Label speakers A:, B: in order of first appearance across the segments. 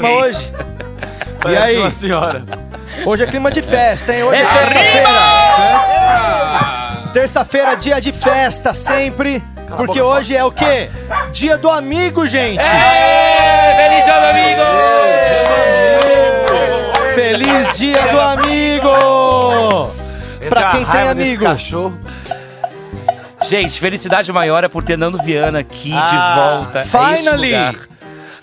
A: Mas hoje. e
B: Parece
A: aí?
B: uma senhora.
A: Hoje é clima de festa, hein? Hoje é terça-feira. Terça-feira, dia de festa sempre. Porque hoje é o quê? Dia do amigo, gente!
B: É!
C: Feliz ano, amigo!
A: Feliz dia do
B: É!
A: amigo! Pra quem tem amigo.
B: cachorro.
C: Gente, felicidade maior é por ter Nando Viana aqui
B: Ah,
C: de volta. a este
A: Finally!
C: lugar.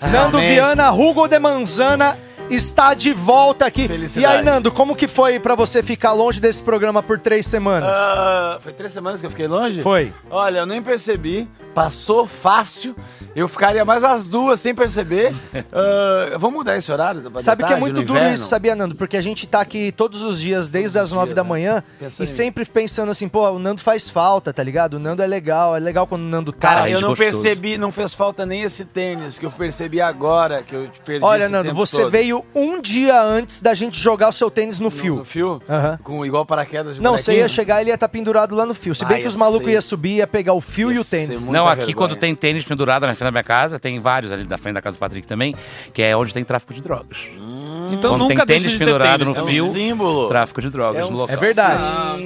A: Nando
B: Realmente.
A: Viana, Hugo de Manzana está de volta aqui.
B: Felicidade.
A: E aí, Nando, como que foi pra você ficar longe desse programa por três semanas?
B: Ah, foi três semanas que eu fiquei longe?
A: Foi.
B: Olha, eu nem percebi. Passou fácil. Eu ficaria mais as duas sem perceber. Ah, vamos mudar esse horário? da- da
A: Sabe que é
B: tarde,
A: muito
B: no
A: duro
B: inverno?
A: isso, sabia, Nando? Porque a gente tá aqui todos os dias, desde as nove
B: dias,
A: da
B: né?
A: manhã,
B: Pensa
A: e
B: em-
A: sempre pensando assim, pô, o Nando faz falta, tá ligado? O Nando é legal, é legal quando o Nando tá.
B: Cara,
C: Ai,
B: eu
C: de
B: não
C: gostoso.
B: percebi, não fez falta nem esse tênis que eu percebi agora, que eu te perdi
A: Olha,
B: esse
A: Nando,
B: tempo
A: você
B: todo.
A: veio um dia antes da gente jogar o seu tênis no fio.
B: No fio?
A: Aham.
B: Com igual paraquedas de
A: Não, você ia
B: bonequinho?
A: chegar, ele ia estar pendurado lá no fio. Se
B: Ah,
A: bem que
B: ia
A: os malucos
B: ser-
A: iam subir, ia pegar o fio
B: ia
A: e o
B: ser
A: tênis.
B: muito-
C: Não,
B: Muita
C: aqui
B: vergonha.
C: quando tem tênis pendurado na frente da minha casa, tem vários ali da frente da casa do Patrick também, que é onde tem tráfico de drogas.
B: Hum.
D: Então
C: Quando
D: nunca
C: tem tênis né?
D: deixa de ter
C: pendurado
D: tênis,
C: no
B: É um
C: fio.
B: símbolo.
C: Tráfico de drogas
B: É um
C: no local.
A: É verdade.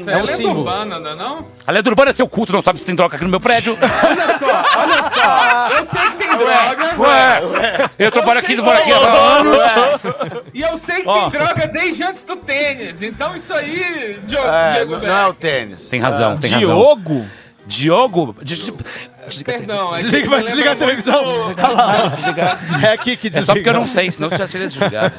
A: é um símbolo.
D: urbana, não é não?
C: A letra urbana é seu culto, não sabe se tem droga aqui no meu prédio.
D: Olha só, olha só. Eu sei que tem droga.
C: Ué,
B: É um
C: eu trabalho aqui, moro aqui há anos.
D: E eu sei que tem droga desde antes do tênis. Então isso aí, Diogo,
B: É,
D: Diego
B: não,
D: Beck.
B: não é o tênis.
C: Tem razão, tem razão.
E: Diogo?
C: Diogo? Des-
D: Perdão, é que
A: Desliga, vai
D: eu
A: desligar a
D: lembro muito-
A: televisão. Olha lá. É aqui que
C: É
A: desliga.
C: só porque eu não sei, senão eu já teria julgado.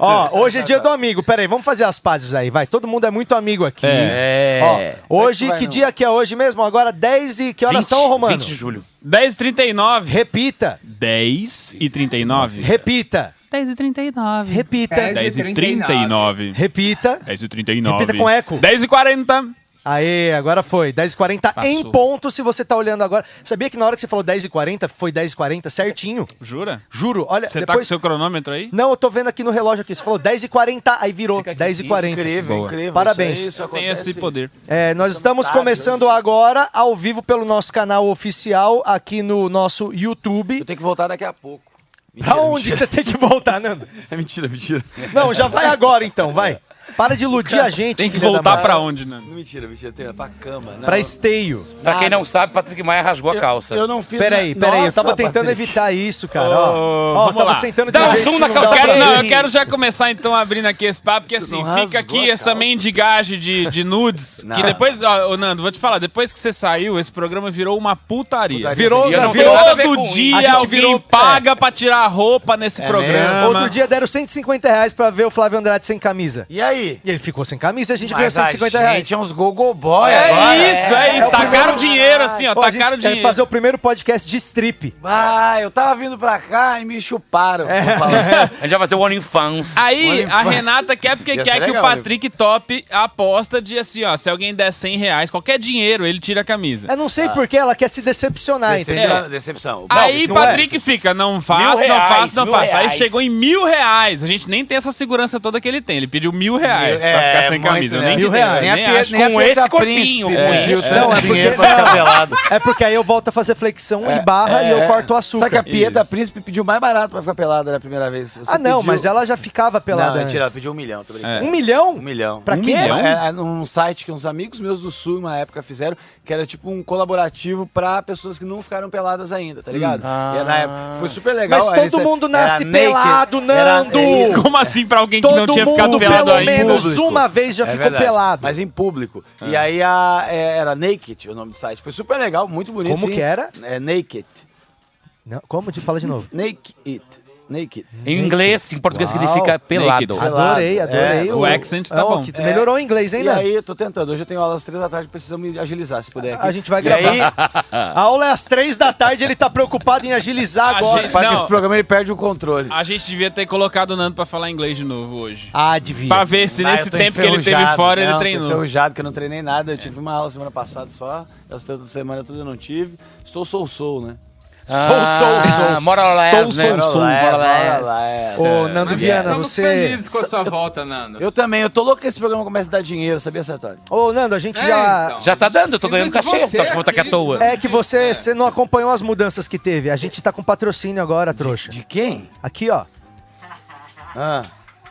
A: Ó, hoje é dia do amigo. Pera aí, vamos fazer as pazes aí, vai. Todo mundo é muito amigo aqui.
C: É.
A: Ó, hoje,
B: Será que vai,
A: que
B: não?
A: dia que é hoje mesmo? Agora 10 e... Que horas
C: 20,
A: são, Romano?
C: 20 de julho.
E: 10 e 39.
A: Repita,
E: 10 e 39.
A: repita,
E: 10 e 39.
A: repita,
E: 10 e 39.
A: repita.
E: 10 e 39.
A: Repita com eco.
E: 10 e 40.
A: Aê, agora foi. 10h40 em ponto, se você tá olhando agora. Sabia que na hora que você falou 10h40, foi 10h40 certinho?
E: Jura?
A: Juro, olha,
E: Você tá com
A: depois...
E: seu cronômetro aí?
A: Não, eu tô vendo aqui no relógio aqui. Você falou 10h40, aí virou 10h40.
B: Incrível,
E: Boa.
B: incrível.
A: Parabéns.
B: Isso aí, isso
E: Tem
B: acontece.
E: esse poder.
A: É, nós estamos
B: tarde,
A: começando agora ao vivo pelo nosso canal oficial aqui no nosso YouTube.
B: Eu tenho que voltar daqui a pouco.
A: Pra onde que você tem que voltar, Nando?
B: É mentira, mentira.
A: Não, já vai agora então, vai. Para de iludir a gente.
E: Tem que
A: filha da
E: voltar
A: mãe.
E: pra onde, né?
B: Não, mentira, mentira. Tem, pra cama. Não.
A: Pra esteio.
C: Pra quem não sabe, Patrick Maia rasgou a calça.
B: Eu não fiz.
A: Peraí,
B: na-
A: peraí, eu
B: Nossa,
A: tava tentando
B: Patrick.
A: evitar isso, cara. ó,
E: Ô,
A: ó eu
E: vamos
A: tava
E: lá.
A: sentando de
C: Dá
A: um
C: um
A: jeito
C: zoom
A: que
C: na
A: não
C: calça
A: dá pra
E: Quero, não,
A: ver.
E: eu quero já começar então abrindo aqui esse papo, porque assim,
B: não rasgou
E: fica
B: a
E: aqui
B: calça.
E: essa mendigagem de, de nudes.
B: Não.
E: Que depois, ó, ô, Nando, vou te falar, depois que você saiu, esse programa virou uma putaria.
B: Putaria.
A: Virou,
C: E eu não
A: virou.
C: tenho nada a ver
E: Todo
C: com
E: dia
A: A gente
E: alguém
A: virou-
E: paga pra tirar a roupa nesse
B: É
E: programa.
B: mesmo?
A: Outro dia deram 150 reais pra ver o Flávio Andrade sem camisa.
B: E aí?
A: E ele ficou sem camisa e a gente ganhou
B: Mas
A: 150
B: a
A: reais.
B: gente é uns gogoboy
E: É
B: agora.
E: isso, é,
A: É
E: isso.
A: o
E: Tacaram
A: primeiro-
E: dinheiro assim, ó.
A: Pô, a gente
E: tacaram
A: é
E: dinheiro.
A: fazer o primeiro podcast de strip.
B: Ah, eu tava vindo pra cá e me chuparam.
A: É. Então,
B: Vou falar.
C: A gente vai fazer o OnlyFans.
E: Aí
B: Olha,
E: a
B: vai.
E: Renata quer porque
B: Ia
E: quer
B: ser
E: que
B: legal,
E: o Patrick top a aposta de assim, ó, se alguém der 100 reais, qualquer dinheiro, ele tira a camisa.
A: Eu não sei por porque ela quer se decepcionar, entendeu?
B: Decepção. decepção.
E: Aí
A: isso não é,
E: Patrick fica, não faço,
C: Mil
E: não
C: reais,
E: faço, não
C: mil
E: faço. Aí
C: reais.
E: chegou em mil reais. A gente nem tem essa segurança toda que ele tem. Ele pediu mil reais pra
B: É,
E: ficar sem
B: muito,
E: camisa.
B: né?
E: Eu nem
A: Mil
E: te dei, eu
A: reais.
B: nem
E: nem
B: a Pia-
E: acho.
B: nem a
C: com esse
B: Petra
C: corpinho,
B: Príncipe
C: é,
B: pediu
C: é.
B: tanto
A: Não, é
B: dinheiro
A: porque-
B: pra ficar pelado.
A: É porque aí eu volto a fazer flexão e barra e eu corto o açúcar.
B: Só que a Pieta
E: Isso.
B: Príncipe pediu mais barato pra ficar pelada na primeira vez. Você
A: Ah, não,
B: pediu-
A: mas ela já ficava pelada.
B: Não, mentira, ela
A: antes.
B: pediu um milhão, tô
E: É.
B: brincando.
A: Um milhão?
B: Um milhão.
A: Pra
B: um
A: quê?
B: Milhão?
A: Milhão?
B: É, é um site que uns amigos meus do Sul, uma época, fizeram, que era tipo um colaborativo pra pessoas que não ficaram peladas ainda, tá ligado? E era na época- foi super legal.
A: Hum. Ah. Mas
B: aí
A: todo
B: você-
A: mundo
B: era
A: nasce
B: naked,
A: pelado,
B: era-
A: Nando!
B: é isso.
E: Como assim pra alguém que
A: Todo
E: não tinha
A: mundo,
E: ficado pelado
A: pelo
E: ainda?
A: menos
B: Público.
A: uma vez, já
B: É
A: ficou
B: verdade,
A: pelado. Ah.
B: Mas em público. E aí a- é, era Naked o nome do site. Foi super legal, muito bonito. É,
A: Como
B: sim.
A: que era?
B: É Naked.
A: Não, como? De- Fala de novo.
B: Naked. Naked.
A: Hum.
C: Em inglês, em português
A: Uau.
C: significa pelado.
B: Naked.
A: Adorei, adorei.
B: É,
E: o accent tá
A: Ó,
E: bom.
A: que Melhorou o inglês, hein,
B: E
A: Nando?
B: aí, eu tô tentando. Hoje eu tenho aula às três da tarde, precisamos me agilizar, se puder. aqui.
A: A gente vai
B: E
A: gravar.
B: aí,
A: A aula é às três da tarde, ele tá preocupado em agilizar
E: A
A: agora.
E: gente-
B: para que
E: Não.
B: esse programa ele perde o controle.
E: A gente devia ter colocado o Nando pra falar inglês de novo hoje.
A: Ah, devia.
E: Pra ver se
B: Ah, eu
E: nesse
B: tô
E: tempo que ele teve
B: enferrujado.
E: fora
B: não,
E: ele
B: tô
E: treinou.
B: enferrujado, que eu não treinei nada. Eu tive uma aula semana passada só. Essa tanta semana tudo eu não tive. Estou sou sou, né?
C: Ah, more or less, né?
B: Estou sou sou.
C: More or less.
A: Ô, Nando
D: Mas
A: Viana,
D: estamos
A: você.
D: felizes com a sua volta, Nando.
B: Eu também. Eu tô louco que esse programa comece a dar dinheiro, sabia, Sartori?
A: Ô, Nando, a gente
D: É,
A: já.
D: então.
C: Já tá dando, eu tô
D: Precisa
C: ganhando
D: de
C: cachê.
D: você
C: Tá de conta aqui à
D: aqui.
C: toa.
A: É que você, você não acompanhou as mudanças que teve. A gente tá com patrocínio agora, trouxa.
B: De quem?
A: Aqui, ó.
B: Ah.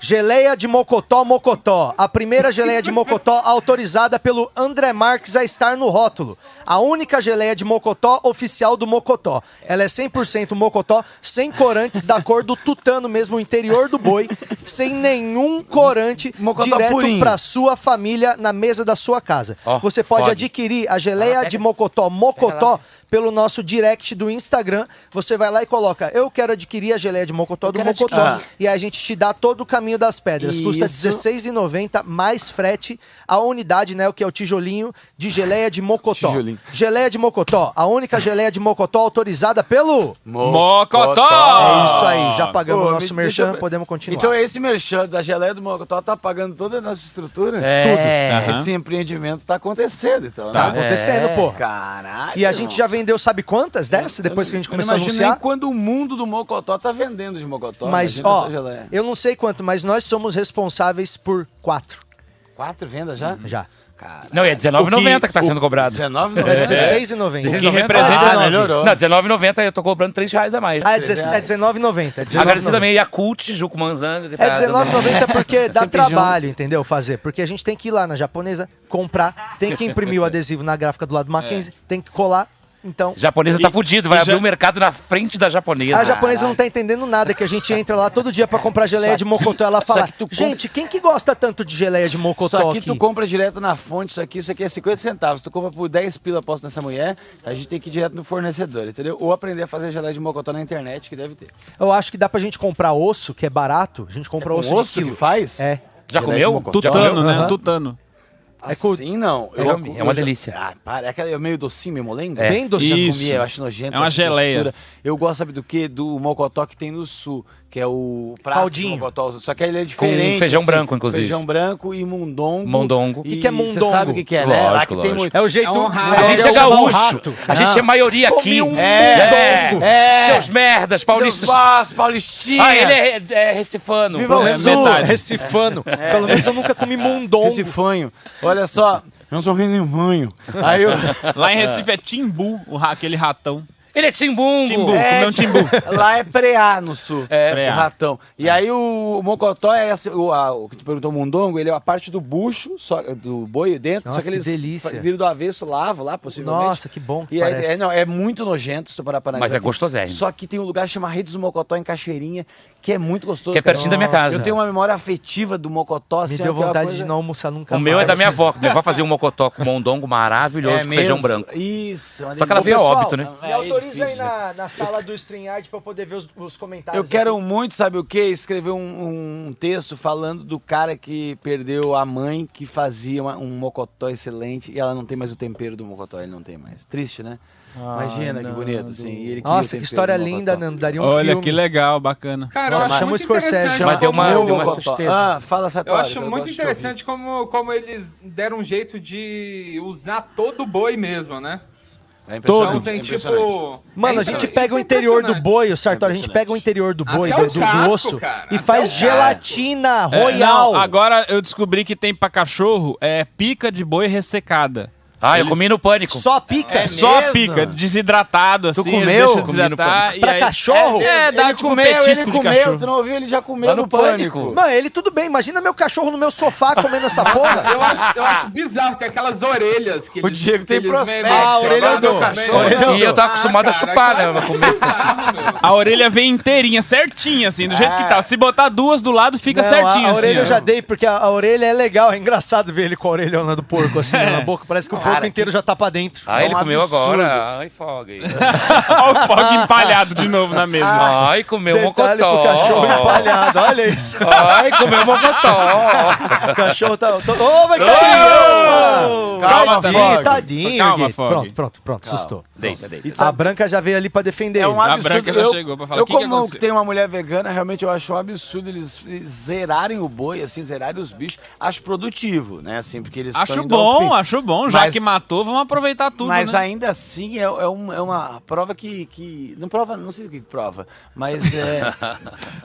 A: Geleia de Mocotó Mocotó. A primeira geleia de Mocotó autorizada pelo André Marques a estar no rótulo. A única geleia de Mocotó oficial do Mocotó. Ela é 100% Mocotó, sem corantes, da cor do tutano mesmo, o interior do boi, sem nenhum corante,
B: Mocotó
A: direto
B: purinho.
A: pra sua família, na mesa da sua casa.
C: Ó,
A: Você pode
C: fode.
A: adquirir a geleia de Mocotó Mocotó pelo nosso direct do Instagram. Você vai lá e coloca, eu quero adquirir a geleia de Mocotó do Mocotó.
B: adquirir.
A: E a gente te dá todo o caminho das pedras. Custa
B: Isso.
A: R$16,90 mais frete. A unidade, né? O que é o tijolinho de geleia de mocotó.
B: Tijolinho.
A: Geleia de mocotó. A única geleia de mocotó autorizada pelo...
E: Mocotó!
A: É isso aí. Já pagamos
B: Ô,
A: o
B: Ah! me-
A: nosso
B: deixa
A: merchan.
B: eu-
A: Podemos continuar.
B: Então esse merchan da geleia do Mocotó tá pagando toda a nossa estrutura?
C: É.
B: Tudo. Esse empreendimento tá acontecendo, então.
A: Tá
B: né?
A: acontecendo,
C: É.
A: pô.
B: Caralho.
A: E a gente já vendeu sabe quantas dessa? Depois que a gente começou a
B: não imagino
A: anunciar.
B: nem quando o mundo do Mocotó tá vendendo de Mocotó.
A: Mas,
B: imagina
A: ó,
B: essa geleia.
A: eu não sei quanto, mas nós somos responsáveis por quatro.
B: Quatro vendas já?
A: Já.
B: Caralho.
C: Não, e é R$19,90 que tá
B: o-
C: sendo cobrado.
A: É
B: R$19,90.
C: R$16,90.
A: 16,90.
C: representa-
B: Ah, melhorou.
C: Não, R$19,90 eu tô cobrando 3 reais a mais.
A: Ah, é 16 é R$19,90. É
C: Agradecer
A: R$19,90.
C: também a Yakult, Juco Manzanga. que
A: É
C: tá
A: R$19,90 porque dá
B: Sempre junto.
A: trabalho, entendeu? Fazer. Porque a gente tem que ir lá na japonesa, comprar, tem que imprimir o adesivo na gráfica do lado do Mackenzie, tem que colar. Então.
C: Japonesa tá fudido, vai
E: e
C: abrir
E: já-
C: o mercado na frente da
B: Ah,
C: japonesa.
A: A japonesa não tá entendendo nada, que a gente entra lá todo dia pra comprar geleia de mocotó. Ela fala,
B: aqui tu compra-
A: gente, quem que gosta tanto de geleia de
B: Isso
A: mocotó
B: aqui
A: aqui?
B: tu compra direto na fonte, isso aqui, isso aqui é 50 centavos. Tu compra por 10 pila, aposto nessa mulher, a gente tem que ir direto no fornecedor, entendeu? Ou aprender a fazer geleia de mocotó na internet, que deve ter.
A: Eu acho que dá pra gente comprar osso, que é barato. A gente compra
B: Com
A: osso, de
B: osso que
A: quilo.
B: faz?
A: É.
C: Já
B: Geleia de
C: comeu?
B: mocotó.
C: Já comeu?
E: Tutano, né?
A: Aham.
E: Tutano.
B: É com... Assim não. Eu
C: Come,
B: já-
C: é uma
B: eu já-
C: delícia.
B: Ah, para. É, aquela, é meio docinho, meio molengo?
C: É.
A: Bem docinho.
B: Eu já
E: Isso.
B: comi, eu acho nojento.
E: É uma
B: acho que
E: geleia.
B: mistura. Eu gosto, sabe do quê? Do mocotó que tem no sul, que é o prato de
A: Caldinho.
B: mocotó. Só que ele é diferente.
C: feijão branco, inclusive.
B: Feijão branco e mondongo.
C: Mondongo.
B: E
C: O
A: que que é mondongo?
B: Você sabe o que, que é, né? Lá
C: Lógico,
B: que tem
C: lógico.
B: muito...
A: É o jeito.
D: É um rato.
C: A gente
A: é
C: é
A: o chamar o
C: gaúcho,
A: rato.
C: a gente é maioria
A: Comi
C: aqui.
A: um
C: é.
A: mondongo.
C: É. Seus merdas, paulistas.
B: Seus paulistinhos.
C: Ah, ele é, é recifano.
B: Viva
C: pô,
B: o
C: é
B: Sul.
C: metade.
A: Recifano. Pelo menos eu nunca comi mondongo.
B: Esse fanho. Olha só. Eu não sou nem fanho. Aí eu...
E: Lá em Recife é Timbu, o ra- aquele ratão.
C: Ele é timbungo.
E: Timbu,
B: É,
E: comeu um
B: tipo,
E: timbu.
B: Lá é preá no sul. É,
E: preá.
B: O ratão. E aí o, o mocotó é essa, o, a- o que tu perguntou, o mondongo, ele é a parte do bucho, só, do boi dentro,
A: Nossa,
B: só que eles
A: que delícia.
B: fa- viram do avesso, lavam lá, possivelmente.
A: Nossa, que bom que
B: e aí-
A: parece.
B: é, não, é muito nojento, se tu parar pra
C: Mas
B: analisar.
C: é gostosérrimo.
B: Só que tem um lugar chamado Rede do Mocotó, em Cachoeirinha, que é muito gostoso.
C: Que é
B: cara.
C: pertinho da minha casa.
B: Eu tenho uma memória afetiva do mocotó.
A: Me
B: assim,
A: deu
B: aquela
A: vontade
B: coisa-
A: de não almoçar nunca
C: O
A: mais.
C: meu é da minha avó. que Minha avó fazia um mocotó com mondongo maravilhoso,
B: É
C: com feijão
B: mesmo?
C: branco.
B: Isso. uma
C: Só que ela
B: delícia.
C: veio a
A: Pessoal,
C: óbito, né?
A: Me
B: É
A: autoriza aí
B: difícil.
A: na, na sala do StreamYard pra eu poder ver os, os
E: tá
A: comentários.
B: Eu quero um muito, sabe o quê? Escrever um, um texto falando do cara que perdeu a mãe que fazia uma- um mocotó excelente e ela não tem mais o tempero do mocotó, ele não tem mais. Triste, né? Imagina que bonito, assim. e ele queria o
A: Nossa, que
B: tempero
A: história
B: do mocotó.
A: linda, Nando. Daria um
E: Olha
A: filme.
E: que legal, bacana.
D: Cara, eu
A: Nossa,
D: acho
A: chama o
D: muito
A: Scorsese,
D: interessante.
C: chama- Mas deu uma-
D: como-
B: Meu
C: deu uma
B: mocotó.
C: tristeza.
B: Ah, fala,
D: Eu
B: Satório.
D: acho muito
B: gosto de te
D: interessante como, como eles deram um jeito de usar todo o boi mesmo, né?
B: ouvir. É impressionante,
D: Todo. Então
B: é
D: tem
B: impressionante.
D: tipo.
A: Mano,
D: é
A: a gente
D: impressionante.
A: pega o
D: Isso é
A: interior do
D: impressionante.
A: boi, o Sartori, a gente
B: Impressionante.
A: pega o interior do boi,
D: Até
A: do,
D: o
A: do
D: casco,
A: osso,
D: cara.
A: e
D: Até
A: faz
D: o casco.
A: gelatina royal.
E: É, Não, agora eu descobri que tem pra cachorro é pica de boi ressecada.
C: Ah, eu comi no pânico.
A: Só pica.
B: É
E: Só
B: mesmo?
E: pica, desidratado assim. eles
B: comeu?
E: deixam
C: Comi no
E: desidratar.
C: pânico.
E: e
A: Pra
E: aí-
A: cachorro?
E: É, é, dá
B: ele
E: tipo um
B: comeu,
E: petisco
B: ele
E: de
B: comeu, tu
E: cachorro.
B: não ouviu? Ele já comeu
C: Lá
B: no,
C: no
B: pânico.
C: Pânico.
A: Mano, ele tudo bem. Imagina meu cachorro no meu sofá comendo essa porra.
D: Eu acho, eu acho bizarro, tem aquelas orelhas que
B: O
D: eles-
B: Diego tem
D: que eles
B: prospecto.
D: vendem,
A: Ah,
D: sei
A: orelha
D: lá,
A: do-
D: meu cachorro.
A: orelha do-
C: E eu tava acostumado a
D: Ah, cara,
C: chupar, né?
D: aquilo é
C: Mas
D: muito
C: comer.
D: bizarro, meu.
E: A orelha vem inteirinha, certinha, assim, do
B: É.
E: jeito que tá. Se botar duas do lado, fica
A: Não, a-
E: certinho.
A: a,
E: assim,
A: orelha
E: ó.
A: eu já dei, porque a, a orelha é legal, é engraçado ver ele com a orelhona do porco assim na boca. Parece que o porco porco
B: que-
A: inteiro já tá pra dentro.
C: Ah,
B: É
C: ele
B: um
C: comeu
B: absurdo.
C: agora. Ai, foga aí.
E: Olha o Fog empalhado de novo na mesa.
B: Ah,
C: Ai,
E: é
C: comeu o
E: um
A: Detalhe pro
C: mocotó.
A: cachorro empalhado, olha isso.
C: Ai, comeu o mocotó.
A: O cachorro tá. Tô... Ô, vai cair!
E: Calma,
A: tadinho,
E: Fog.
A: tá tadinho.
E: Calma,
A: Gui.
E: Fog.
A: Pronto, pronto, pronto, assustou.
C: Deita, deita.
A: A branca já veio ali pra defender
B: É
A: ele.
B: um
E: A
B: absurdo.
E: Branca já
B: eu,
E: chegou pra falar,
B: eu
E: "O que que
B: como
E: aconteceu?"
B: tem uma mulher vegana, realmente eu acho um absurdo eles zerarem o boi, assim, zerarem os bichos. Acho produtivo, né? Assim, porque eles tão
E: Acho
B: indo ao
E: bom,
B: fim.
E: acho bom. Já
B: Mas-
E: que matou, vamos aproveitar tudo,
B: mas
E: né?
B: ainda assim é, é um- é uma prova que, que- não prova, não sei o que prova, mas é,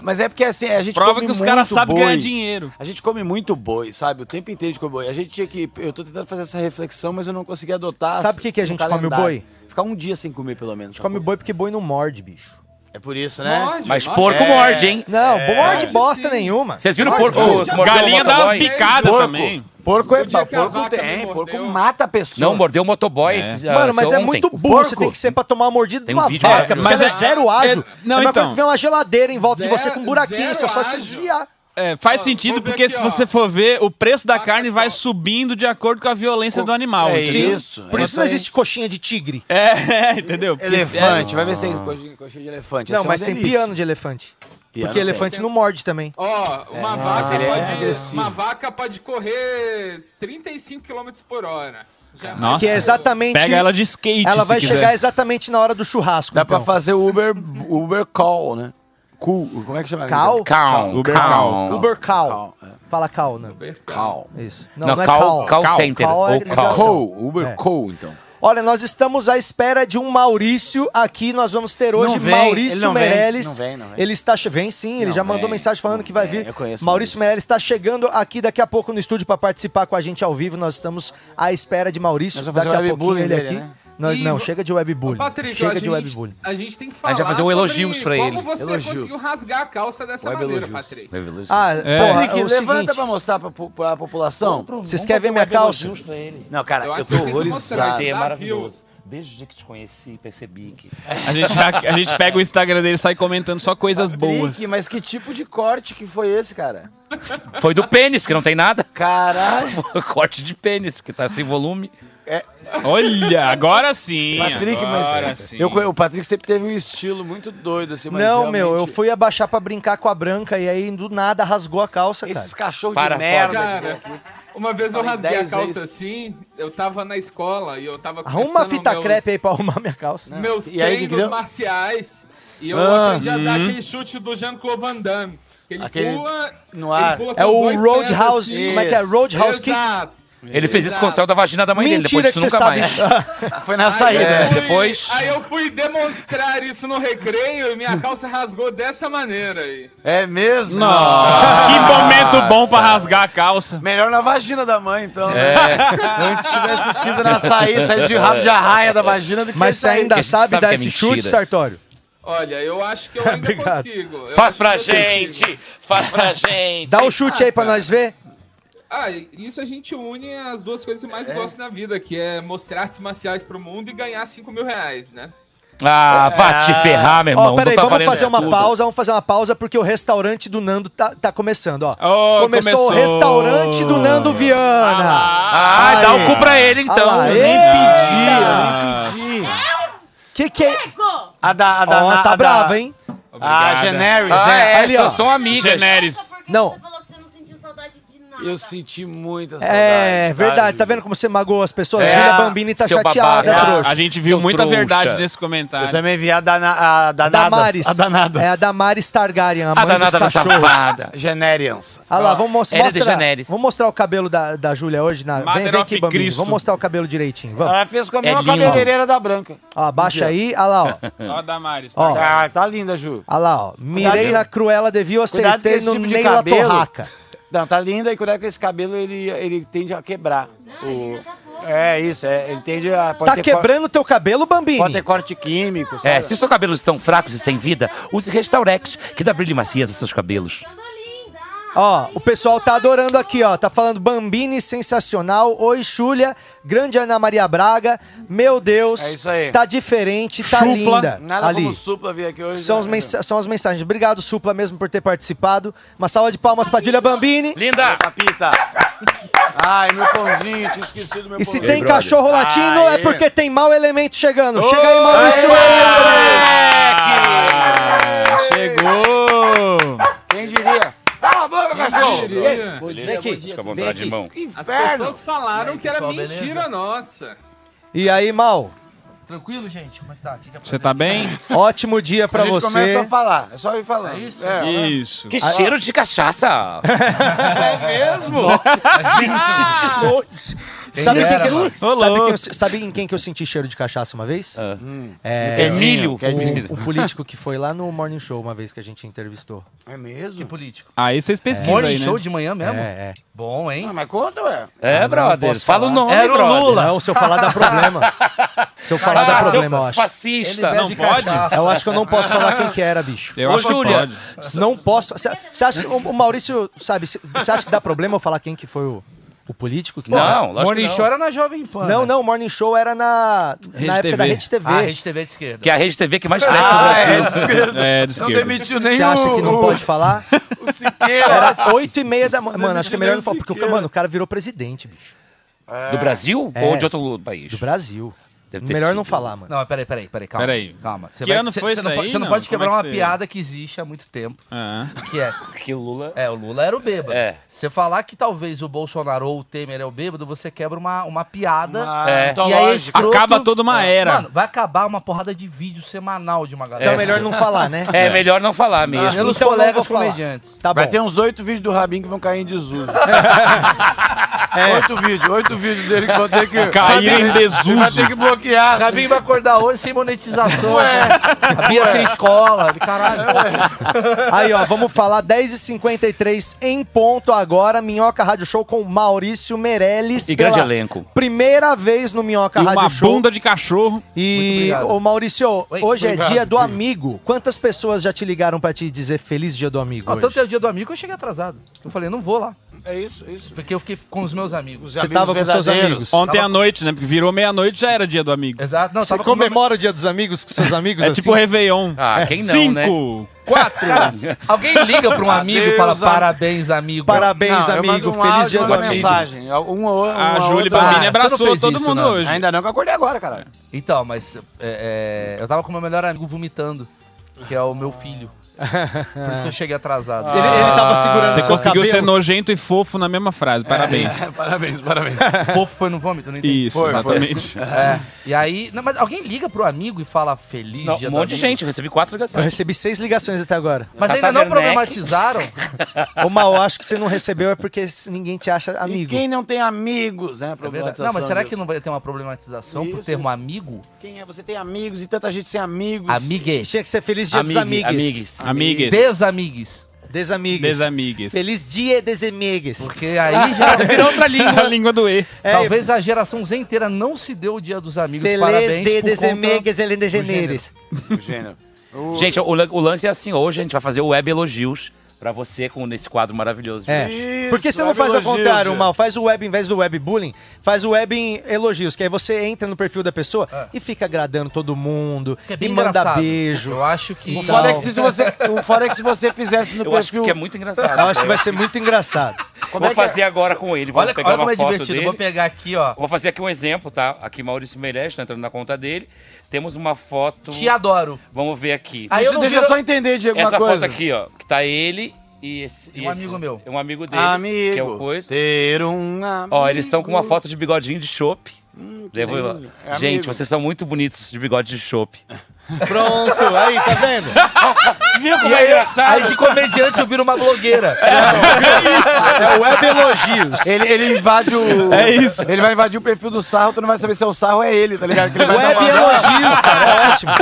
B: mas é porque assim a gente
E: Prova
B: come
E: que os
B: muito
E: caras sabem ganhar
B: boi.
E: dinheiro.
B: A gente come muito boi, sabe? O tempo inteiro a gente come boi. A gente tinha que. Eu tô tentando fazer essa reflexão, mas eu não consegui adotar.
A: Sabe por que que a
B: no
A: gente come o
B: calendário.
A: boi?
B: Ficar um dia sem comer, pelo menos.
A: Come boi porque boi não morde, bicho.
B: É por isso, né?
D: Morde,
C: Mas
D: morde.
C: porco
D: É.
C: morde, hein?
A: Não, morde
D: Sim.
A: bosta nenhuma.
C: Vocês viram o
D: Pode,
C: porco
D: pode.
C: que mordeu o
E: Galinha dá umas
C: motoboy?
E: picadas
B: Porco.
E: também.
B: Porco é
D: O dia
B: pau,
D: que a
B: porco
D: vaca me
B: tem,
D: mordeu.
B: porco mata a pessoa.
C: Não, mordeu o motoboy. esses, ah,
A: Mano, mas
C: ontem.
A: é muito burro. Você
B: porco.
A: tem que ser pra tomar mordida de
C: Tem um
A: uma
C: vídeo
A: vaca. Porque ela é
C: maravilhoso.
E: Mas é-
A: zero ágil.
E: é- não,
A: é uma coisa
E: então.
A: que vem uma geladeira em volta de
D: Zero-
A: você com um buraquinho. Você
D: zero
A: só se
D: ágil.
A: desviar.
E: É, faz
D: Ó,
E: sentido
D: vou ver
E: porque
D: aqui,
E: se
D: ó.
E: você for ver, o preço da carne vai
D: ó.
E: subindo de acordo com a violência do animal.
B: É
E: entendeu?
B: isso.
A: Por
B: é
A: isso não
B: aí.
A: existe coxinha de tigre.
E: É, entendeu? Porque-
B: Elefante, vai ver se tem coxinha coxinha de elefante.
A: Não,
B: Essa é
A: mas
B: uma
A: tem
B: delícia.
A: piano de elefante.
B: Piano
A: Porque
B: tem.
A: elefante não morde também.
D: Ó, uma
B: mas
D: vaca
B: ele é
D: pode.
B: agressivo.
D: uma vaca pode correr 35 km por hora. Já
E: Nossa.
A: Que é exatamente.
E: Pega ela de skate.
A: Ela
E: se
A: vai
E: quiser.
A: chegar exatamente na hora do churrasco.
B: Dá pra
A: então.
B: fazer o Uber, Uber Call, né? Cool. Como é que chama?
A: Cal?
C: Calm,
E: Uber
C: calm.
A: Uber cal.
B: Cal, é.
A: Fala cal, né?
B: Call.
A: Isso. é
C: Não, cal, cal, center.
A: Cal é
C: ou cal.
A: ligação.
B: Call, Uber
A: É.
B: Call, então.
A: Olha, nós estamos à espera de um Maurício aqui. Nós vamos ter hoje
B: Não vem,
A: Maurício
B: ele não vem,
A: Meirelles.
B: não vem, não vem.
A: Ele está che- vem sim, ele
B: Não
A: já mandou
B: vem,
A: mensagem falando
B: não
A: que vai
B: vem,
A: vir.
B: eu conheço o
A: Maurício
B: Maurício.
A: Meirelles está chegando aqui daqui a pouco no estúdio para participar com a gente ao vivo. Nós estamos à espera de Maurício.
B: Nós vamos
A: Daqui
B: fazer
A: a
B: web
A: pouquinho
B: bullying
A: ele
B: dele,
A: aqui.
B: né?
A: Nós,
D: E
A: não,
D: vo-
A: chega de webbullying.
D: Patrick, a
A: Chega de
D: gente-
A: webbullying.
D: A gente tem que falar.
C: A gente vai fazer um
D: sobre
C: elogios pra ele.
D: Como você
B: Elogios.
D: conseguiu rasgar a calça dessa
B: Web
D: maneira,
B: elogios.
D: Patrick?
A: Ah,
E: É.
A: porra,
B: Henrique,
A: é o
B: levanta
A: seguinte,
B: pra mostrar pra, po- pra população.
A: Vocês querem ver minha calça?
B: Não, cara, eu,
D: acho que
B: tô
D: tem que mostrar.
B: horrorizado.
C: Você é
D: Tá,
C: maravilhoso. Desde o dia que te conheci, percebi que.
E: A gente, já- a gente pega o Instagram dele e sai comentando só coisas boas.
B: Henrique, mas que tipo de corte que foi esse, cara?
C: Foi do pênis, porque não tem nada.
B: Caralho.
C: Corte de pênis, porque tá sem volume.
E: Olha, agora sim.
B: Patrick,
E: agora
B: mas
E: sim.
B: eu, co- o Patrick sempre teve um estilo muito doido assim, mas
A: Não, meu, eu
B: realmente-
A: fui abaixar pra brincar com a branca e aí do nada rasgou a calça, cara.
B: Esses cachorros
C: Para,
B: de merda.
D: Cara,
B: aqui.
D: uma vez eu
B: Falei
D: rasguei a
B: dez
D: calça
B: vezes.
D: assim, eu tava na escola e eu tava
A: Arruma uma
D: começando
A: fita
B: é
D: meus,
A: crepe aí pra arrumar minha calça.
D: meus
B: E aí, que que
D: treinos
B: deu?
D: marciais e eu
B: Ah,
D: aprendi a
C: Uhum.
D: dar aquele chute do Jean-Claude Van Damme. que Ele
B: Aquele
D: pula
B: no ar.
D: ele pula
A: É
D: com
A: o
D: dois pés
A: Roadhouse,
D: assim.
A: como é que é? Roadhouse Kick?
D: Exato.
C: Ele fez isso com o
D: Exato.
C: céu da vagina da mãe
A: Mentira
C: dele, depois
A: que
C: disso
A: você
C: nunca
A: sabe.
C: mais.
B: Foi na
D: Aí,
B: saída.
D: eu
C: É,
D: fui,
C: depois-
D: aí eu fui demonstrar isso no recreio e minha calça rasgou dessa maneira aí.
B: É mesmo?
E: Que momento bom pra rasgar a calça.
B: Melhor na vagina da mãe, então. né?
C: É.
B: Antes tivesse sido na saída, saída de rabo de arraia da vagina do que
A: Mas você
B: sair.
A: ainda
C: a gente
A: sabe
C: sabe
A: dar
C: que é
A: esse
C: mentira.
A: chute, Sartório?
D: Olha, eu acho que eu ainda
A: Obrigado.
D: consigo. Eu
C: Faz
D: acho
C: pra
D: que eu consigo.
C: gente! Faz pra gente!
A: Dá o chute aí pra nós ver.
D: Ah, e isso a gente une as duas coisas que eu mais gosto na vida, que é mostrar artes marciais pro mundo e ganhar 5 mil reais, né?
C: Ah, vá te ferrar, meu irmão.
A: Ó,
C: Não
A: peraí,
C: tá
A: vamos
C: valendo
A: fazer uma
C: tudo.
A: pausa, vamos fazer uma pausa, porque o restaurante do Nando tá, tá começando, ó.
E: Ó,
A: começou, o
E: começou.
A: restaurante do Nando Viana.
C: Ah, dá o
E: é.
A: Aí.
C: cu pra ele, então.
A: Ah lá,
C: Nem
A: eita.
B: Impedi, impedi.
A: Que que é?
B: A da, a da,
A: Ó,
B: na-
A: tá
B: a
A: brava,
B: da,
A: hein?
B: A
E: Obrigada.
B: Generis,
C: Ah,
B: né?
C: é,
A: Ali,
C: são,
A: ó.
C: são amigas.
E: Generis.
F: Porque
A: Não.
F: Você falou que você não sentiu saudade de nada. tá
B: Eu senti muita saudade.
A: É, verdade.
B: Júlio?
A: Tá vendo como você magoou as pessoas?
B: É,
A: Júlia Bambini tá
C: seu
A: chateada,
C: babaca.
A: trouxa.
E: A gente viu
C: Seu
E: muita
C: trouxa.
E: verdade nesse
B: Eu
E: comentário.
B: também vi a, dana, a Danadas.
A: Damares.
B: A Danadas.
A: É a Damares Targaryen, a
C: A
A: mãe dos
C: danada da
A: cachorros.
C: safada.
B: Generians.
A: Ah lá, vamos mos-
C: Ellen
A: mostrar.
C: DeGeneres.
A: Vamos mostrar o cabelo da, da Júlia hoje. Na,
E: Mother
A: vem, vem
E: of
A: aqui, Bambini.
E: Cristo.
A: Vamos mostrar o cabelo direitinho. Vamos.
B: Ela fez com a
C: É
B: mesma
C: lindo.
B: cabeleireira da Branca.
A: Ó, abaixa aí. Ah lá, ó.
E: Ó, Damaris.
A: Ó.
E: Tá.
B: Ah, tá linda, Ju.
A: Ah lá, ó. Mirei
B: Cuidado.
A: na Cruella de Vil,
B: Cuidado com
A: acertei
B: esse
A: no
B: tipo de
A: Neila
B: cabelo.
A: Torraca.
B: Não, tá linda e cuidado com esse cabelo, ele, ele tende a quebrar. O- É isso, é, ele tende a... pode
A: Tá
B: ter
A: quebrando teu cabelo,
B: cor- Pode ter
A: Bambini?
B: corte químico, sabe?
C: É, se seus cabelos estão fracos e sem vida, use Restaurex, que dá brilho e maciez aos seus cabelos.
F: Ando linda.
A: Ó, o pessoal tá adorando aqui, ó. Tá falando Bambini sensacional. Oi, Júlia. Grande Ana Maria Braga. Meu Deus.
B: É isso aí.
A: Tá diferente, tá
E: Supla.
A: linda.
B: Nada
A: Ali.
B: como supla vir aqui hoje.
A: São, os
B: né?
A: mensa- são as mensagens. Obrigado, Supla, mesmo por ter participado. Uma salva de palmas pra Júlia Bambini.
C: Linda!
B: Papita. Ai, meu pãozinho, tinha esquecido meu
A: E se
B: pãozinho.
A: tem
G: brother.
A: cachorro latino, é
B: Aê.
A: porque tem mau elemento chegando. Chega aí, Maurício.
E: Ah, chegou!
B: Quem diria? Cala a boca, cachorro!
D: Mentira.
G: Beleza? é
A: aqui.
G: Fica à
A: Vem
G: vontade,
A: aqui.
G: irmão.
B: Que
D: As
B: inferno!
D: pessoas falaram que era
G: pessoal,
D: mentira
G: beleza?
D: nossa.
A: E aí, Mal?
G: Tranquilo, gente? Como é que tá? Que que
E: Você tá bem?
A: Ótimo dia pra
B: a gente
A: você.
B: começa a falar, é só ir falando. É
G: isso?
B: É,
E: Isso.
C: Que cheiro de cachaça!
B: mesmo?
A: Sabe,
G: Quem
A: quem
G: dera,
A: que-
G: mano.
A: sabe, quem eu- sabe em quem que eu senti cheiro de cachaça uma vez?
B: Hum.
C: É milho!
A: O, o político que foi lá no Morning Show uma vez que a gente entrevistou.
B: É
G: Que
B: mesmo?
G: político.
E: Aí vocês pesquisam
G: Morning
E: aí,
G: show
E: né?
G: de manhã mesmo?
A: É, é.
G: Bom, hein?
B: Ah, mas conta, ué.
C: É, brother.
A: Ah, posso
C: Fala o
A: falar.
C: nome,
G: Era o
C: brother.
G: Lula.
A: Não, se eu falar dá problema. Se eu falar dá
C: Ah, seu
A: problema, eu acho.
B: Tá,
C: fascista.
G: bebe
C: Não
G: cachaça.
C: pode?
A: Eu acho que eu não posso falar quem que era, bicho.
E: Eu
C: Ô,
E: acho que
C: Júlia.
E: pode.
A: Não posso. Você acha que o o Maurício, sabe, você acha que dá problema eu falar quem que foi o, o político? que tava?
C: Não, lógico
G: Morning
C: que não.
G: Show era na Jovem Pan.
A: Não,
G: né?
A: não, o Morning Show era na,
E: Rede
A: na época da
E: TV.
A: Rede TV.
G: Ah, Rede TV de esquerda.
C: Que é a rede TV que mais cresce no Brasil.
E: É, de
B: Ah, Não
E: esquerda.
B: demitiu nem
A: Você acha
B: o,
A: que não
B: o-
A: pode falar?
B: o Siqueira.
A: Era oito e meia da manhã. Mano, acho que é melhor não falar, porque, mano, o cara virou presidente, bicho,
C: Do Brasil
A: É.
C: ou de outro país?
A: do Brasil.
C: Deve ter
A: Melhor
C: sido.
A: não falar, mano.
G: Não, mas peraí, peraí, peraí, calma.
E: Peraí.
G: Calma. Você
E: Que ano
G: você-
E: foi
G: você
E: isso
G: não pode,
E: aí,
G: você não
E: não?
G: pode quebrar
E: Como é
G: uma
E: que você-
G: piada que existe há muito tempo,
E: Ah.
G: que é...
C: Que o Lula...
G: É, o Lula era o bêbado.
C: É.
G: Você falar que talvez o Bolsonaro ou o Temer é o bêbado, você quebra uma, uma piada.
B: Ah,
C: É.
G: E aí é
B: antológico.
G: escroto.
E: Acaba toda uma
G: É.
E: era.
G: Mano, vai acabar uma porrada de vídeo semanal de uma galera.
A: Então é melhor não falar, né?
C: É, melhor não falar mesmo.
G: Pelos
A: Então não vou
G: colegas
A: falar.
G: comediantes.
A: Tá bom.
B: Vai ter uns oito vídeos do Rabin que vão cair em desuso. Oito vídeos, oito vídeos dele que vão ter que.
E: Cair em desuso.
B: Vai ter que bloquear. Rabin.
G: Rabinho Então, vai acordar hoje sem monetização. né? A Bia sem escola. Caralho.
A: Aí, ó, vamos falar 10h53 em ponto agora. Minhoca Rádio Show com Maurício Meirelles.
C: E grande
A: pela
C: elenco.
A: Primeira vez no Minhoca
E: E uma
A: Rádio Show.
E: bunda de cachorro.
A: E,
G: obrigado.
A: ô Maurício,
G: Oi,
A: hoje é
B: obrigado.
A: dia do amigo. Quantas pessoas já te ligaram pra te dizer feliz dia do
B: Ah,
A: amigo?
G: Não,
A: hoje?
G: tanto é o dia do amigo que eu cheguei atrasado. Eu falei, não vou lá.
B: É isso, é isso.
G: Porque eu fiquei com os meus amigos.
A: Você tava com seus amigos.
E: Ontem
G: Tava-
E: à noite, né? Porque virou meia-noite, já era dia do amigo.
G: Exato. Não, eu
A: Você
G: tava com meu-
A: comemora o dia dos amigos com seus amigos?
E: É
A: assim?
E: tipo Réveillon.
C: Ah,
E: É
C: quem não,
E: Cinco,
C: né?
E: quatro.
G: Alguém liga pra um amigo e fala,
B: Adeus, am-
G: parabéns, amigo.
A: Parabéns,
B: eu mando
A: amigo.
B: um
A: Feliz
B: áudio,
A: dia do
B: uma
A: amigo.
B: mensagem. Um ou
E: A Júlia Bambini é-
G: outra- Ah, você não
E: abraçou
G: fez
E: todo
G: isso,
E: mundo
G: não.
E: hoje.
B: Ainda não, que eu acordei agora, caralho.
G: Então, mas é, é, eu tava com meu melhor amigo vomitando, que é o meu filho. Por isso que eu cheguei atrasado.
C: Ah.
A: Ele, ele tava
E: Ah.
B: Ah,
A: segurando
E: Você
A: seu
E: conseguiu
A: cabelo.
E: ser nojento e fofo na mesma frase. Parabéns.
B: Parabéns, parabéns.
G: é Fofo foi no vômito, não entendi.
E: Isso,
B: Foi, foi.
E: exatamente.
G: É. E aí, não, mas alguém liga pro amigo e fala feliz
C: Não,
G: dia
C: um
G: do
C: monte de
G: amigo.
C: gente, eu recebi quatro
A: Eu
C: ligações.
A: recebi seis ligações até agora.
G: Mas
C: Tata
G: ainda não
C: Werneck.
G: problematizaram? É
A: Ô, Mal, acho que você não recebeu é porque ninguém te acha
B: E
A: amigo.
B: quem não tem amigos, né?
G: É verdade. não, mas será que não vai ter uma problematização por
B: Isso,
G: ter um
B: isso.
G: amigo?
B: Quem é? Você tem amigos e tanta gente sem amigos.
G: Amigue.
A: Tinha que ser feliz dia dos
C: Amigue-
A: amigos.
C: amigues.
E: Amigues.
G: Desamigues.
A: Desamigues.
E: Desamigues.
A: Feliz dia des amigues.
G: Porque aí já.
E: Virou outra língua. A língua do E.
G: talvez a geração Z inteira não se deu o dia dos amigos.
A: Feliz
G: parabéns
A: dia
G: por
A: des
G: conta...
A: amigues, Ellen DeGeneres.
B: O gênero. O-
C: Gente, o, lan- o lance é assim, hoje a gente vai fazer o web elogios pra você com nesse quadro maravilhoso.
A: É.
B: Isso,
A: Por que você não
B: web
A: faz ao
B: elogios,
A: contrário,
B: gente.
A: Mal? Faz o web em vez do web bullying, faz o web em elogios, que aí você entra no perfil da pessoa
B: Ah.
A: e fica agradando todo mundo,
G: Que é
A: e
G: bem
A: manda
G: engraçado.
A: beijo.
G: Eu acho que.
A: O
B: O foda, é
A: Não.
B: que se você, o foda é que se você fizesse no
C: Eu acho
B: perfil.
C: que é muito engraçado.
A: Eu acho que vai ser muito engraçado.
C: Vou fazer é? agora com ele. Vou
G: Olha,
C: pegar
G: olha
C: uma
G: como é
C: foto
G: divertido.
C: dele.
G: Vou pegar aqui, ó.
C: Vou fazer aqui um exemplo, tá? Aqui Maurício Meirelles, tá entrando na conta dele. Temos uma foto...
G: Te adoro.
C: Vamos ver aqui.
G: Aí
B: Deixa,
G: eu não
B: deixa
G: viro...
B: eu só entender, Diego,
C: Essa
B: uma coisa.
C: foto aqui, ó, que tá ele e esse... e
G: Um
C: esse-
G: amigo meu.
C: É um amigo dele.
B: Amigo.
C: Que é o Coisa.
B: Ter um amigo.
C: Ó, eles estão com uma foto de bigodinho de chope. Devo-
B: lindo. É
C: Gente,
B: amigo.
C: vocês são muito bonitos de bigode de chope.
A: Pronto, aí, tá vendo?
C: Viu como é engraçado?
G: Aí de comediante eu viro uma blogueira. É
A: É web elogios.
B: Ele, ele invade o. É isso. Ele vai invadir o perfil do sarro, tu não vai saber se é o sarro ou é ele, tá ligado? Que ele vai dar
A: Web
B: uma-
A: elogios, cara, é ótimo.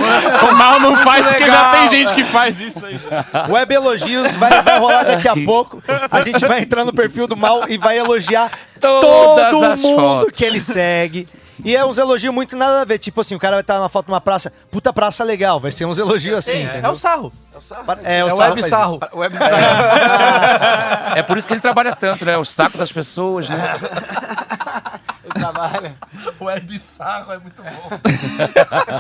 E: O mal não faz, porque já
B: legal.
E: tem gente que faz isso aí. já.
A: Web elogios vai, vai rolar daqui a pouco. A gente vai entrar no perfil do mal e vai elogiar
C: Todas
A: todo
C: as
A: mundo
C: fotos.
A: que ele segue. E é uns elogios muito nada a ver. Tipo assim, o cara vai estar na foto de uma praça. Puta praça legal. Vai ser uns elogios assim.
G: Sim, é
A: entendeu?
G: o sarro.
A: É,
G: É o
A: sarro
G: web
A: faz
G: sarro.
B: Web sarro.
C: É por isso que ele trabalha tanto, né? O saco das pessoas, né?
B: Trabalha.
G: Web sarro é muito bom.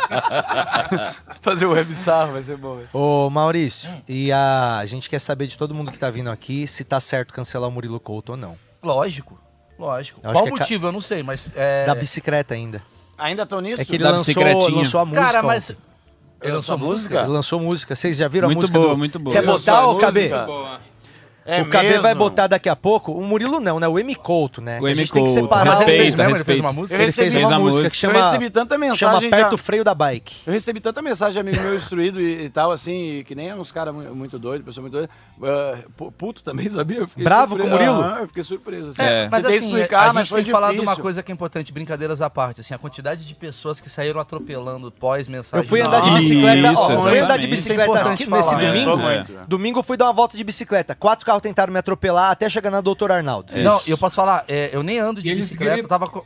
B: Fazer o web sarro vai ser bom. velho.
A: isso. Ô, Maurício, e a... a gente quer saber de todo mundo que tá vindo aqui se tá certo cancelar o Murilo Couto ou não.
G: Lógico, lógico.
A: Eu acho
G: Qual o
A: que é ca-
G: motivo? Eu não sei, mas. É...
A: Da bicicleta ainda.
B: Ainda tô nisso?
A: É que ele
C: Da
A: lançou,
C: bicicletinha.
A: lançou a música.
G: Cara, mas.
A: ontem.
G: Ele lançou música?
A: Ele lançou música. Vocês já viram
C: Muito
A: a música?
C: boa,
A: do-
C: muito boa.
A: Quer
C: Eu
A: botar, ô,
B: sou a
A: KB?
B: música.
D: Boa.
B: É
A: o KB vai
B: mesmo?
A: botar daqui a pouco. O Murilo não, né? O M. Couto, né?
C: O
A: a
C: M.
A: gente tem que
C: Couto,
A: separar.
G: Mas ele fez
C: Respeito,
G: mesmo? Ele fez
C: respeito.
G: uma música?
B: Eu
A: Ele fez
B: recebi
A: uma
C: a
A: música
C: música.
A: que
B: Eu
A: chama,
B: recebi tanta
A: chama
B: mensagem
A: Aperta
B: já.
A: o Freio da Bike.
B: Eu recebi tanta mensagem de amigo meu instruído e, e tal, assim, e que nem uns caras mu- muito doidos, pessoa muito doida. Ah, pu- puto também, sabia? Eu fiquei
A: Bravo
B: surpreso.
A: com o Murilo?
B: Aham, eu fiquei surpreso. Assim.
E: É.
G: Mas
B: Tentei
G: assim,
B: explicar,
G: a gente
B: mas foi
G: tem que falar de
B: difícil.
G: uma coisa que é importante, brincadeiras à parte, assim, a quantidade de pessoas que saíram atropelando pós-mensagem.
A: Eu fui andar de
E: Isso,
A: bicicleta, ó, eu fui andar de
E: exatamente.
A: bicicleta
G: Isso é
A: aqui
G: importante
A: nesse
G: falar, né?
A: domingo.
E: É.
A: Domingo eu fui dar uma volta de bicicleta. Quatro carros tentaram me atropelar até chegar na Doutor Arnaldo.
G: Não, eu posso falar, é, eu nem ando de
D: E eles
G: bicicleta,
D: gritam.
G: eu tava com...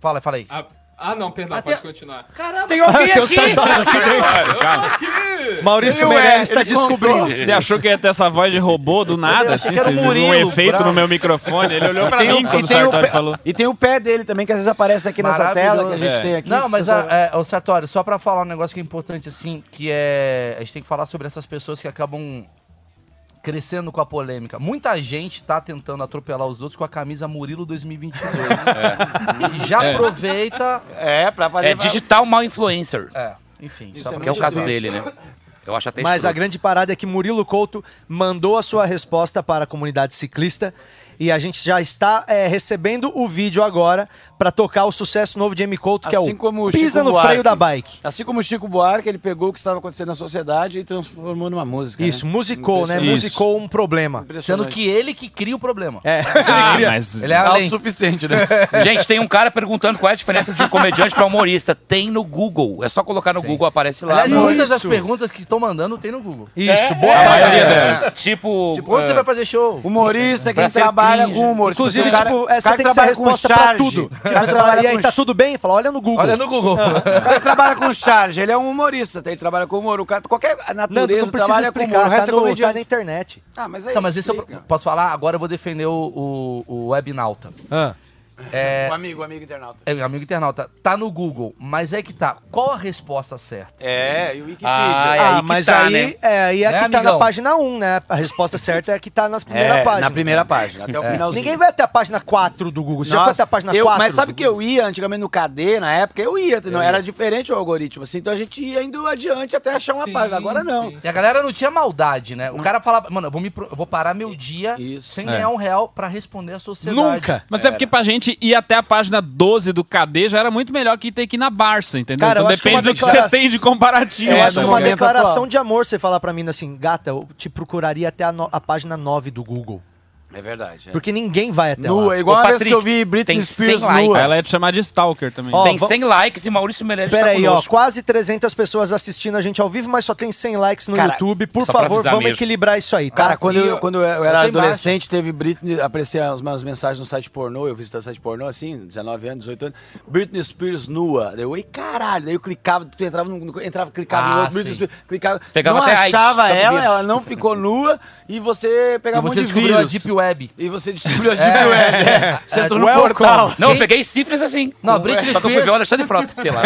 G: Fala, fala aí.
D: Ah, ah, não, perdão,
G: Até-
D: pode continuar.
C: Tem alguém
A: Tem um sartório aqui dentro. Maurício Meirelles está descobrindo.
E: Você achou que ia ter essa voz de robô do nada, assim?
G: que
E: Você
G: era o
E: viu um
G: Murilo,
E: efeito
G: bravo.
E: no meu microfone? Ele olhou pra
B: Tem
A: um
E: mim
B: o-
E: quando
B: e
E: o
B: tem o
E: Sartori
B: pé-
E: falou.
B: E tem o pé dele também, que às vezes aparece aqui nessa tela que tá- a gente
E: É.
B: tem aqui.
G: Não, mas a,
B: Sartori.
G: é, ô, Sartório, só pra falar um negócio que é importante, assim, que é. A gente tem que falar sobre essas pessoas que acabam crescendo com a polêmica. Muita gente tá tentando atropelar os outros com a camisa Murilo 2022. E já aproveita.
B: É, pra fazer...
C: É digital mal influencer.
G: É, enfim.
B: Isso
G: só
B: é
G: pra-
C: Que é o
B: muito
C: caso
B: triste.
C: dele, né? Eu acho até
A: Mas a
C: escroto.
A: grande parada é que Murilo Couto mandou a sua resposta para a comunidade ciclista e a gente já está é, recebendo o vídeo agora para tocar o sucesso novo de M. Couto, que é
B: Assim
A: o
B: como o
A: Pisa
B: Chico
A: no
B: Buarque.
A: Freio da Bike.
B: Assim como o Chico Buarque, ele pegou o que estava acontecendo na sociedade e transformou numa música.
A: Isso, musicou, né?
E: Impressionante.
A: Musicou um problema.
G: Sendo que ele que cria o problema.
A: É.
E: Ah, mas...
G: Ele é além.
B: suficiente, né?
C: Gente, tem um cara perguntando qual é a diferença de um comediante pra humorista. Tem no Google. É só colocar no Google, aparece lá.
G: Aliás,
A: Isso.
G: muitas das perguntas que estão mandando tem no Google.
B: É.
A: Isso, boa.
C: A
A: parada.
C: maioria delas. Tipo.
G: Tipo, onde
C: é,
G: você vai fazer show?
A: né?
B: Humorista, quem
C: Pra ser
B: trabalha
C: cringe.
B: com humor.
A: Inclusive,
B: assim, o cara-
A: tipo,
B: o cara
A: essa tem que ser a
B: trabalha com
A: resposta pra
B: charge.
A: tudo.
B: O
A: Tipo,
B: cara
A: você fala,
B: trabalha
A: e aí,
B: com
A: tá tudo bem? Fala, olha no Google. É.
G: Olha no Google.
B: O cara trabalha com charge, ele é um humorista, ele trabalha com humor. O cara, qualquer a
A: Não, tu
B: natureza
A: não precisa
B: trabalha com humor,
A: explicar,
B: o resto
A: tá,
B: é
A: no, tá
B: comediante.
A: na internet.
B: Ah, mas aí
G: Tá, mas
A: é
G: esse eu
B: explica.
G: posso falar? Agora eu vou defender o, o, o Webnauta.
A: é.
B: Um amigo, um amigo internauta.
G: É, meu amigo internauta, tá no Google, mas é que tá. Qual a resposta certa?
B: É, e o Wikipedia.
C: Ah, é. aí
A: ah,
C: que
A: mas
C: tá,
A: aí,
C: né?
A: é, aí é
G: Né,
A: que tá na
G: amigão?
A: página 1, né? A resposta certa é que tá nas primeiras
B: É,
A: páginas.
B: Na primeira página, até o finalzinho.
A: Ninguém vai até a página 4 do Google. Você já
B: Nossa,
A: foi até a página
B: eu,
A: 4?
B: Mas sabe
A: do
B: que eu ia antigamente no KD, na época, eu ia, não, era diferente o algoritmo, assim, então a gente ia indo adiante até achar uma
D: Sim,
B: página. Agora não.
D: sim.
G: E a galera não tinha maldade, né? O cara falava, mano, eu vou, me, pro- eu vou parar meu dia
B: Isso.
G: sem
E: É.
G: ganhar um real pra responder a sociedade.
A: Google? Nunca.
E: Mas é porque pra gente ir até a página 12 do KD já era muito melhor que ter que ir na Barça, entendeu?
A: Cara, eu
E: então
A: acho que
E: depende
A: uma
E: do que
A: declara-
E: você tem de comparativo. Então,
A: Eu
C: tá
B: É,
A: acho
B: no
A: uma
B: momento
A: declaração
B: atual.
A: de amor você falar pra mim assim, gata, eu te procuraria até a, no- a página 9 do Google.
B: É verdade.
A: Porque ninguém vai até
B: Nua,
A: lá.
B: igual
C: Ô,
B: a vez que
C: Patrick,
B: eu vi Britney
C: tem
B: Spears
C: 100 likes.
B: nua.
E: Ela é te chamar de stalker também.
A: Ó,
C: Tem
A: vamos-
C: 100 likes e Maurício Meirelles tá
A: Pera aí, ó,
C: conosco.
A: quase 300 pessoas assistindo a gente ao vivo, mas só tem 100 likes no
B: Cara,
A: YouTube. Por
C: só pra
A: favor,
C: avisar
A: vamos
C: mesmo.
A: equilibrar isso aí, tá?
B: Cara, quando eu, quando eu era
G: Até
B: adolescente, teve Britney, aparecia as minhas mensagens no site pornô, eu visitava site pornô assim, 19 anos, 18 anos, Britney Spears nua. Daí eu, ei, caralho, daí eu clicava, tu entrava, num- num- entrava clicava
G: Ah,
B: no outro, Britney
G: sim.
B: Spears, clicava,
C: Pegava
B: não
C: até AIDS,
B: achava
C: todo
B: ela,
C: vírus.
B: ela não ficou nua, e você
G: E
B: pegava um
G: você
B: monte de
G: descobriu
B: vírus.
G: a Deep Web.
B: E você descobriu a Deep Web. é. Você entrou no
A: Welcome.
B: portal.
C: Não, eu
G: Quem-
C: peguei cifras assim.
G: Não,
C: Só
G: Britney
C: que eu fui
G: Spears-
C: ver o Alexandre Frota. Sei lá.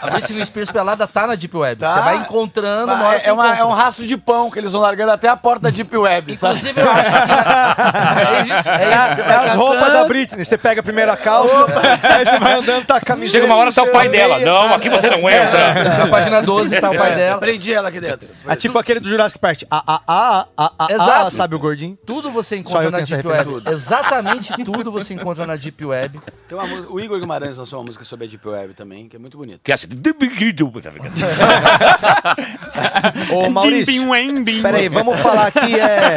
G: A Britney Spears pelada tá na Deep Web.
B: Tá.
G: Você vai encontrando, assim, uma hora
B: É,
G: você
B: uma- é
G: encontra.
B: um rastro de pão que eles vão largando até a porta da Deep Web. sabe?
G: Inclusive, eu acho que... É isso,
A: É,
G: é isso.
A: é as roupas da Britney. Você pega primeiro a calça, aí você vai andando, tá a camiseta.
C: Chega uma hora tá o pai
A: meia.
C: dela. Não, aqui você não entra.
G: Na página 12 tá o pai
B: É,
G: dela.
B: Prendi ela aqui dentro.
A: É tipo aquele do Jurassic Park. Ah, ah, ah, ah, ah, ah, ah,
G: Exato.
A: sabe o gordinho?
G: Tudo você
A: Só eu
G: encontra na
A: tenho essa
G: Deep Web.
A: referência.
G: Exatamente tudo você encontra na Deep Web.
B: Tem uma mu- o Igor Guimarães lançou uma música sobre a Deep Web também, que é muito bonita.
C: Que é assim.
A: Ô, Maurício. Peraí, vamos falar aqui, é,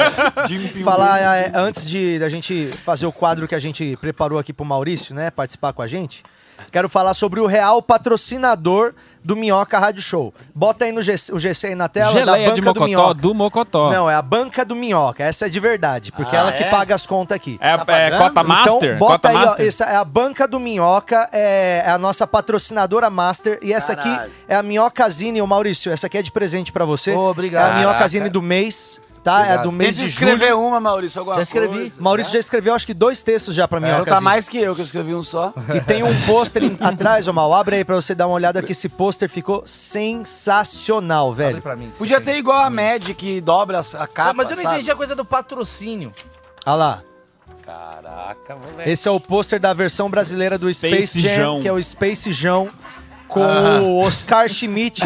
A: falar é, antes de da gente fazer o quadro que a gente preparou aqui pro Maurício, né, participar com a gente. Quero falar sobre o real patrocinador do Minhoca Rádio Show. Bota aí no G, o GC aí na tela, da
E: Geleia
A: banca
E: de
A: do
E: Mocotó,
A: Minhoca.
E: do Mocotó.
A: Não, é a banca do Minhoca, essa é de verdade,
G: Ah,
A: porque ela que paga as contas aqui.
E: É,
G: Tá
E: é
B: pagando?
E: cota master?
A: Então, bota
E: cota
A: aí, ó,
E: master?
A: essa é a banca do Minhoca, é, é a nossa patrocinadora master. E essa
B: Caralho.
A: aqui é a Minhocazine, ô Maurício, essa aqui é de presente pra você.
G: Ô, obrigado.
A: É a Minhocazine do mês, tá? É do mês
B: Deixa eu
A: de julho.
B: escrever uma, Maurício, alguma
G: Já escrevi.
B: coisa.
G: né?
A: Maurício já escreveu acho que dois textos já pra
E: É,
B: Então
A: Minhocazine.
B: tá mais que eu, que eu escrevi um só.
A: E tem um pôster em- atrás, ô Mal, abre aí pra você dar uma olhada que esse pôster ficou sensacional,
G: Abre
A: velho.
G: pra mim. que
B: Podia
G: você tem.
B: ter igual a Mad, que dobra as- a capa,
G: Ah, mas eu não
B: sabe?
G: entendi a coisa do patrocínio.
A: Olha lá.
C: Caraca, moleque.
A: Esse é o pôster da versão brasileira do Space,
E: Space Ah.
A: Jam,
E: Jam.
A: que é o Space Jam. Com o Oscar Schmidt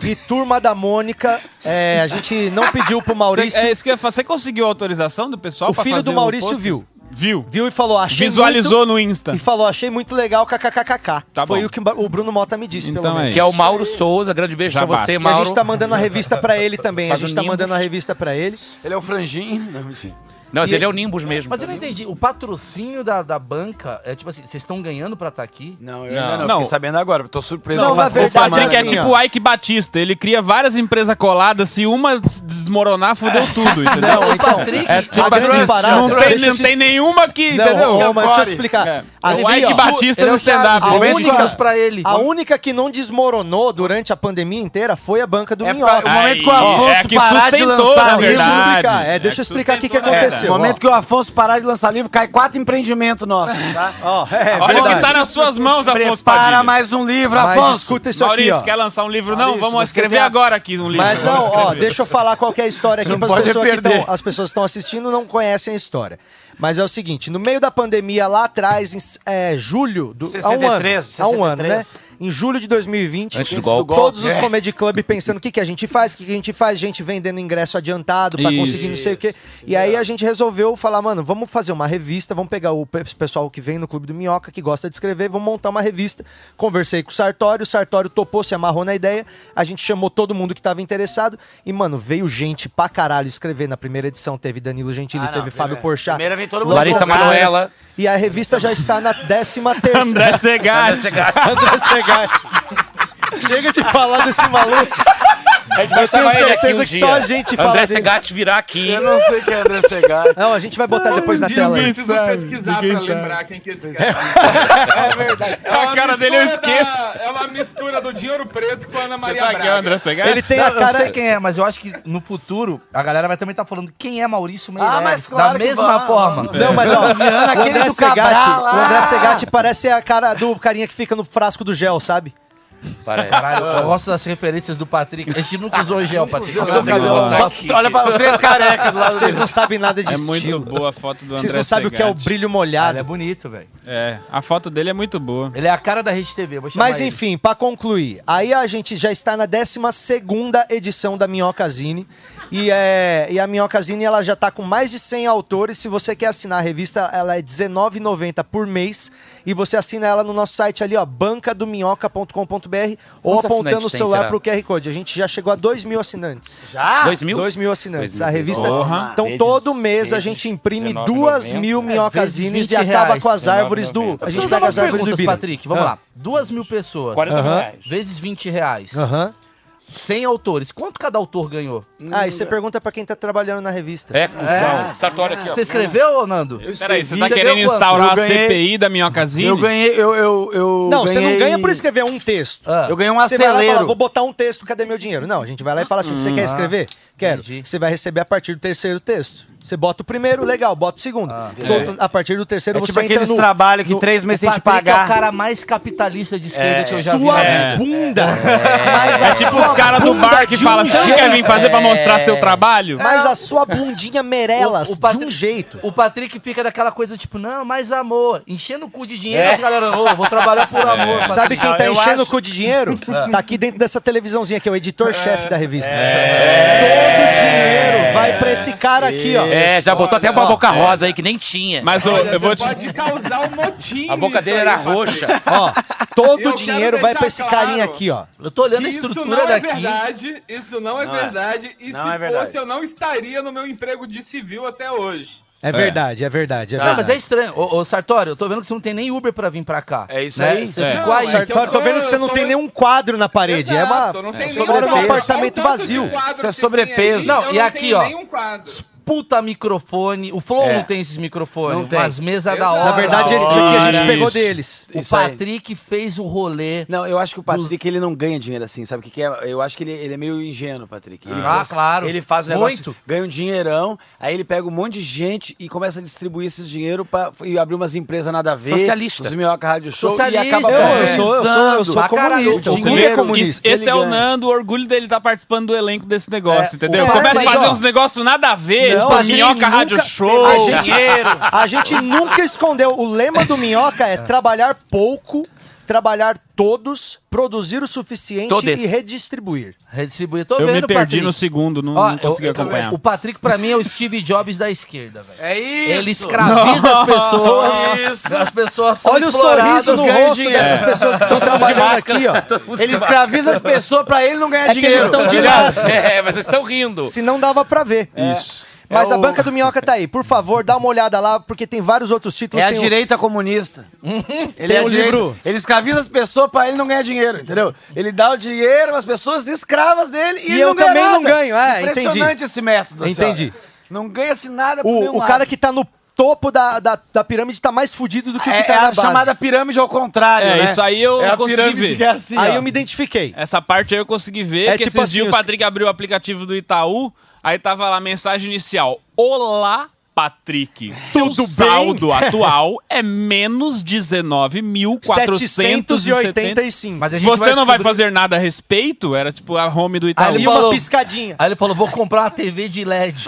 A: e Turma da Mônica. É, a gente não pediu pro Maurício.
E: Cê- é isso que eu ia falar. Você conseguiu a autorização do pessoal?
A: o
E: pra
A: filho
E: fazer
A: do Maurício
E: post?
A: viu.
E: Viu.
A: Viu e falou, achei
E: Visualizou
A: muito...
E: no Insta.
A: E falou, achei muito legal, kkkk.
E: Tá
A: Foi
E: bom.
A: o que o Bruno Mota me disse, pelo
E: Então
A: menos.
E: é
C: Que é o Mauro Souza. Grande beijo
E: Já
C: pra você,
E: basta.
A: E a
C: é Mauro.
A: gente tá mandando a revista pra ele também. A
C: Faz um o
A: gente tá
C: Nimbus.
A: mandando a revista pra ele.
B: Ele é o franjinho. Não, mentira.
C: Não, mas
A: E-
C: ele é o Nimbus mesmo.
G: Mas eu não entendi. O patrocínio da, da banca é tipo assim, vocês estão ganhando pra estar aqui?
B: não eu
C: Não.
B: ainda não.
E: Não.
B: Fiquei sabendo agora. Tô surpreso.
A: Não,
B: que
A: na
B: faz tempo
A: verdade,
B: mais.
E: Patrick é
A: assim,
E: tipo
A: ó.
E: o Ike Batista, ele cria várias empresas coladas, se uma des- desmoronar, fudeu tudo, entendeu?
A: Não, então,
G: Patrick,
E: É tipo
A: grande
E: assim,
A: parada-
E: não, tem,
A: Deixa eu
E: não
A: te-
E: tem nenhuma que, entendeu?
A: Não, ô, mas deixa eu te
B: Core.
A: explicar.
E: É.
A: A,
E: o
A: Ele,
E: Ike
A: ó,
E: Batista
G: Ele é
E: no
G: o Chaves,
E: stand-up.
A: A
G: vende
A: única-
G: carros pra ele.
A: a única que não desmoronou durante a pandemia inteira foi a banca do
B: É porque
A: Minhoca.
B: o momento que o
E: Aí,
B: Afonso
E: é que
B: parar de
E: sustentou,
B: lançar
A: Deixa
E: na
A: eu
B: livro.
E: verdade.
A: explicar, é,
E: É
A: deixa eu
E: que
A: explicar o que, que
E: sustentou, né?
A: aconteceu.
B: No momento que o Afonso parar de lançar livro, cai quatro empreendimentos nossos. Tá?
A: Ó, ó, é,
E: Olha o que
A: verdade.
E: tá nas suas mãos, Afonso
B: Prepara
E: Padilha.
B: mais um livro,
A: Mas
B: Afonso.
A: escuta isso
E: Maurício,
A: aqui, ó.
E: quer lançar um livro? Não,
B: Maurício,
E: vamos
B: você
E: escrever
B: tem a-
E: agora aqui no livro.
A: Mas não,
E: Vamos
A: ó,
E: escrever.
A: deixa eu falar qual que é a história aqui para as
B: pode
A: pessoas que
B: perder.
A: tão- as pessoas que estão assistindo não conhecem a história. Mas é o seguinte, no meio da pandemia lá atrás, em s- é, julho do há um ano,
B: 63,
A: há um ano, né?
B: 63.
A: Em julho de 2020,
C: Antes do golpe.
A: todos os
B: É.
A: comedy club pensando o que que a gente faz, o que que a gente faz, gente vendendo ingresso adiantado para
E: Isso.
A: conseguir não sei o quê. E aí a gente resolveu falar, mano, vamos fazer uma revista, vamos pegar o pe- pessoal que vem no clube do Minhoca que gosta de escrever, vamos montar uma revista. Conversei com o Sartório, o Sartório topou, se amarrou na ideia. A gente chamou todo mundo que tava interessado e mano, veio gente pra caralho escrever na primeira edição, teve Danilo Gentili,
B: Ah, não,
A: teve Fábio
B: primeira-
A: Porchat,
B: primeira vem todo mundo.
A: Lando
C: Larissa
A: Caras,
C: Manoela.
A: E a revista já está na décima terça.
E: André Segatti.
A: André Segatti. Chega de falar desse maluco. Eu tenho
C: Vai ele aqui
A: certeza
C: um
A: que só
C: dia.
A: a gente fala assim, né?
C: André
A: dele.
C: Segatti virar aqui.
B: Eu não sei quem é André Segar.
A: Não, a gente vai botar depois na
E: dia
A: tela. aí.
E: mesmo.
D: Preciso
E: sabe,
D: pesquisar pra
E: ninguém sabe.
D: lembrar quem que é esse cara.
A: É
E: A
D: uma
E: cara dele eu
D: mistura da-
E: esqueço.
D: é uma mistura do Dinheiro Preto com a Ana
E: Você
D: Maria
E: tá aqui,
D: Braga.
E: André Segatti?
A: Ele tem
G: Não,
A: a
G: eu
A: cara.
G: sei quem é, mas eu acho que no futuro a galera vai também estar falando quem é Maurício Meirelles.
B: Ah, mas claro
G: da
B: que
G: mesma
B: vai.
G: forma.
A: Não, mas ó,
B: Viana,
A: o
B: aquele
A: André,
B: do
A: Segatti,
B: Cabral,
A: o André
B: ah!
A: Segatti parece a cara do carinha que fica no frasco do gel, sabe?
C: Parece.
G: Caralho, eu gosto das referências do Patrick. A gente nunca usou gel, Patrick. Nossa,
B: Seu cabelo
C: Nossa.
B: só- Olha para os três carecas do lado
A: Vocês
B: dele.
A: não sabem nada de
E: É muito
A: estilo.
E: boa a foto do André
A: Vocês não sabem o que é o
E: Segatti.
A: brilho
G: Ele
A: molhado.
G: é bonito, velho.
E: É, a foto dele é muito boa.
G: Ele é a cara da Rede TV, vou chamar
A: Mas
G: ele.
A: enfim, pra concluir, aí a gente já está na 12 edição da Minhocazine. E, é, e a Minhocazine ela já tá com mais de 100 autores. Se você quer assinar a revista, ela é R$19,90 por mês. E você assina ela no nosso site ali, ó, bancadominhoca.com.br ou
C: Quantos
A: apontando o
C: assinantes tem,
A: celular
C: será?
A: pro QR Code. A gente já chegou a 2 mil assinantes.
B: Já?
C: Dois mil?
A: 2 mil assinantes.
C: Dois mil.
A: a revista.
C: Porra.
A: Então,
C: Vezes-
A: todo mês a
C: vezes
A: gente imprime
C: 19,90.
A: 2 mil minhocazines
G: É, vezes
A: e
G: 20
A: acaba
G: reais.
A: com as árvores do. A
G: Vamos
A: gente
G: usar
A: pega as árvores
G: umas
A: Ah. do
G: perguntas,
A: Ibira.
G: Patrick. Vamos lá. Duas mil pessoas.
C: 40 mil reais.
G: Vezes 20 reais.
A: Aham.
G: 100 autores. Quanto cada autor ganhou?
A: Ah, e você pergunta pra quem tá trabalhando na revista.
C: É, cuzão. Sartório aqui, ó.
G: Você escreveu, Nando?
E: Peraí, você tá
G: Você
E: querendo
G: ganhou quanto?
E: instaurar
B: Eu
E: a
B: ganhei-
E: CPI da minhocazine?
B: Eu ganhei, eu, eu, eu
A: Não, você não
B: ganhei-
A: ganha por escrever um texto.
G: Ah.
B: Eu ganhei um
A: Você vai lá e fala,
B: acelero.
A: vou botar um texto, cadê meu dinheiro? Não, a gente vai lá e fala assim, você quer escrever? Quero.
G: Entendi.
A: Você vai receber a partir do terceiro texto. Você bota o primeiro, legal, bota o segundo. Todo- A partir do terceiro
B: É
A: você
B: tipo
A: entra
B: aqueles
A: no...
B: trabalhos que três meses sem te
G: Patrick é o
B: pagar.
G: cara mais capitalista de esquerda
C: É,
G: que eu já vi.
A: Sua
G: na
C: né?
G: vida.
A: bunda! Mas a
E: É tipo
A: sua
E: os caras do
A: bunda
E: bar que
A: de um
E: falam, você
A: jeito-
E: quer vir fazer pra mostrar seu trabalho?
A: Mas a sua bundinha merelas, de
G: Patri-
A: um jeito.
G: O Patrick fica daquela coisa tipo, não, mas amor, enchendo o cu de dinheiro,
E: É.
G: as galera, ô, vou trabalhar por amor. Patrick.
A: Sabe quem tá
B: Eu
A: enchendo o
B: acho-
A: cu de dinheiro? Tá aqui dentro dessa televisãozinha aqui, é o editor-chefe da revista. Todo o dinheiro vai pra esse cara aqui, ó.
C: É, já botou até uma boca rosa aí que nem tinha.
E: Mas eu,
D: Olha,
E: eu vou
D: você
E: te...
D: pode causar um motim.
C: a boca
D: nisso
C: dele
D: aí,
C: era
D: Patrick.
C: roxa.
A: Ó, todo
D: Eu
A: o
D: quero
A: dinheiro vai pra esse
D: deixar
A: carinha
D: claro.
A: aqui, ó.
G: Eu tô
B: Tá
G: olhando a
D: Isso
G: estrutura
D: não é
G: daqui.
D: verdade, isso não é
B: Não é.
D: verdade. E
B: Não
D: se
B: é verdade.
D: fosse, eu não estaria no meu emprego de civil até hoje.
A: É verdade, é verdade, é
G: Não, mas é
A: verdade.
G: estranho. Ô, ô, Sartório, eu tô vendo que você não tem nem Uber pra vir pra cá.
B: É isso
G: né?
B: aí.
G: Você
E: É.
G: ficou
D: Não,
G: aí.
D: é
A: Sartório,
D: que eu sou-
A: tô vendo que você
D: eu
A: não
D: sou-
A: tem nenhum quadro na parede.
D: Exato,
A: é
D: não
A: uma.
D: tem
A: Você
D: nenhum
A: mora num
D: quadro.
A: apartamento
D: Olha o tanto de
A: vazio.
D: quadro
B: Isso
D: que
B: é
D: vocês
B: sobrepeso.
D: têm
G: Não,
D: eu
G: e aqui,
D: tenho
G: ó.
D: nenhum quadro.
G: Puta microfone. O Flow não tem esses microfones.
B: É. Não tem.
G: As mesas da
D: Exato.
G: hora.
A: Na verdade, esse
B: Olha
A: aqui a gente
E: isso.
A: pegou deles.
G: O
B: Isso aí.
G: Patrick fez o rolê.
B: Não, eu acho que o Patrick, ele não ganha dinheiro assim, sabe o que, que é? Eu acho que ele, ele é meio ingênuo, Patrick. Ele
G: Ah,
B: cons-
G: claro.
B: Ele faz o negócio,
G: Muito.
B: ganha um dinheirão, aí ele pega um monte de gente e começa a distribuir esses dinheiro pra, e abrir umas empresas nada a ver.
C: Socialista.
B: Os Minhoca Rádio Show
G: Socialista,
B: e acaba...
G: é.
B: Eu,
G: eu sou-
B: sou...
G: eu sou- eu sou Pra caralho, comunista, o
A: O
G: o
E: Você
A: mundo é
E: vê?
B: dinheiro-
E: Isso-
A: comunista.
E: Esse é
B: ele
E: o
B: ganha.
E: Nando, o orgulho dele tá participando do elenco desse negócio,
G: É,
E: entendeu?
G: o-
E: Começa
G: mas,
E: a fazer
G: ó,
E: uns negócios nada a ver, gente,
A: Não,
E: pô,
A: a gente
E: minhoca
A: nunca-
E: rádio show,
A: a gente-
E: dinheiro.
A: A gente nunca escondeu. O lema do Minhoca é trabalhar pouco, trabalhar todos, produzir o suficiente
C: Todes.
A: e redistribuir.
G: Redistribuir. Tô
E: Eu
G: vendo,
E: me perdi
G: Patrick.
E: no segundo, não,
G: Ó,
E: não consegui
G: eu- eu-
E: acompanhar.
G: O Patrick, pra mim, é o Steve Jobs da esquerda, velho.
B: É isso!
G: Ele escraviza as pessoas. As pessoas são
A: Olha o
G: exploradas,
A: sorriso no
G: ganham
A: rosto
G: dinheiro. É. Tá
A: dessas pessoas que estão trabalhando aqui, ó.
B: Ele escraviza as pessoas pra ele não ganhar
A: É que
B: dinheiro.
A: eles estão
B: tá
A: de
B: ligado?
A: máscara.
C: É, mas vocês estão rindo.
A: Se não dava pra ver.
E: Isso.
A: Mas
B: É
A: a
B: o-
A: banca do Minhoca tá aí. Por favor, dá uma olhada lá, porque tem vários outros títulos.
B: É a
A: tem o-
B: direita comunista. Ele
A: Tem
B: é a
A: um
B: direita-
A: livro-
B: Ele escraviza as pessoas pra ele não ganhar dinheiro, entendeu? Ele dá o dinheiro às pessoas escravas dele e,
A: E
B: ele
A: eu
B: não ganha
A: também não
B: nada.
A: ganho, é, entendi.
B: Impressionante esse método. assim,
A: Entendi.
B: ó. Não ganha-se nada por nenhum
A: O, o
B: lado.
A: cara que tá no topo da, da, da pirâmide tá mais fudido do que o
B: É,
A: que tá
B: é
A: na
B: a
A: base.
B: chamada pirâmide ao contrário,
E: É,
B: né?
E: isso aí eu
B: é a
E: consegui
B: pirâmide
E: ver.
B: que é assim,
A: Aí
B: ó.
A: eu me identifiquei.
E: Essa parte aí eu consegui ver,
A: É
E: que
A: tipo
E: esses
A: assim,
E: dias o
A: os-
E: Patrick abriu o aplicativo do Itaú, aí tava lá a mensagem inicial, olá Patrick, seu
A: Tudo bem?"
E: saldo atual é menos 19.485.
A: 785.
G: Mas a gente
E: Você não vai
G: descobrir-
E: fazer nada a respeito? Era tipo a home do Itaú.
G: ele
A: E
G: falou-
A: uma piscadinha.
G: Aí ele falou, vou comprar uma TV de LED.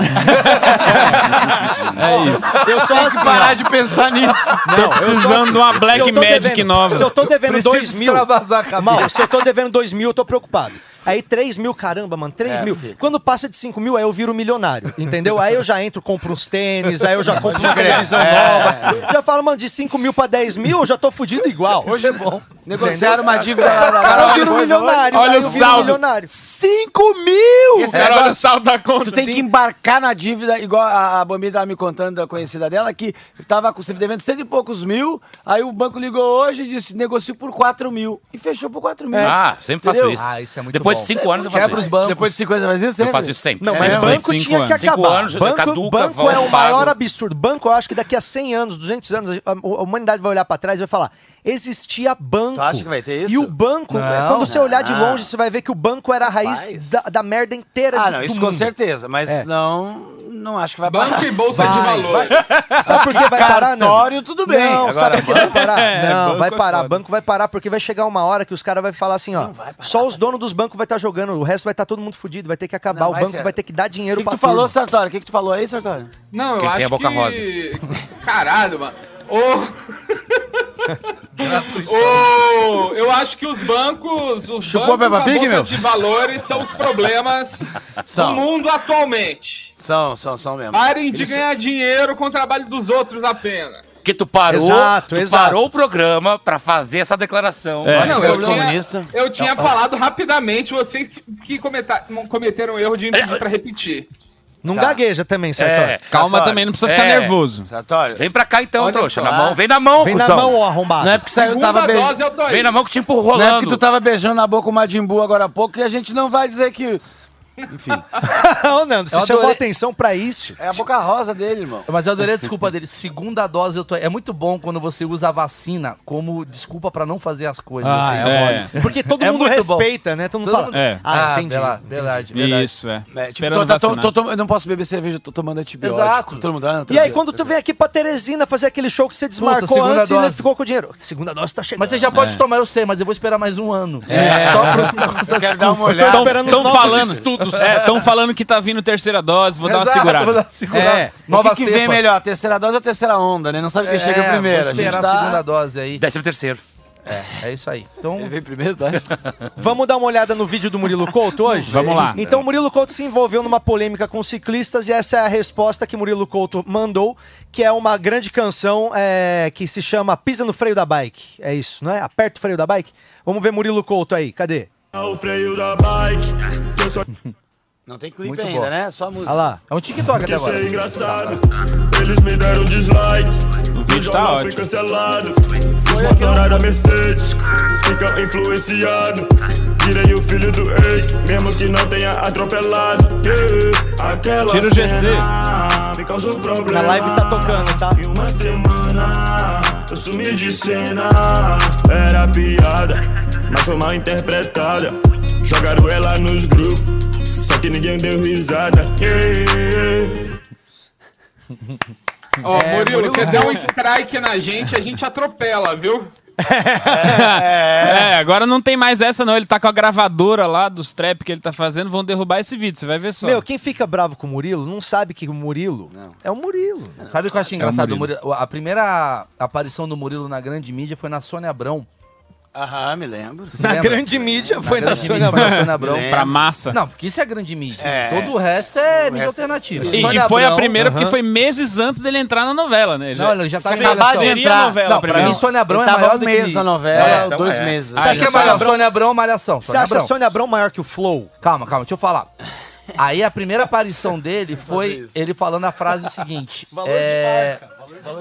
E: É isso.
A: Eu só
B: Tem que
A: assim,
B: parar
A: ó.
B: de pensar nisso.
A: Não, eu sou
E: Precisando
A: assim.
E: de uma
A: Se
E: Black
A: eu tô
E: Magic
A: devendo-
E: nova.
A: Se eu tô devendo
B: Preciso
A: 2 mil.
B: extravasar a cabeça.
A: Mal, se eu tô devendo 2 mil, eu tô preocupado. Aí 3 mil, caramba, mano, 3 mil. Quando passa de 5 mil, aí eu viro milionário, entendeu? Aí eu já entro, compro uns tênis, aí eu já compro uma televisão nova. Já falo, mano, de 5 mil pra 10 mil, eu já tô fudido igual.
B: Hoje é bom. Negociaram uma dívida lá da
A: Cara, eu
B: Olha,
A: viro
B: hoje-
A: milionário.
E: olha
A: aí
E: o
A: eu viro
E: saldo.
A: milionário.
B: 5 mil!
E: Esse cara olha o saldo da conta.
B: Tu tem que embarcar na dívida, igual a, a Bomi tava me contando da conhecida dela, que tava com, se devendo cento e poucos mil, aí o banco ligou hoje e disse, negocio por 4 mil. E fechou por 4 mil.
C: Ah, sempre faço
B: Entendeu?
C: isso.
G: Ah, isso é muito
C: Depois
G: bom.
C: de cinco anos eu faço
G: Quebra os
C: isso.
G: bancos.
B: É, Depois de 50 anos, faz isso
C: Eu
B: sempre?
C: faço isso sempre.
A: Não,
C: É,
A: mas
E: mesmo?
A: banco
E: Cinco
A: tinha que
E: anos.
C: Cinco
A: acabar.
C: anos, né,
A: banco
C: caduca,
A: banco
C: vai,
A: é o
C: pago.
A: maior absurdo. Banco, eu acho que daqui a 100 anos, 200 anos, a, a humanidade vai olhar pra trás e vai falar: existia banco.
B: Tu acha que vai ter isso? Ah.
A: E o banco, é,
G: Não.
A: quando você olhar de longe, você vai ver que o banco era a
B: Rapaz.
A: raiz da, da merda inteira
B: Ah,
A: do,
B: não,
A: do
B: isso
A: mundo.
B: com certeza, mas não, não acho É. que vai parar.
D: Banco e bolsa de valor.
A: Sabe por que vai parar, não?
B: Cartório, tudo bem.
A: Não,
B: Agora,
A: sabe por que vai parar? não,
E: banco
A: vai
E: é
A: parar.
E: foda.
A: banco vai parar porque vai chegar uma hora que os caras vão falar assim, ó. só os donos dos bancos vai estar jogando, o resto vai estar todo mundo fudido, vai ter que acabar.
B: Não,
A: o
B: mas
A: banco
B: é-
A: vai ter que dar
B: O
A: dinheiro
B: que, que
A: pra
B: tu falou,
A: turma.
B: Sartório? O que, que tu falou aí, Sartório?
D: Não, eu
C: Porque
D: acho
C: tem a boca
D: que...
C: rosa.
D: Caralho, mano. Ô... Ô, eu acho que os bancos, os
B: Chupou a Peppa
D: bancos, a
B: Pig,
D: bolsa
B: meu?
D: de valores são os problemas
B: São.
D: do mundo atualmente.
B: São, são, são mesmo.
D: Parem de ganhar dinheiro com o trabalho dos outros apenas.
C: Porque tu parou,
A: Exato,
C: tu
A: exato.
C: parou o programa pra fazer essa declaração.
E: É.
C: Olha,
D: Não,
B: foi
D: eu
B: o comunista. É,
D: tinha, eu tinha falado rapidamente, vocês que, que cometa- cometeram o erro de me pedir pra repetir.
A: Não
B: Tá.
A: gagueja também, certo?
C: é.
E: Calma
B: Sartori.
E: também, não precisa ficar
C: É.
E: nervoso.
B: Sartório,
C: Vem pra cá então,
D: Olha
C: trouxa.
D: só.
C: Na mão, vem na mão,
A: Vem na
C: cuzão.
A: mão, ó, arrombado.
B: não é porque saiu,
D: Segunda
B: tava bem...
D: dose eu tô aí.
C: Vem na mão que te empurrou.
B: Não é porque tu
A: tá-
B: tava beijando na boca o Madimbu agora há pouco e a gente não vai dizer que. Enfim.
A: Ô, Nando, você
G: Eu
A: chamou
G: adorei.
A: atenção pra isso.
B: É a boca rosa dele, irmão.
G: Mas eu adorei a desculpa dele. Segunda dose eu tô. É muito bom quando você usa a vacina como desculpa pra não fazer as coisas.
B: Ah,
G: assim.
E: é.
A: mole. Porque todo
G: É
A: mundo
G: muito bom.
A: respeita, né? Todo mundo
G: Todo
A: fala.
G: mundo-
E: É.
A: Ah, entendi.
G: bela- verdade, verdade.
E: Isso, é.
B: É, tipo,
E: Esperando
B: tô- tô- tô-
E: vacinar.
B: tô- eu não posso beber cerveja, eu tô tomando antibiótico.
G: Exato.
B: Todo mundo, ah, não,
A: E aí,
B: tranquilo.
A: quando tu vem aqui pra Teresina fazer aquele show que você desmarcou
G: segunda
A: antes e
G: dose.
A: ficou com o dinheiro. Segunda dose tá chegando.
G: Mas você já pode
B: É.
G: tomar, eu sei, mas eu vou esperar mais um ano. Só pra eu ficar com essa
B: Eu quero dar uma olhada.
E: Tão,
A: esperando os
E: tão
A: novos
E: falando, É, tão falando que tá vindo terceira dose, vou dar uma
G: Exato, vou dar
E: segurada.
G: uma segurada.
B: É,
G: Nova
B: o que, que vem
G: cepa.
B: melhor, terceira dose ou terceira onda, né? Não sabe quem
G: É,
B: chega primeiro.
G: Vou
B: a gente
G: esperar a,
B: tá-
G: segunda dose aí.
C: Décimo terceiro.
G: É isso aí. Então,
B: Ele veio primeiro, tá?
A: Vamos dar uma olhada no vídeo do Murilo Couto hoje?
E: Vamos lá.
A: Então, o Murilo Couto se envolveu numa polêmica com ciclistas e essa é a resposta que Murilo Couto mandou, que é uma grande canção é, que se chama Pisa no Freio da Bike. É isso, não é? Aperta o freio da bike? Vamos ver Murilo Couto aí, cadê?
B: Não tem clipe
G: Muito
B: ainda,
G: bom.
B: né? Só música.
A: Olha lá.
G: é um TikTok até agora.
H: Eles me deram dislike.
E: O vídeo tá
H: Jornal foi
E: ótimo.
H: cancelado. Foi aquela da Mercedes. Fica influenciado. Tirei o filho do ex, mesmo que não tenha atropelado. Yeah, Aquela
E: Tira o GC.
H: cena me causou problema.
A: Na live tá tocando, tá?
H: Em uma semana eu sumi de cena. Era piada, mas foi mal interpretada. Jogaram ela nos grupos, só que ninguém deu risada. Yeah.
A: É,
D: Ó, Murilo, você deu um strike na gente, a gente atropela, viu?
E: É, agora não tem mais essa, não. Ele tá com a gravadora lá dos trap que ele tá fazendo, vão derrubar esse vídeo, você vai ver só.
A: Meu, quem fica bravo com o Murilo não sabe que o Murilo é o Murilo.
G: Sabe É o que eu achei engraçado? O Murilo- a primeira aparição do Murilo na grande mídia foi na Sônia Abrão.
B: Aham, me lembro.
G: Você
A: Na
G: lembra?
A: grande mídia foi na
G: grande
A: Sônia
G: mídia foi
A: Abrão.
G: na Sônia Abrão.
B: Lembro.
E: Pra massa.
G: Não, porque isso é grande mídia.
B: É.
G: Todo o resto é mídia alternativa.
E: E,
G: Sônia
E: e foi a
G: Abrão-
E: primeira porque
A: aham.
E: foi meses antes dele entrar na novela, né? Ele
G: Não, ele já tá
E: Sim.
G: na
E: Acabado de
G: eleição.
E: entrar na novela.
G: Não, pra
E: primeiro.
G: mim Sônia Abrão é
B: Ele tava
G: maior
B: um
G: do que...
B: mês na novela,
C: É,
B: dois
C: é.
B: meses.
E: Ah, já
G: Sabe quem é
E: saiu.
G: maior? Sônia Abrão ou Malhação?
A: Você
G: Sônia
A: acha a
G: Abrão.
A: Sônia Abrão maior que o Flow?
G: Calma, calma, deixa eu falar. Aí a primeira aparição dele foi ele falando a frase seguinte. é,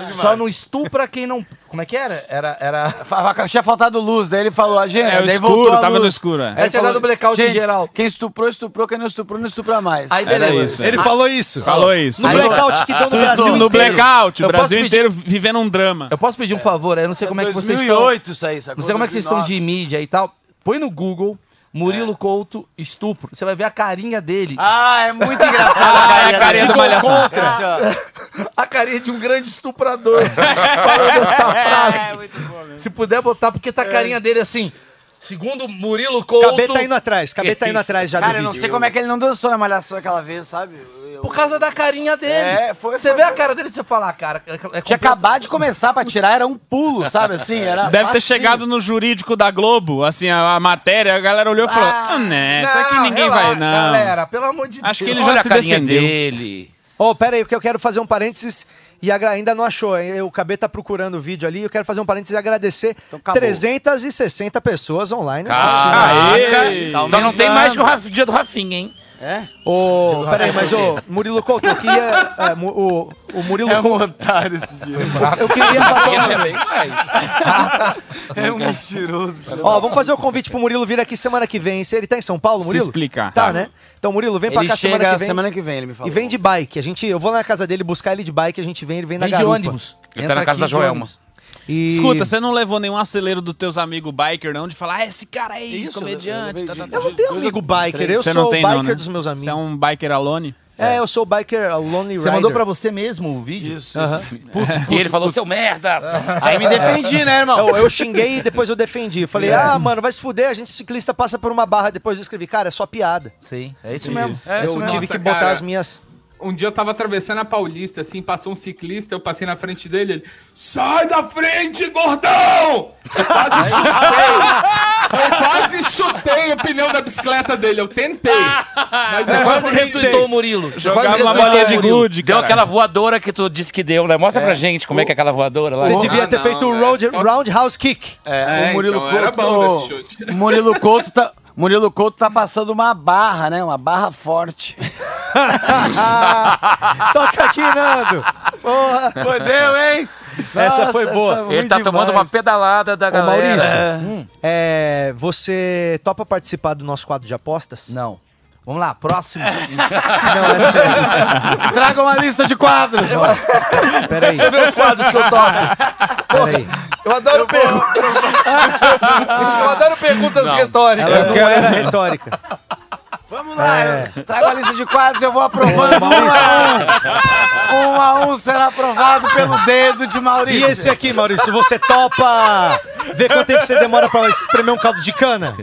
G: Só não estupra quem não. Como é que era? Era. era...
B: Fa- Tinha faltado luz, daí ele falou, a gente,
E: É, o
B: daí
E: escuro,
B: voltou a
E: tava
B: luz.
E: no escuro, é.
B: Aí ele
G: Aí tinha
B: falou,
G: dado blackout em
B: "Gente,
G: geral."
B: Quem estuprou, estuprou, quem não estuprou, não estupra mais.
G: Aí
E: Era
G: beleza. Ah,
E: isso.
A: Ele falou isso.
E: Falou isso.
A: No
G: Aí-
A: blackout que dão no Brasil
E: no
A: inteiro.
E: blackout, o
G: Eu posso
E: Brasil
G: pedir-
E: inteiro vivendo um drama.
G: Eu posso pedir um favor? Eu não sei como é que vocês estão.
B: 2008 isso aí, sacou?
G: Não sei como é que vocês estão de mídia e tal. Põe no Google Murilo Couto estupro. Você vai ver a carinha dele.
B: Ah, é muito engraçado
E: Ah,
B: a
E: é
B: carinha
E: a carinha
B: dele.
E: do Malhação.
B: Contra. Assim, ó.
G: A carinha de um grande estuprador falando essa frase. Se puder botar, porque tá a carinha dele assim. Segundo Murilo Couto.
A: Cabê tá indo atrás, Cabê tá indo atrás já
B: Cara, eu
A: do
B: não
A: vídeo.
B: sei como é que ele não dançou na Malhação aquela vez, sabe? Eu-
G: Por causa da carinha dele.
B: É, foi-
G: Você vê a cara dele e você fala, ah, cara, é, é
B: Tinha
G: completo-
B: acabado de começar pra tirar, era um pulo, sabe assim? Era
E: Deve ter
B: facinho.
E: chegado no jurídico da Globo, assim, a, a matéria, a galera olhou e falou: ah, né, isso aqui
G: Não,
E: ninguém
G: relaxa,
E: vai, não.
G: Galera, pelo amor de
E: Acho que
G: Deus.
E: ele
C: Olha
E: já
C: a
E: se
C: carinha
E: defendeu.
C: dele.
A: Ô, pera aí, que eu quero fazer um parênteses e agra- ainda não achou. hein? O Cabê tá procurando o vídeo ali. Eu quero fazer um parênteses e agradecer
B: acabou.
A: 360 pessoas online. assistindo.
E: Caraca.
C: Aê. Só não tem mais que o Raf- dia do Rafinha, hein?
B: É?
A: Ô, peraí, mas ô, Murilo Couto, eu queria. é, mu- o, o Murilo
B: É um
A: Couto,
B: otário esse dia.
A: eu queria fazer. um
C: Tinha bem mais.
B: É um mentiroso. cara.
A: Ó, vamos fazer o convite pro Murilo vir aqui semana que vem. Ele tá em São Paulo, Murilo?
E: explicar.
A: Tá, né? Então, Murilo, vem pra
B: Ele
A: cá
B: chega
A: semana que vem.
B: ele me falou.
A: E vem de bike. A gente, eu vou na casa dele buscar ele de bike, a gente vem, ele vem na
G: Vem de
A: garupa.
G: ônibus.
C: Ele tá na casa da Joelma.
A: E-
E: Escuta, você não levou nenhum acelero dos teus amigos biker, não? De falar, ah, esse cara é
B: Isso,
E: isso, comediante.
B: eu
E: tá,
B: levei
E: tá,
A: Eu
E: tá.
A: não tenho amigo biker, eu
E: Você
A: sou o biker
E: né?
A: dos meus
E: Você é
A: amigos.
E: um biker alone?
A: É, eu sou o biker a Lonely
G: Você
A: Rider.
G: mandou pra você mesmo o vídeo?
B: Isso, isso.
C: E ele falou, seu merda!
E: Ah.
B: Aí me defendi, né, irmão?
A: eu, eu xinguei e depois eu defendi. Eu Falei, ah, mano, vai se fuder, a gente ciclista passa por uma barra. Depois eu escrevi, cara, é só piada.
G: Sim, é isso mesmo.
A: eu tive
D: Nossa,
A: que botar
D: cara.
A: as minhas.
D: Um dia eu tava atravessando a Paulista, assim, passou um ciclista, eu passei na frente dele, ele. Sai da frente, gordão! Eu quase chutei! Eu quase chutei o pneu da bicicleta dele, eu tentei! Mas
A: É,
D: eu quase
G: retweetou o Murilo. Você
E: Jogava
G: quase
E: uma
G: retweetou
E: bolinha
G: o
E: de
G: Murilo.
E: gude,
C: então, Deu
E: cara.
C: aquela voadora que tu disse que deu, né? Mostra pra gente como é que é aquela voadora lá.
A: Você
C: Ô,
A: devia
D: Ah,
A: ter
D: não,
A: feito o
D: velho,
A: round,
D: só-
A: Roundhouse Kick.
D: É,
B: o Murilo
D: então, era
B: Couto.
D: bom desse chute.
B: Murilo Couto tá. Murilo Couto tá passando uma barra, né? Uma barra forte.
A: Toca aqui, Nando. Porra.
B: Fodeu, hein?
A: Essa foi boa.
B: é
C: Ele tá tomando uma pedalada da
A: Ô, Maurício,
C: galera.
A: é, você topa participar do nosso quadro de apostas? é
G: Não. Vamos lá, próximo.
B: Traga uma lista de quadros.
A: Peraí,
G: Deixa eu ver os quadros que eu tomo.
A: peraí.
G: Eu adoro, perguntas. eu adoro perguntas retóricas.
A: Ela não era retórica. É.
B: Vamos lá. eu- Traga uma lista de quadros, eu vou aprovando um a um. Um a um será aprovado pelo dedo de
A: E
B: Maurício.
A: esse aqui, Maurício, você topa ver quanto tempo você demora pra espremer um caldo de cana?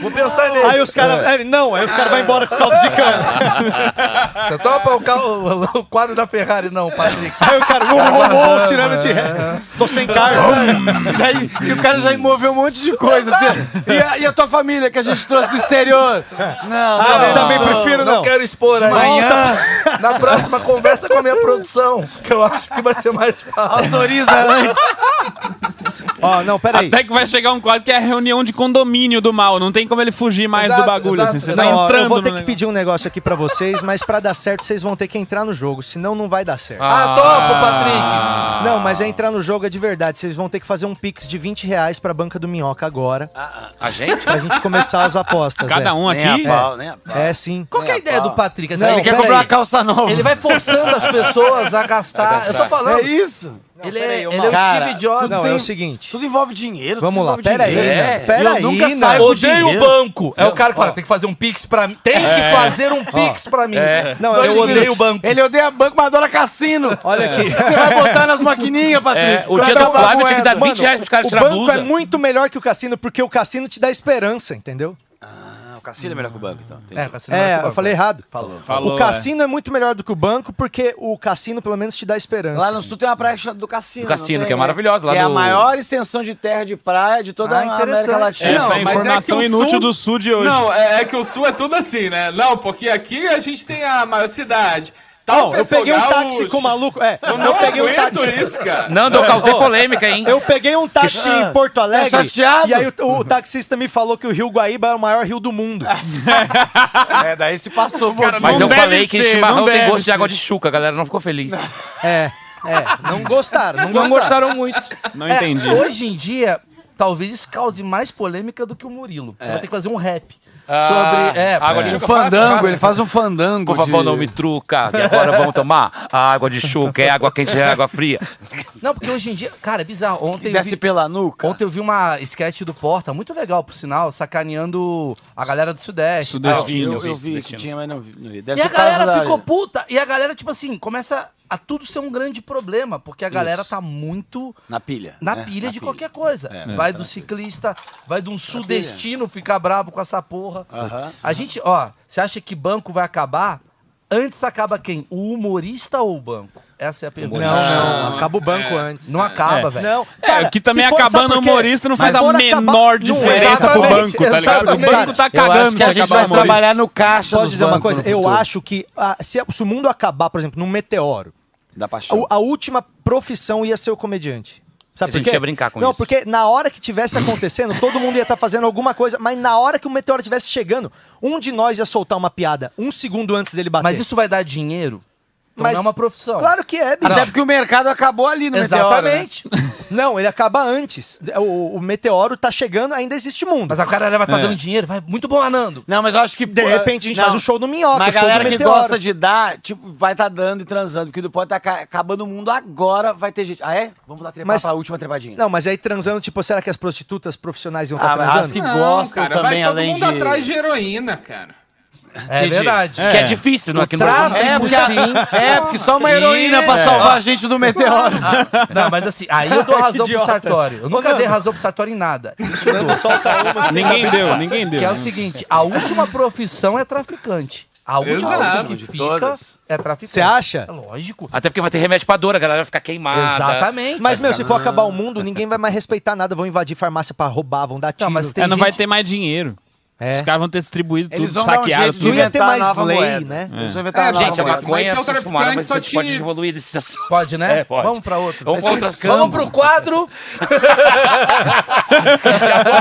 G: Vou pensar nele.
A: Aí os caras. é, Não, aí os caras vão embora com o caldo de cana.
G: Você topa o, ca- o- o quadro da Ferrari, não, Patrick.
A: Aí o cara. Uou, uou, uou, tirando de
B: é.
A: ré. Tô sem carro.
B: E, daí- e o cara já moveu um monte de coisa. assim. E, a, e a tua família que a gente trouxe do exterior? Não,
A: Ah,
B: também
A: eu
B: não.
A: também prefiro não.
G: quero expor aí. Volta Na próxima conversa com a minha produção, que eu acho que vai ser mais fácil.
B: Autoriza antes.
A: Ó, não, peraí.
E: Até que vai chegar um quadro que é a reunião de condomínio do mal. Não tem como ele fugir mais
G: Exato,
E: do bagulho,
G: exato.
E: assim. Você tá
A: Não, ó,
E: entrando
A: eu vou ter
E: no
A: que
E: negócio.
A: pedir um negócio aqui pra vocês, mas pra dar certo vocês vão ter que entrar no jogo, senão não vai dar certo.
G: Ah, topa, Patrick.
A: Não, mas é entrar no jogo é de verdade. Vocês vão ter que fazer um pix de 20 reais pra banca do Minhoca agora,
C: A gente?
A: pra gente começar as apostas. é.
E: Cada um aqui.
B: Nem a pau, nem a pau.
A: É, sim.
G: Qual que é a ideia do Patrick? Assim,
A: Não,
G: ele,
B: Ele quer
A: pera
B: comprar
A: aí.
B: uma calça nova.
G: ele vai forçando as pessoas a gastar. Eu tô falando.
B: É isso.
G: ele é,
I: peraí,
G: ele é
I: ô,
G: o
I: Mauro.
G: Steve Jobs.
A: Não,
G: tudo
A: é o
G: em-
A: seguinte.
B: Tudo envolve dinheiro.
A: Vamos
B: tudo
A: lá,
B: envolve
A: pera aí,
B: dinheiro.
A: né?
B: É.
A: Pera
B: E eu
A: aí,
B: nunca
A: né?
B: saio com
G: Odeio o
B: dinheiro.
G: banco. É o cara que fala, tem que fazer um pix pra mim. Tem que fazer um pix pra mim.
A: Não,
G: Dois
A: eu odeio
G: minutos. banco.
B: Ele odeia banco, mas adora cassino.
A: Olha aqui.
B: É. Você vai botar nas maquininhas, Patrick.
C: É, o
B: Vai
C: dia do
B: dar uma
C: Flávio eu tinha que dar
B: moeda.
C: 20 reais pros caras
A: O
C: tirar a
A: banco é
C: blusa.
A: muito melhor que o cassino, porque o cassino te dá esperança, entendeu?
B: Ah, o cassino é melhor que o banco, então.
G: É, Cassino
A: É,
G: Marco
A: eu
G: Banco.
A: falei errado.
G: Falou.
E: Falou,
A: o cassino é. muito melhor do que o banco, porque o cassino pelo menos te dá esperança.
B: Lá no sul tem uma praia chamada do Cassino.
C: Do Cassino,
B: não tem?
C: que é maravilhosa, lá
B: Que É a
C: no-
B: maior extensão de terra de praia de toda
A: Ah,
B: a América
A: interessante.
B: Latina.
D: Não,
E: Essa
D: mas
E: é
D: é
E: a
D: que
E: informação
D: o
E: inútil
D: Sul-
E: do sul de hoje.
D: Não, é, é que o sul é tudo assim, né? Não, porque aqui a gente tem a maior cidade. Tal
A: Não, eu peguei um
D: personal-
A: táxi com o maluco. É,
D: Eu
A: eu,
D: não
A: peguei um
D: aguento
A: táxi.
D: isso, cara.
C: Não, eu causei polêmica, hein?
A: Eu peguei um táxi
E: Ah,
A: em Porto
B: Tá
A: Alegre.
B: chateado?
A: e aí o, o taxista me falou que o Rio Guaíba é o maior rio do mundo.
B: É, daí se passou um pouquinho.
C: Mas
E: Não
C: eu
E: deve
C: falei que
E: ser,
C: chimarrão
E: não
C: tem
E: deve
C: gosto de
E: ser.
C: água de chuca, a galera não ficou feliz.
A: É, é. Não gostaram, não,
C: Não
A: gostaram.
C: gostaram muito.
E: Não
G: É,
E: entendi.
G: hoje em dia, talvez isso cause mais polêmica do que o Murilo. Você vai ter que fazer um rap.
B: Ah.
G: sobre. É,
C: água
G: porque-
C: de
B: Um
C: chuca.
B: fandango, ele faz um fandango.
C: Por favor, não me truca, que agora vamos tomar a água de chuca, é água quente, é água fria.
G: Não, porque hoje em dia. Cara, é bizarro. Ontem. eu
B: Desce
G: vi-
B: pela nuca.
G: Ontem eu vi uma sketch do Porta, muito legal, por sinal, sacaneando a galera do Sudeste.
E: Sudeste.
G: e tal.
E: Destino,
B: Ah, eu, eu vi que
C: destino.
B: tinha, mas não vi. não vi.
G: E
B: Deve
G: a
B: ser por causa
G: galera
B: da-
G: ficou puta. E a galera, tipo assim, começa a tudo ser um grande problema, porque a galera tá muito
B: Na pilha.
G: É, na
B: né?
G: pilha de qualquer coisa.
B: É,
G: vai do ciclista, vai de um sudestino ficar bravo com essa porra. A gente, ó, você acha que banco vai acabar? Antes acaba quem? O humorista ou o banco? Essa é a pergunta.
A: Não, não. Acaba o banco antes.
G: Não acaba, velho.
A: Não.
E: Ah, É, que também
A: se for-
E: acabando
A: sabe por
E: o
A: quê?
E: humorista não
A: Mas
E: faz a
A: for acabar-
E: menor
A: Não, é
E: diferença pro
A: exatamente,
E: banco, tá ligado? O
A: exatamente.
E: banco tá
B: Eu acho
E: cagando
B: que a
E: pra
B: gente vai
E: acabar o humorista.
B: trabalhar no caixa
A: Posso
B: dos
A: dizer uma
B: bancos
A: coisa?
B: no
A: Eu
B: futuro.
A: acho que ah, se, a- se o mundo acabar, por exemplo, num meteoro,
B: Da paixão.
A: a, a última profissão ia ser o comediante. Sabe
C: A
A: por
C: gente
A: quê?
C: ia brincar com
A: Não,
C: isso.
A: porque na hora que tivesse acontecendo, todo mundo ia estar fazendo alguma coisa, mas na hora que o meteoro estivesse chegando, um de nós ia soltar uma piada um segundo antes dele bater.
G: Mas isso vai dar dinheiro? Então
A: Mas-
G: não é uma profissão.
A: Claro que é, bicho.
B: Até porque o mercado acabou ali no meteoro. né?
G: Exatamente.
A: Não, ele acaba antes. O, o meteoro tá chegando, ainda existe mundo.
G: Mas a galera vai estar dando dinheiro. Vai, muito bom, Anando.
B: Não, mas eu acho que.
A: de repente a gente
B: Não.
A: faz o show do Minhoca,
B: Mas
A: o show
B: a galera
A: do
B: que
A: Meteoro.
B: gosta de dar, tipo, vai tá dando e transando. Porque depois tá ca- acabando o mundo agora, vai ter gente. Ah, é? Vamos lá trepar
A: Mas-
B: pra última trepadinha.
A: Não, mas aí transando, tipo, será que as prostitutas profissionais iam estar
B: Ah, mas
A: transando?
B: as que
D: Não,
B: gostam
D: cara,
B: também,
D: vai todo
B: além
D: mundo
B: de.
D: atrás de heroína, cara.
G: É verdade.
C: Que é difícil, não é que nós
G: tráfico,
C: vamos...
B: É, porque, a- é, porque só uma heroína pra salvar a gente do meteoro.
G: Não, mas assim, aí eu dou razão pro
A: idiota.
G: Sartório. Eu nunca dei razão pro Sartório em nada. Isso eu dou.
E: Ninguém deu, ninguém deu.
G: Que é o seguinte, a última profissão é traficante. A última
D: Exato.
G: profissão que
B: De
G: fica
B: todas.
G: é traficante.
A: Você acha?
G: É lógico.
C: Até porque vai ter remédio pra dor, a galera vai ficar queimada.
G: Exatamente.
A: Ah, tá. Mas, meu, se for acabar o mundo, ninguém vai mais respeitar nada. Vão invadir farmácia pra roubar, vão dar tiro.
G: Não, mas tem
E: É, não vai
G: gente-
E: ter mais dinheiro.
A: É.
E: Os caras vão ter distribuído tudo,
B: Eles vão dar um
E: saqueado
B: jeito de
A: Não
E: tudo.
A: ia ter
B: inventar
A: mais
B: nova
A: lei,
B: moeda.
A: né?
B: Eles vão inventar
D: É,
B: uma nova
C: Gente, a
D: Mas
B: moeda.
C: maconha
D: se
C: é
D: o
C: preciso fumar,
D: traficante
C: mas
D: só
C: a gente
D: te-
C: pode evoluir desse assunto.
G: Pode, né?
C: É, pode.
G: Vamos pra outro.
C: Vamos pra outra
G: Vamos pro quadro.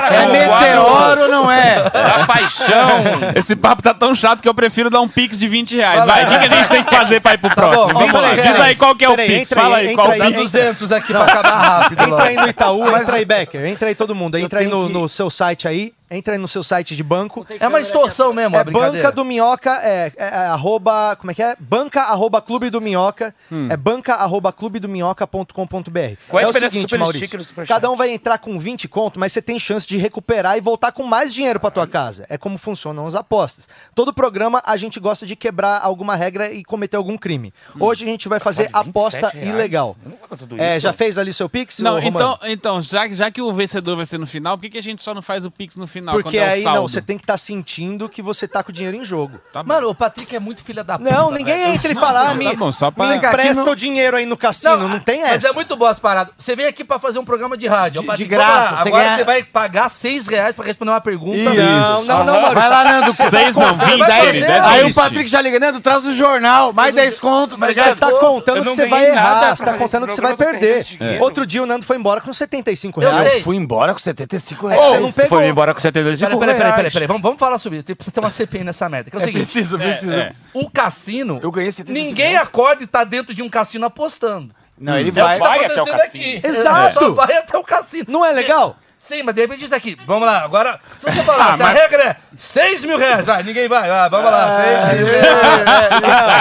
B: É meteoro, não é?
C: Da paixão.
E: Esse papo tá tão chato que eu prefiro dar um pix de 20 reais. Vai, o que, que a gente tem que fazer pra ir pro próximo?
G: bom,
E: Vamos
G: ó,
E: lá,
G: peraí,
E: diz aí qual que é o
A: peraí,
E: pix.
A: entra
E: Fala
A: aí,
E: aí
A: entra
E: qual é
A: aí,
G: Dá
A: entra-
G: 200 aqui pra acabar rápido.
A: Entra
G: logo.
A: aí no Itaú, entra aí, Becker. Entra aí todo mundo. Entra aí no,
B: que-
A: no seu site aí. Entra aí no seu site de banco.
G: É uma extorsão mesmo,
A: É
G: a brincadeira.
A: banca do Minhoca, é, é, é arroba, como é que é? Banca arroba clube do Minhoca, é banca arroba clube do minhoca.com.br.
C: Hum. Qual é a
A: o
C: diferença do
A: seguinte,
C: super
A: Maurício,
C: sticker e do super
A: cada um vai entrar com 20 conto, mas você tem chance de recuperar e voltar com mais dinheiro pra
C: Ah.
A: tua casa. É como funcionam as apostas. Todo programa a gente gosta de quebrar alguma regra e cometer algum crime.
C: Hum.
A: Hoje a gente vai fazer
C: Olha, 27
A: aposta
C: reais?
A: ilegal.
C: Eu não vou fazer tudo
A: É,
C: isso.
A: já fez ali seu pix? ô,
E: Não,
A: Romano?
E: então, então já, que- já que o vencedor vai ser no final, por que, que a gente só não faz o Pix no final?
A: Porque
E: quando é o
A: aí
E: saldo?
A: não, você tá tem que estar sentindo que você tá com o dinheiro em jogo.
G: Mano, o Patrick é muito filha da puta.
A: Não, ninguém
G: velho.
A: entra e fala, ah, me,
E: Tá bom, só pra-
A: me
E: Vem cá,
A: empresta o dinheiro aí no cassino, não, tem essa.
G: Mas é muito boa as paradas. Você veio aqui pra fazer um programa de rádio. ó, Patrick,
B: de graça,
G: vamos lá.
B: você
G: Agora
B: ganha-
G: você vai pagar seis reais pra responder uma pergunta.
A: Não, não, não, Maurício.
B: Vai lá, Nando.
E: Seis não,
G: Vai
E: 20,
G: fazer,
E: deve, deve
B: Aí o
E: existir.
B: Patrick já liga, Nando, traz o jornal, mais 10 conto.
A: Mas
B: obrigado.
A: você tá
I: Eu
A: contando
I: não
A: que você vai
I: ganhei nada
A: errar,
I: pra
A: você
I: fazer
A: tá
I: esse
A: contando que você vai
I: programa, eu tô
A: perder.
I: perdendo dinheiro.
A: Outro dia o Nando foi embora com 75
G: Eu
A: reais.
G: sei.
B: Eu fui embora com 75
A: É que
B: reais.
A: você não
C: Você
A: pegou.
C: foi embora com 72 de
G: Peraí, peraí, peraí, peraí, peraí. Vamos, vamos falar sobre isso. Tem- Precisa ter uma CPI nessa merda. Que é o seguinte:
B: Preciso, preciso.
E: é.
G: o cassino.
B: Eu ganhei 75
G: Ninguém
B: reais.
G: acorda e tá dentro de um cassino apostando.
B: Não, ele
G: É o
B: vai.
G: que tá
C: vai até o
G: acontecendo
C: cassino.
G: aqui.
A: Exato.
G: Só vai até o cassino.
A: Não é legal?
G: Sim, mas de repente isso aqui. Vamos lá, agora. Se você falar, se a regra é 6 mil reais, vai, ninguém vai, vai vamos lá. seis mil reais.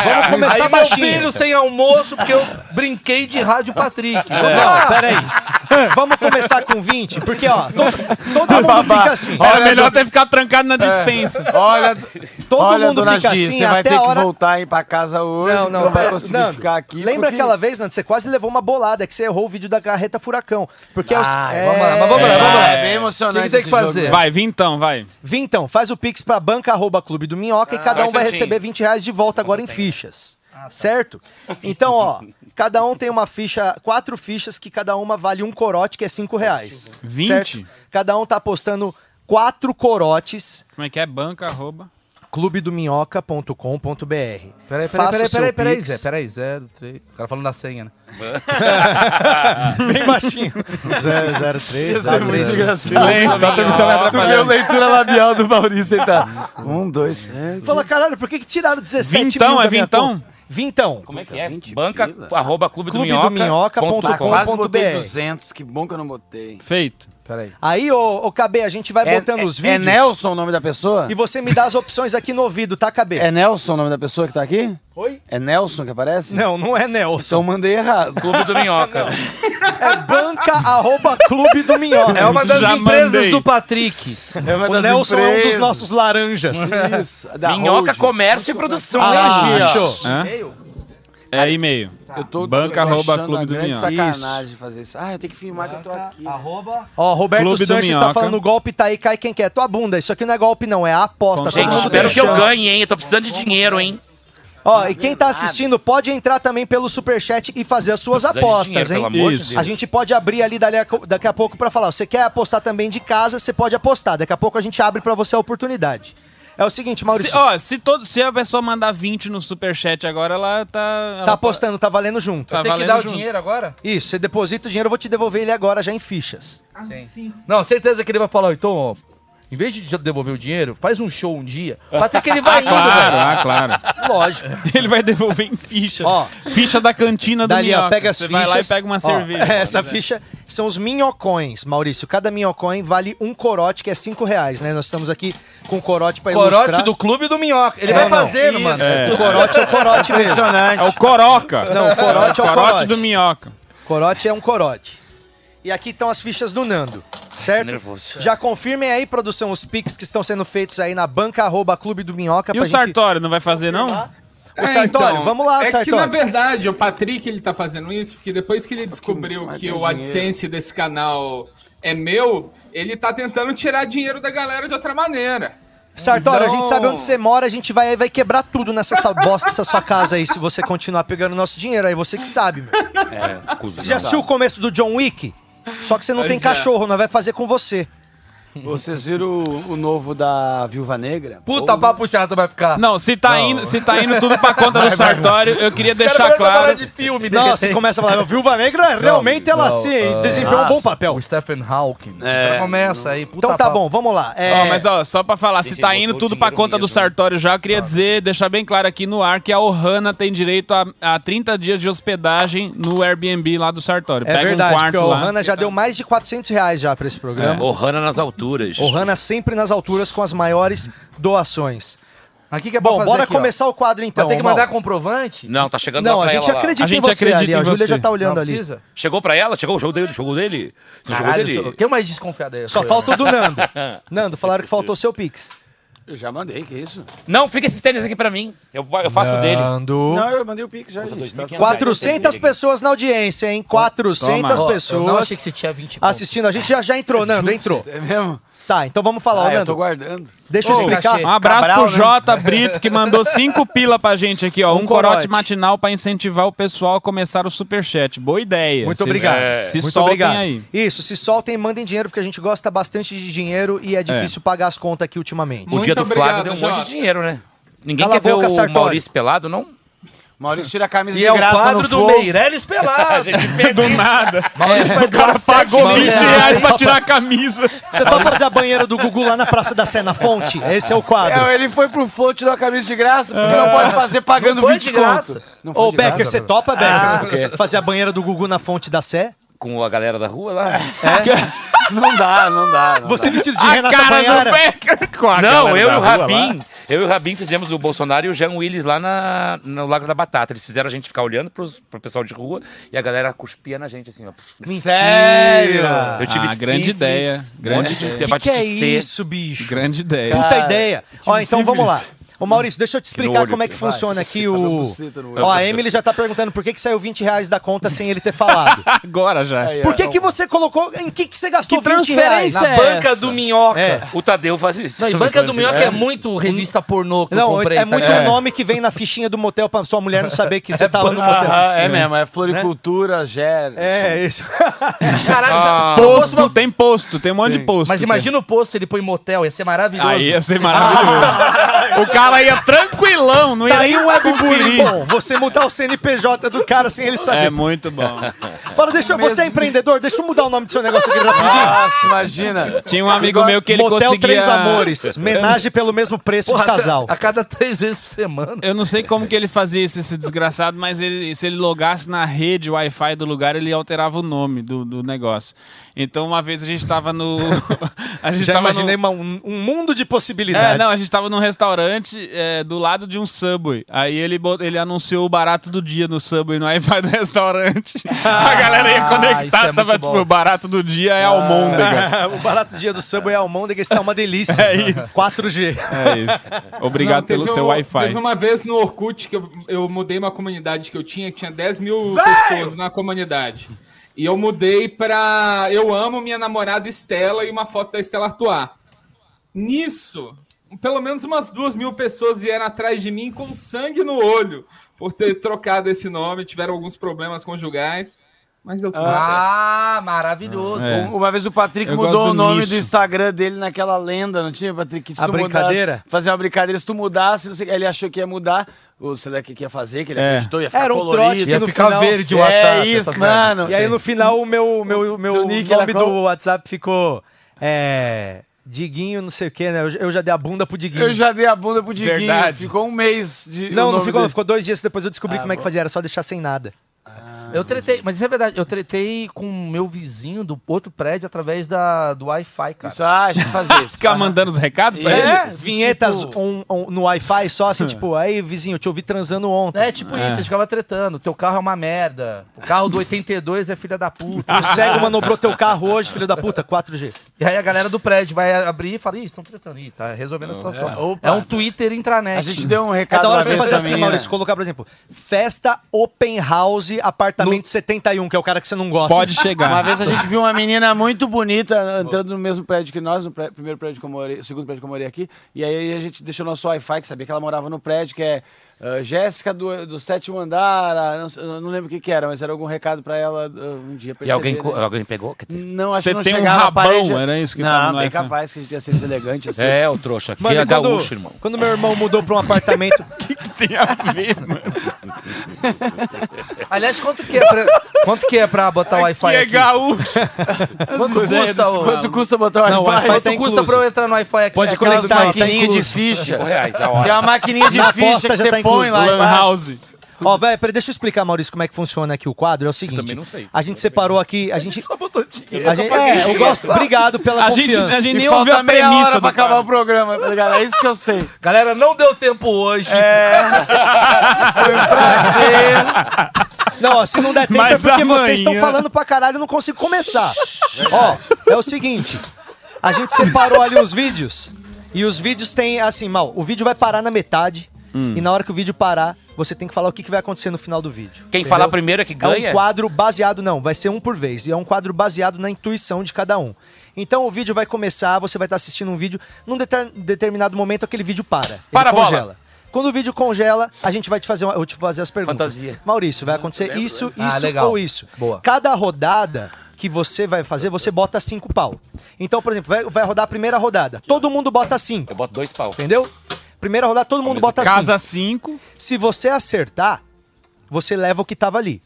A: Vamos começar
G: Aí meu
A: baixinho.
G: filho sem almoço porque eu brinquei de rádio Patrick. Vamos
A: Não,
G: lá.
A: peraí. Vamos começar com 20, porque, ó, to- todo, mundo
B: babá.
A: fica assim.
E: Olha, É melhor ter ficado trancado
A: É.
E: na dispensa.
B: Olha,
A: Todo
B: olha,
A: mundo
B: dona
A: fica
B: Gi,
A: assim
B: você vai
A: até
B: ter
A: a
B: que
A: hora-
B: voltar aí pra casa hoje,
A: Não, não,
B: vai
A: pera-
B: conseguir
A: Nando,
B: ficar aqui.
A: Lembra
B: porque-
A: aquela vez, Nando? Você quase levou uma bolada, que você errou o vídeo da carreta furacão. Porque os.
B: Ai,
A: é,
B: vamos lá, mas vamos lá, vamos lá.
G: É.
B: bem
G: O que
B: emocionante
G: que tem que
B: esse jogo,
G: fazer?
B: né?
E: Vai, vim então, vai.
A: Vintão, faz o pix pra banca arroba clube do Minhoca e
B: Ah,
A: cada
C: só
A: um vai
C: instantinho.
A: receber 20 reais de volta agora em fichas.
B: tá.
A: Certo? Então, ó, cada um tem uma ficha, quatro fichas que cada uma vale um corote, que é 5 reais.
E: 20?
A: Certo? Cada um tá apostando quatro corotes,
E: Como é que é? Banca, arroba.
A: clubedominhoca.com.br.
G: Peraí, peraí,
A: Faça o
G: peraí,
A: seu
G: peraí, peraí,
A: pix.
G: Zé, peraí, zero, três. O cara falando da senha, né?
A: Bem baixinho.
B: 003, 03.
E: Silêncio, tá tentando me atrapalhando.
B: leitura labial do Maurício, ele tá. Um, dois, três.
A: Fala, caralho, por que, que tiraram 17
E: Vintão,
A: mil da
E: é
A: minha
E: vintão?
A: conta? Vintão.
C: Como é que é?
B: Gente,
C: Banca,
B: pila.
C: arroba clube do
A: Clube do Minhoca ponto
B: Ah,
C: minhoca.com.
A: com.
B: quase
A: ponto
B: botei
A: BR.
B: 200, que bom que eu não botei.
E: Feito.
G: Peraí.
A: Aí, ô, ô KB, a gente vai botando os
B: é
A: vídeos.
B: Nelson o nome da pessoa?
A: E você me dá as opções aqui no ouvido, tá, KB?
B: É Nelson o nome da pessoa que tá aqui?
A: Oi?
B: É Nelson que aparece?
A: Não, não é Nelson.
B: Então mandei errado.
C: Clube do Minhoca.
A: É banca arroba clube do Minhoca.
G: É uma das
E: Já
G: empresas
E: mandei.
G: do Patrick.
B: É uma
A: O
B: das
A: Nelson é um dos
B: empresas.
A: nossos laranjas.
B: Isso, é da
C: Minhoca,
B: Hold.
C: comércio e produção.
A: Ah,
C: né, Gui?
A: achou.
E: Hã? É e-mail.
B: Eu tô
E: Banca
B: eu tô
E: arroba
B: achando
E: Clube
B: uma
E: do
B: grande
E: Minhoca.
B: sacanagem fazer isso. Ah, eu tenho que filmar que eu tô aqui.
G: Arroba.
A: Ó, Roberto
E: Clube do
A: Sanches tá
E: Minhoca.
A: falando golpe, tá aí, cai quem quer. Tua bunda, isso aqui não é golpe não, é aposta. todo
C: Gente,
A: mundo
C: espero
A: tem
C: que eu
A: chance.
C: ganhe, hein? Eu tô precisando de dinheiro, hein?
A: Ó, e quem tá assistindo pode entrar também pelo superchat e fazer as suas
C: precisando de
A: apostas,
C: dinheiro,
A: hein?
C: pelo amor de
A: Isso.
C: Deus.
A: A gente pode abrir ali dali a co- daqui a pouco pra falar. Você quer apostar também de casa, você pode apostar. Daqui a pouco a gente abre pra você a oportunidade. É o seguinte, Maurício.
E: Se, ó, se, todo, se a pessoa mandar 20 no superchat agora, ela tá. ela
A: Tá apostando, tá valendo junto.
E: Tá
G: Tem que
E: valendo
G: dar o
E: junto.
G: dinheiro agora?
A: Isso, você deposita o dinheiro, eu vou te devolver ele agora já em fichas.
G: Sim. Não, certeza que ele vai falar, então, ó. Em vez de já devolver o dinheiro, faz um show um dia. Patrick, ele vai indo,
E: Claro,
G: velho.
E: ah, claro.
A: Lógico.
E: Ele vai devolver em ficha.
A: Ó.
E: ficha da cantina do
A: Dali, ó,
E: Minhoca.
A: pega as
E: Você
A: fichas.
E: vai lá e pega uma
A: Ó, é,
E: cerveja. né?
A: Essa ficha são os minhocões, Maurício. Cada minhocõe vale um corote, que é cinco reais, né? Nós estamos aqui com corote pra
G: Corote
A: ilustrar.
G: do clube do Minhoca. Ele
A: É,
G: vai
A: não.
G: fazendo,
A: Isso,
G: mano.
A: O corote é o corote mesmo.
E: É
B: Impressionante.
E: o Coroca.
A: Não, o corote é o corote.
E: do Minhoca.
A: Corote é um corote. E aqui estão as fichas do Nando, certo?
C: nervoso.
A: Já confirmem aí, produção, os pics que estão sendo feitos aí na banca arroba clube do Minhoca
E: E
A: pra
E: o
A: gente...
E: Sartório não vai fazer, não?
A: Ô, Sartório, vamos lá,
D: é que na
A: Sartório.
D: verdade o Patrick ele tá fazendo isso porque depois que ele descobriu que o AdSense desse canal é meu, ele tá tentando tirar dinheiro da galera de outra maneira.
A: Sartório, a
D: Não.
A: gente sabe onde você mora, a gente vai, vai quebrar tudo nessa sa- bosta dessa sua casa aí, se você continuar pegando nosso dinheiro. Aí você que sabe, meu.
C: É,
A: Você já assistiu o começo do John Wick? Só que você não tem
E: é.
A: cachorro, nós vai fazer com você.
B: Vocês viram o, o novo da Viúva Negra?
G: Puta papo chato vai ficar.
E: Não, se tá, Indo, se tá indo tudo pra conta do Sartório, eu queria deixar claro.
G: de filme, né?
A: Não, você começa a falar, Viúva Negra, realmente ela
G: não,
A: se
G: ah,
A: desempenhou um bom
B: nossa,
A: papel. É,
G: O Stephen Hawking. Então começa aí, puta
A: Então tá
G: papo.
A: bom, vamos lá. É,
E: Ó, mas ó, só pra falar, se
C: Gente,
E: tá
C: ele
E: indo
C: botou
E: tudo
C: o
E: pra
C: dinheiro
E: conta do
C: mesmo. né?
E: Sartório já, eu queria dizer, deixar bem claro aqui no ar que a Ohana tem direito a, a 30 dias de hospedagem no Airbnb lá do
A: é
E: Sartório. Pega
A: verdade,
E: um
A: porque
E: quarto
A: o
E: lá.
A: Hanna já deu mais de 400 reais já pra esse programa.
C: Ohana nas alturas.
E: É.
A: O Hanna sempre nas alturas com as maiores doações.
G: Aqui que é pra
A: Bom,
G: fazer
A: bora
G: aqui, ó.
A: começar o quadro então.
G: Vai ter que
A: irmão.
G: mandar comprovante?
C: Não, tá chegando
A: Não,
C: lá
A: a
C: pra
A: gente
C: ela lá.
A: acredita
E: A gente
A: em você
E: acredita
A: ali.
E: em
A: a Júlia
E: você.
A: já tá
G: Não
A: olhando ali.
G: precisa?
C: Chegou pra ela? Chegou o jogo dele? Chegou dele? Não chegou
G: Caralho, sou-
C: dele?
G: quem é o mais desconfiado aí?
A: Só
G: Sou eu,
A: falta
G: né?
A: o do Nando. Nando, falaram que faltou seu Pix.
B: Eu já mandei, que isso?
E: Hum.
C: Não, fica esse tênis aqui pra mim. Eu, eu faço dele.
A: Nando.
B: Não, eu mandei o Pix já, gente. Tá...
A: 400 pessoas na audiência, hein? 400
E: Toma.
G: Eu não
A: pessoas
G: achei que você tinha 20 pontos.
A: assistindo. A gente já, já entrou, Nando, entrou.
B: É mesmo?
A: Tá, então vamos falar,
B: Ah, eu tô
A: Nando.
B: guardando.
A: Deixa eu
G: Ô,
A: explicar.
G: cachê.
E: Um abraço
B: Cabral,
E: pro
B: né?
E: Jota Brito, que mandou cinco pila pra gente aqui, ó.
A: Um
E: Um, corote.
A: corote.
E: matinal pra incentivar o pessoal a começar o superchat. Boa ideia.
A: Muito
E: Vocês
A: obrigado.
E: Se é.
A: Muito
E: soltem
A: obrigado.
E: aí.
A: Isso, se soltem, mandem dinheiro, porque a gente gosta bastante de dinheiro e é difícil pagar as contas aqui ultimamente.
C: O dia do
D: Muito
C: Flávio
D: obrigado,
C: deu um
D: Jota.
C: monte de dinheiro, né? Ninguém
A: Cala
C: quer
A: a boca,
C: ver o
A: Sartori.
C: Maurício pelado, não?
B: Maurício tira a camisa
G: E
B: de
G: é o
B: graça
G: quadro
B: no
G: do
B: Flow.
G: Meirelles Pelado.
E: Do nada.
B: É,
G: Maurício vai
E: O cara
G: doar
E: pagou
G: sete
E: 20
G: mil
E: reais pra tirar a camisa.
A: Você pode fazer a banheira do Gugu lá na Praça da Sé, na fonte? Esse é o quadro.
B: É, ele foi pro Flow, tirou a camisa de graça, porque não pode fazer pagando
G: Não foi
B: 20
G: de graça.
B: conto. Não foi
A: Ô,
B: de
A: Becker,
B: graça, né?
A: você
B: não.
A: topa, Becker? fazer a banheira do Gugu na fonte da Sé?
C: com a galera da rua lá?
B: Não dá, não dá. não
A: Você vestido de
E: a
A: Renata
E: cara
A: Banhara.
E: do Becker com a
C: Não,
E: galera
C: eu
E: da
C: e o
E: rua lá.
C: Rabin. Eu e o Rabin fizemos o Bolsonaro e o Jean Willis lá na, no Lago da Batata. Eles fizeram a gente ficar olhando pros, pro pessoal de rua e a galera cuspia na gente, assim, ó.
B: dá. Sério?
C: Eu tive
E: Ah, grande
C: sífilis,
E: ideia,
C: um monte de
E: grande ideia.
A: Que que
C: hepatite
A: é
C: C.
A: isso, bicho?
E: Grande ideia.
A: Puta ideia. Ó, então vamos lá. Ô Maurício, deixa eu te explicar
C: olho,
A: como é que
C: filho.
A: funciona aqui o.
B: bucetas no olho.
A: Ó, a Emily já tá perguntando por que, que saiu 20 reais da conta sem ele ter falado.
E: Agora já.
A: Por que, que você colocou. Em que, que você gastou
B: Que
A: 20 reais?
B: transferência
A: Na
B: é
A: ban-
B: essa?
I: Banca do Minhoca.
A: É.
C: O Tadeu faz isso.
I: Não, e Banca do Minhoca é muito revista pornô que eu
A: Não,
I: comprei.
A: é
I: tá
A: muito
I: ligado?
A: nome que vem na fichinha do motel pra sua mulher não saber que você tava no motel.
B: Aham, é mesmo, é floricultura, gera.
A: É, isso.
I: Caralho, sabe?
E: Posto, tem posto, tem um monte de posto.
I: Mas imagina o posto, ele põe motel, Ah, ia ser maravilhoso.
E: Aí ia ser maravilhoso. o cara ia tranquilão, não ia
A: Tá aí
E: nem
A: um webbullying
E: conferir.
A: bom. Você mudar o CNPJ do cara sem ele
E: É
A: saber.
E: muito bom.
A: Fala, deixa eu. Você é empreendedor? Deixa eu mudar o nome do seu negócio aqui rapidinho.
B: Nossa, imagina.
E: Tinha um amigo meu que ele
A: Motel
E: conseguia...
A: Três Amores. Homenagem pelo mesmo preço
I: Porra,
A: de casal.
G: tá-
I: A cada três vezes por semana.
E: Eu não sei como que ele fazia isso, esse desgraçado, mas ele- se ele logasse na rede Wi-Fi do lugar, ele alterava o nome do, do negócio. Então uma vez a gente tava no. a gente
A: Já
E: tava
A: imaginei
E: no...
A: uma- um, um mundo de possibilidades.
E: tá É, não, a gente tava num restaurante é, do lado de um Subway. Aí ele, bot- ele anunciou o barato do dia no Subway, no Wi-Fi do restaurante. a galera
D: Ah,
E: ia
I: isso
E: conectar,
I: é muito
E: tava
I: bom.
E: tipo, o barato do dia é almôndega.
A: o barato dia do Subway é almôndega, está uma delícia.
E: É isso.
A: 4G.
E: É isso. Obrigado
D: Não, teve
E: pelo seu
D: um-
E: Wi-Fi.
D: Teve uma vez no Orkut que eu, eu mudei uma comunidade que eu tinha, que tinha 10 mil pessoas na comunidade. E eu mudei pra Eu Amo Minha Namorada Estela e uma foto da Estela Artois. Nisso, pelo menos umas duas mil pessoas vieram atrás de mim com sangue no olho por ter trocado esse nome, tiveram alguns problemas conjugais, mas deu tudo certo.
I: Ah, maravilhoso.
E: É.
B: Um- Uma vez o Patrick
E: Eu
B: mudou
E: gosto
B: o
E: do
B: nome
E: nicho.
B: do Instagram dele naquela lenda, não tinha, Patrick? Que se
A: A
B: tu mudasse-
A: brincadeira?
B: fazer uma brincadeira, se tu mudasse, não sei, ele achou que ia mudar, ou sei lá o que que ia fazer, que ele
E: É.
B: acreditou, ia ficar
A: Era um
B: colorido.
A: trote que
B: ia
A: no
B: ficar-
I: Ficar
A: final...
I: verde o WhatsApp.
B: É isso,
I: essas merdas.
B: mano.
A: E aí no final o meu, meu, meu
B: Do nick
A: nome
B: era qual?
A: do WhatsApp ficou... é, Diguinho, não sei o que, né? Eu- Eu já dei a bunda pro Diguinho.
B: Eu já dei a bunda pro Diguinho,
E: Verdade.
B: ficou um mês de o
A: Não, não
B: nome
A: ficou, não.
B: dele.
A: ficou dois dias depois eu descobri como é que fazia, era só deixar sem nada.
I: Eu tretei, mas isso é verdade, eu tretei com o meu vizinho do outro prédio através da, do Wi-Fi, cara.
B: Isso, ah, a gente faz isso.
E: Ficar mandando os recados pra ele?
A: É, vinhetas on- on- no Wi-Fi só, assim, tipo, aí, vizinho, eu te ouvi transando ontem.
I: É tipo isso, a gente ficava tretando. Teu carro é uma merda. O carro do 82 é filha da puta.
A: O cego manobrou teu carro hoje, filho da puta, 4G.
I: E aí a galera do prédio vai abrir e fala: Ih, estão tretando. Ih, tá resolvendo a situação. É, um Twitter intranet.
B: A gente deu um
A: É
B: recado
A: da hora
B: uma
A: você
B: vez
A: fazer
B: pra
A: assim,
B: menina.
A: Maurício, colocar, por exemplo, festa open house, apartamento 71, que é o cara que você não gosta.
E: Pode chegar.
B: Uma vez a gente viu uma menina muito bonita entrando no mesmo prédio que nós, no pré- primeiro prédio que eu morei, o segundo prédio que eu morei aqui, e aí a gente deixou nosso Wi-Fi, que sabia que ela morava no prédio, que é ah, Jéssica do, do sétimo andar, ah, não, eu não lembro o que que era, mas era algum recado pra ela ah, um dia pra
C: E alguém, co-
B: né?
C: alguém pegou? Quer dizer,
B: Não, acho
E: Você
B: que não
E: tem um
B: chegava, a
E: rabão,
B: parede-
E: era isso que tava
B: Não,
E: no
B: bem
E: Wi-Fi.
B: capaz que a gente ia ser deselegante assim.
C: É, o trouxa. Aqui
A: Mano,
C: é
A: e quando,
C: gaúcho, irmão.
A: quando meu irmão mudou pra um apartamento.
I: Aliás, quanto que é pra, quanto que é pra botar Wi-Fi?
E: é
I: Aqui?
E: gaúcho.
I: Quanto custa, o-
B: Quanto custa botar
A: Não,
B: o Wi-Fi?
A: Wi-Fi
I: quanto
A: tá
I: custa
A: incluso.
I: pra eu entrar no Wi-Fi aqui?
A: Pode
I: Aquela-
B: Aquelas
A: conectar, tá
B: maquininha de
A: incluso.
B: ficha.
C: Cinco reais a
B: Tem
C: hora.
B: uma maquininha de
A: Na aposta
B: ficha
A: já
B: que você
A: tá
B: põe
A: incluso.
B: lá
E: Lan
B: embaixo.
E: House.
A: Ó, velho, peraí, deixa eu explicar, Maurício, como é que funciona aqui o quadro. É o seguinte.
C: também não sei.
A: A gente separou aqui. A gente.
I: Só botou dinheiro.
A: A gente é, eu gosto. Obrigado pela
E: A gente,
A: confiança.
E: a gente
B: E
E: nem ouviu
B: falta
E: a
B: meia
E: premissa
B: hora
E: do
B: pra acabar o
E: quadro.
B: programa, tá ligado? É isso que eu sei.
I: Galera, não deu tempo hoje.
A: Não, ó, se não der tempo
E: Mas
A: é porque
E: amanhã-
A: vocês estão falando pra caralho e eu não consigo começar. ó, é o seguinte. A gente separou ali os vídeos. E os vídeos tem, assim, mal, o vídeo vai parar na metade. E na hora que o vídeo parar, você tem que falar o que, que vai acontecer no final do vídeo.
C: Quem
A: entendeu?
C: falar primeiro é que ganha.
A: É um quadro baseado, não, vai ser um por vez. E é um quadro baseado na intuição de cada um. Então o vídeo vai começar, você vai estar assistindo um vídeo. Num deter- determinado momento, aquele vídeo para. Ele
C: Para a bola.
A: congela. Quando o vídeo congela, a gente vai te fazer, uma- eu te fazer as perguntas.
C: Fantasia.
A: Maurício, vai acontecer isso,
I: Ah,
A: isso
I: legal.
A: ou isso.
I: Boa.
A: Cada rodada que você vai fazer, você bota cinco pau. Então, por exemplo, vai, vai rodar a primeira rodada. Todo mundo bota cinco,
C: Eu boto dois pau.
A: entendeu? Primeira rodada, todo mundo bota cinco.
E: Casa 5.
A: Se você acertar, você leva o que tava ali.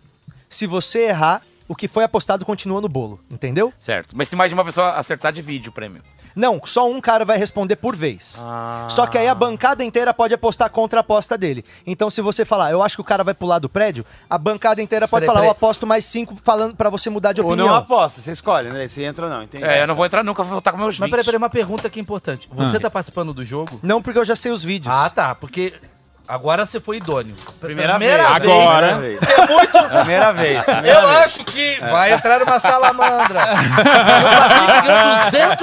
A: Se você errar, o que foi apostado continua no bolo, entendeu?
C: Certo. Mas se mais de uma pessoa acertar, divide o prêmio.
A: Não, só um cara vai responder por vez. Só que aí a bancada inteira pode apostar contra a aposta dele. Então se você falar, eu acho que o cara vai pular do prédio, a bancada inteira pode
G: Peraí,
A: falar,
G: peraí.
A: eu aposto mais cinco falando pra você mudar de
B: Ou
A: opinião.
B: não aposta, você escolhe, né? Se entra ou não, entende?
C: É, eu não vou entrar nunca, vou voltar com meus
G: Mas
C: 20.
G: peraí, peraí, uma pergunta que é importante. Você tá participando do jogo?
A: Não, porque eu já sei os vídeos.
G: Ah, tá. Porque agora você foi idôneo.
B: Primeira,
G: Primeira
B: vez.
G: vez.
E: Agora.
B: Primeira vez. Primeira vez. primeira
G: Eu
B: vez.
G: acho que vai entrar uma salamandra. e o Patrick ganhou 200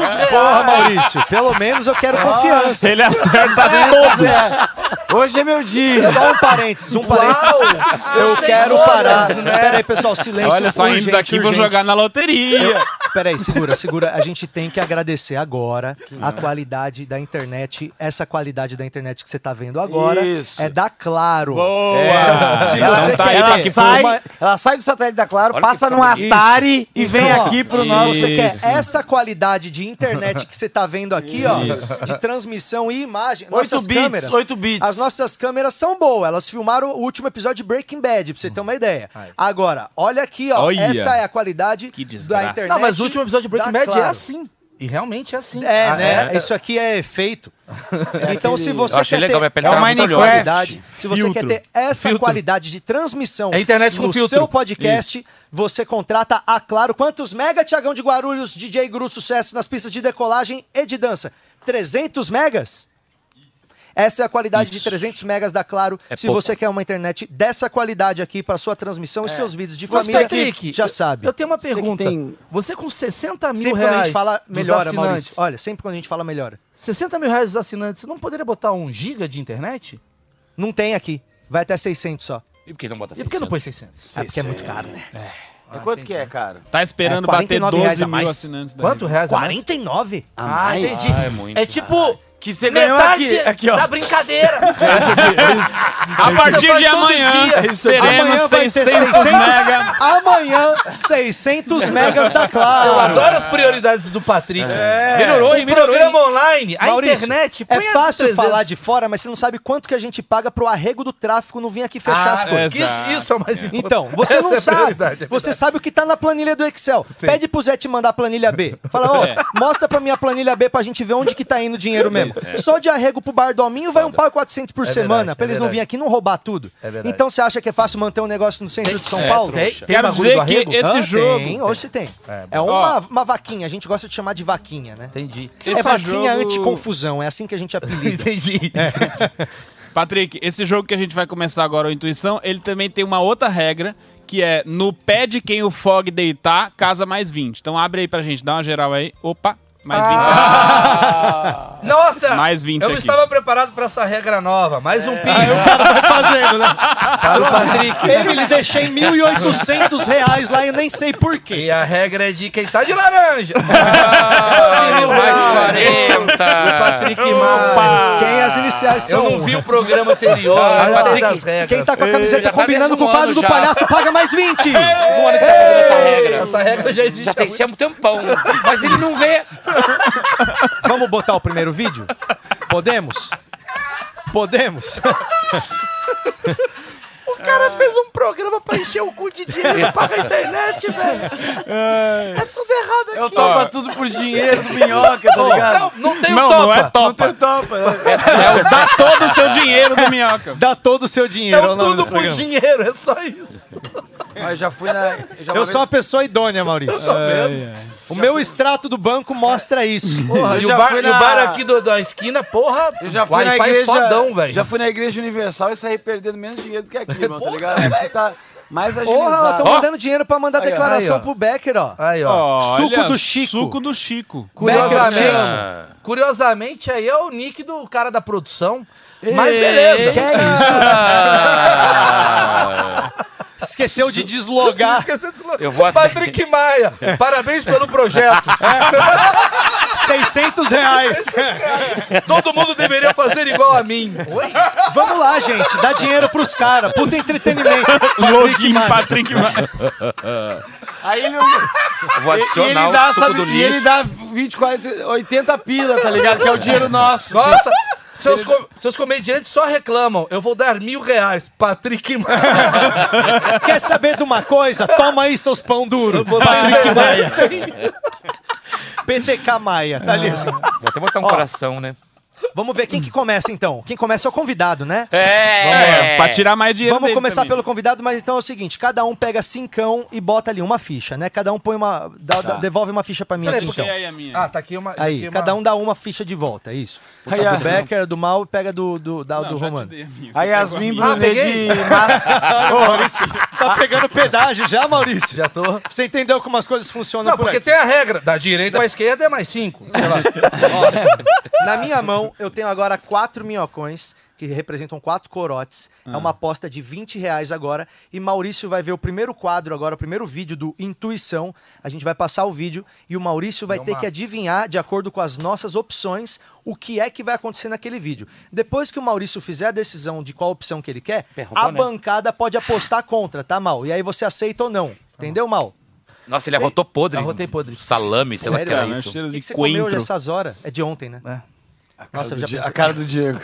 G: reais.
A: Porra, Ah, Maurício, pelo menos eu quero confiança.
E: Ele acerta todos.
B: Hoje é meu dia.
A: Só um parênteses, um parênteses. Eu
G: sei
A: quero
G: todas,
A: parar.
G: né?
A: Peraí, pessoal, silêncio.
E: Olha, saindo
A: urgente,
E: daqui, vou
A: urgente.
E: jogar na loteria.
A: Peraí, segura, segura. A gente tem que agradecer agora a qualidade da internet. Essa qualidade da internet que você tá vendo agora
B: Isso.
A: é da Claro. É.
E: Boa!
A: Se
B: Ela,
A: você
E: tá
A: quer
B: ela
A: ter
B: sai,
A: uma-
B: ela sai do satélite da Claro,
C: Olha
B: passa
C: que
B: num
C: comunista.
B: Atari e vem
A: Então, ó,
B: aqui pro
A: se
B: nosso.
A: Você quer
E: Isso.
A: essa qualidade de internet que você tá vendo aqui, ó, de transmissão e imagem.
B: 8
A: nossas
B: bits,
A: câmeras,
B: 8 bits.
A: As nossas câmeras são boas. Elas filmaram o último episódio de Breaking Bad, pra você ter uma ideia. Agora, olha aqui, ó.
E: Olha.
A: Essa é a qualidade
E: Que
A: da
E: desgraça.
A: internet.
G: Não, mas o último episódio de Breaking
A: da
G: Bad é
A: Claro.
G: assim. E realmente é assim.
A: É,
G: Ah,
A: né?
G: é.
A: Isso aqui é efeito. então, se você
C: Eu achei
A: quer
C: legal, minha
A: ter
C: pele tá
A: essa
C: maravilhosa.
A: qualidade, se você
E: Filtro.
A: quer ter essa
E: Filtro.
A: qualidade de transmissão
G: É internet com
A: no
G: filtro.
A: seu podcast, você contrata a Claro. Quantos mega, Tiagão de Guarulhos, DJ Gru, sucesso nas pistas de decolagem e de dança? 300 megas? Essa é a qualidade de 300 megas da Claro.
C: É
A: se
C: pouco.
A: você quer uma internet dessa qualidade aqui para sua transmissão e seus vídeos de
G: Você,
A: família,
G: Patrick,
A: já
G: eu-
A: sabe.
G: Eu tenho uma
B: Você que
G: pergunta. É. Você,
B: tem-
G: com 60 mil
A: Sempre
G: reais
A: quando a gente fala,
G: dos
A: melhora,
G: assinantes,
A: Maurício. Olha, sempre quando a gente fala, melhora.
G: 60 mil reais dos assinantes, você não poderia botar um giga de internet?
A: Não tem aqui. Vai até 600 só.
C: E por que não bota assim?
G: E por que não
C: 600?
G: pôs 600?
A: É porque é muito caro, né?
B: É quanto que é, cara?
E: Tá esperando
A: É,
E: bater
A: 49 reais
E: 12
A: a mais.
E: mil assinantes daí.
G: Quanto reais? a mais?
A: 49?
G: Ah, entendi.
C: Ah, é muito.
G: é tipo...
B: Que você ganhou
G: Metade
B: aqui. Aqui, ó.
G: da brincadeira. é
E: A partir de amanhã, teremos 600 mega.
A: Amanhã, 600 megas da Claro.
G: Eu adoro as prioridades do Patrick.
E: É.
C: Melhorou, hein?
G: O
C: Melhorou. hein?
G: programa online, a
A: Maurício,
G: internet...
A: é
G: põe a
A: fácil
G: 300.
A: falar de fora, mas você não sabe quanto que a gente paga pro arrego do tráfico não vir aqui fechar as
G: Ah,
A: coisas.
G: isso, isso é o mais importante.
A: Então, você
G: Essa
A: não
G: é a
A: sabe.
G: prioridade, é
A: você sabe o que tá na planilha do Excel. Pede pro Zé te mandar a planilha B. Fala, ó,
E: É.
A: mostra pra mim a planilha B pra gente ver onde que tá indo o dinheiro mesmo. Só de arrego pro Bardominho vai um pau e 400 por semana, pra eles não virem aqui e não roubar tudo. então você acha que é fácil manter um negócio no centro de São Paulo?
E: Quero
G: bagulho
E: dizer
G: do
E: que
G: arrego?
E: esse
A: Hã?
E: jogo.
A: Tem, hoje tem. É, uma, uma vaquinha, a gente gosta de chamar de vaquinha, né?
G: Entendi.
A: É
E: Esse
A: vaquinha
E: jogo-
A: anticonfusão, é assim que a gente apelida.
G: Entendi.
E: Patrick, esse jogo que a gente vai começar agora, o Intuição, ele também tem uma outra regra, que é no pé de quem o Fog deitar, casa mais 20. Então abre aí pra gente, dá uma geral aí. Opa, mais 20.
G: Nossa!
E: Mais 20
G: Eu não
E: aqui.
G: estava preparado para essa regra nova. Mais um
A: Aí
G: pix
A: o cara vai fazendo, né?
G: para o Patrick.
A: Eu lhe deixei 1.800 reais lá e eu nem sei porquê.
G: E a regra é de quem tá de laranja. Ah, mil
C: mais
G: reais.
C: 40.
G: O Patrick Maia.
A: Quem é as iniciais
G: Eu
A: são?
G: não vi o programa anterior, eu não Ah, sei
C: Patrick,
G: das regras.
A: Quem tá com a
C: já
A: camiseta
C: tá
A: combinando com
C: desde um
A: o quadro
C: ano
A: do
C: já.
A: palhaço paga mais 20!
C: Mais um ano que tá fazendo essa regra.
G: Essa regra já existe.
C: Já tem sempre um tempão. Mas ele não vê.
A: Vamos botar o primeiro vídeo? Podemos? Podemos?
G: O cara fez um programa pra encher o cu de dinheiro paga a internet, velho. É tudo errado aqui.
B: Eu topa tudo por dinheiro do minhoca, tá ligado?
G: Não, não tem
E: Não,
G: o topa.
E: não é
B: Não
E: topa.
B: tem topa. né?
E: É o dá todo o seu dinheiro do Minhoca.
A: Dá todo o seu dinheiro. é o
G: Então
A: nome do
G: tudo por
A: programa.
G: dinheiro, é só isso.
B: Mas já fui na. já
A: Eu
B: uma vez-
A: sou uma pessoa idônea,
G: É,
A: Maurício. O meu extrato do banco mostra isso.
G: Porra,
B: Eu
G: e o
B: já
G: bar,
B: fui
G: e o
B: na-
G: bar aqui do- da esquina, porra,
B: Eu já fui na
G: Wi-Fi é
B: igreja.
G: fodão, velho.
B: já fui na igreja universal e saí perdendo menos dinheiro do que aqui, irmão, tá ligado? Aqui tá mais
A: Porra, eu
B: agilizado.
A: tô mandando dinheiro pra mandar
G: Aí, ó.
A: declaração
G: Aí, ó.
A: pro Becker, ó. é
G: Aí, ó.
E: Olha,
A: Suco do Chico.
E: Suco do Chico.
A: Becker, te
G: Curiosamente,
A: amo.
G: curiosamente, aí é o nick do cara da produção. Mas beleza.
A: Que é isso? Esqueceu de deslogar.
C: Eu vou até...
G: Patrick Maia, parabéns pelo projeto.
A: 600 reais.
G: Todo mundo deveria fazer igual a mim. Oi?
A: Vamos lá, gente. Dá dinheiro pros caras. Puta entretenimento.
E: Login Patrick Maia.
B: Aí ele,
C: Eu vou
B: e ele
C: adicionar
B: dá,
C: o suco
B: sabe,
C: do
B: e ele
C: lixo.
B: dá 20, 40, 80 pila, tá ligado? Que é o dinheiro nosso.
G: Nossa, seus, com- seus comediantes só reclamam. Eu vou dar mil reais. Patrick Maia.
A: Quer saber de uma coisa? Toma aí seus pão duro.
B: Patrick Maia.
A: PTK Maia, tá ali. assim.
C: Vou até botar um coração, né?
A: Vamos ver quem que começa então. Quem começa é o convidado, né?
C: É!
E: pra tirar mais dinheiro
A: Vamos
E: dele
A: começar
E: também.
A: pelo convidado, mas então é o seguinte: cada um pega cincão e bota ali uma ficha, né? Cada um põe uma. dá- dá- devolve uma ficha pra mim aqui,
E: Puxei
A: então.
E: Tá. aí a minha.
I: Ah, tá aqui uma. tá aqui
A: Aí,
I: uma-
A: cada um dá uma ficha de volta, é isso. Puta, do Becker, do Mal, pega do, do, da-
E: Não,
A: do
E: já te
A: Romano.
E: dei a minha, você
B: A Ah,
E: pegou
B: Yasmin
E: minha.
B: Brunet
I: peguei?
B: de Mar-
A: Maurício, tá pegando pedágio já, Maurício?
I: Já tô.
A: Você entendeu como as coisas funcionam
I: Não,
A: por
I: porque
A: aqui?
I: tem a regra. Da direita pra esquerda é mais cinco. Sei lá.
A: Na minha mão, eu tenho agora quatro minhocões, que representam quatro corotes.
E: Ah.
A: É uma aposta de 20 reais agora. E Maurício vai ver o primeiro quadro agora, o primeiro vídeo do Intuição. A gente vai passar o vídeo e o Maurício
E: É
A: vai ter que adivinhar, de acordo com as nossas opções, o que é que vai acontecer naquele vídeo. Depois que o Maurício fizer a decisão de qual opção que ele quer,
C: Perguntou,
A: a
C: né?
A: bancada pode apostar contra, tá, Mal? E aí você aceita ou não. Entendeu, Mal?
C: Nossa, ele arrotou podre.
I: Arrotei podre.
C: Salame, sei lá o
A: Sério,
C: que é
A: cara,
C: isso.
A: O
E: cheiro
A: que,
E: de
A: que você comeu hoje
E: coentro.
A: essas horas? É de ontem, né? Nossa, eu já
B: A
A: pensei...
B: cara do Diego.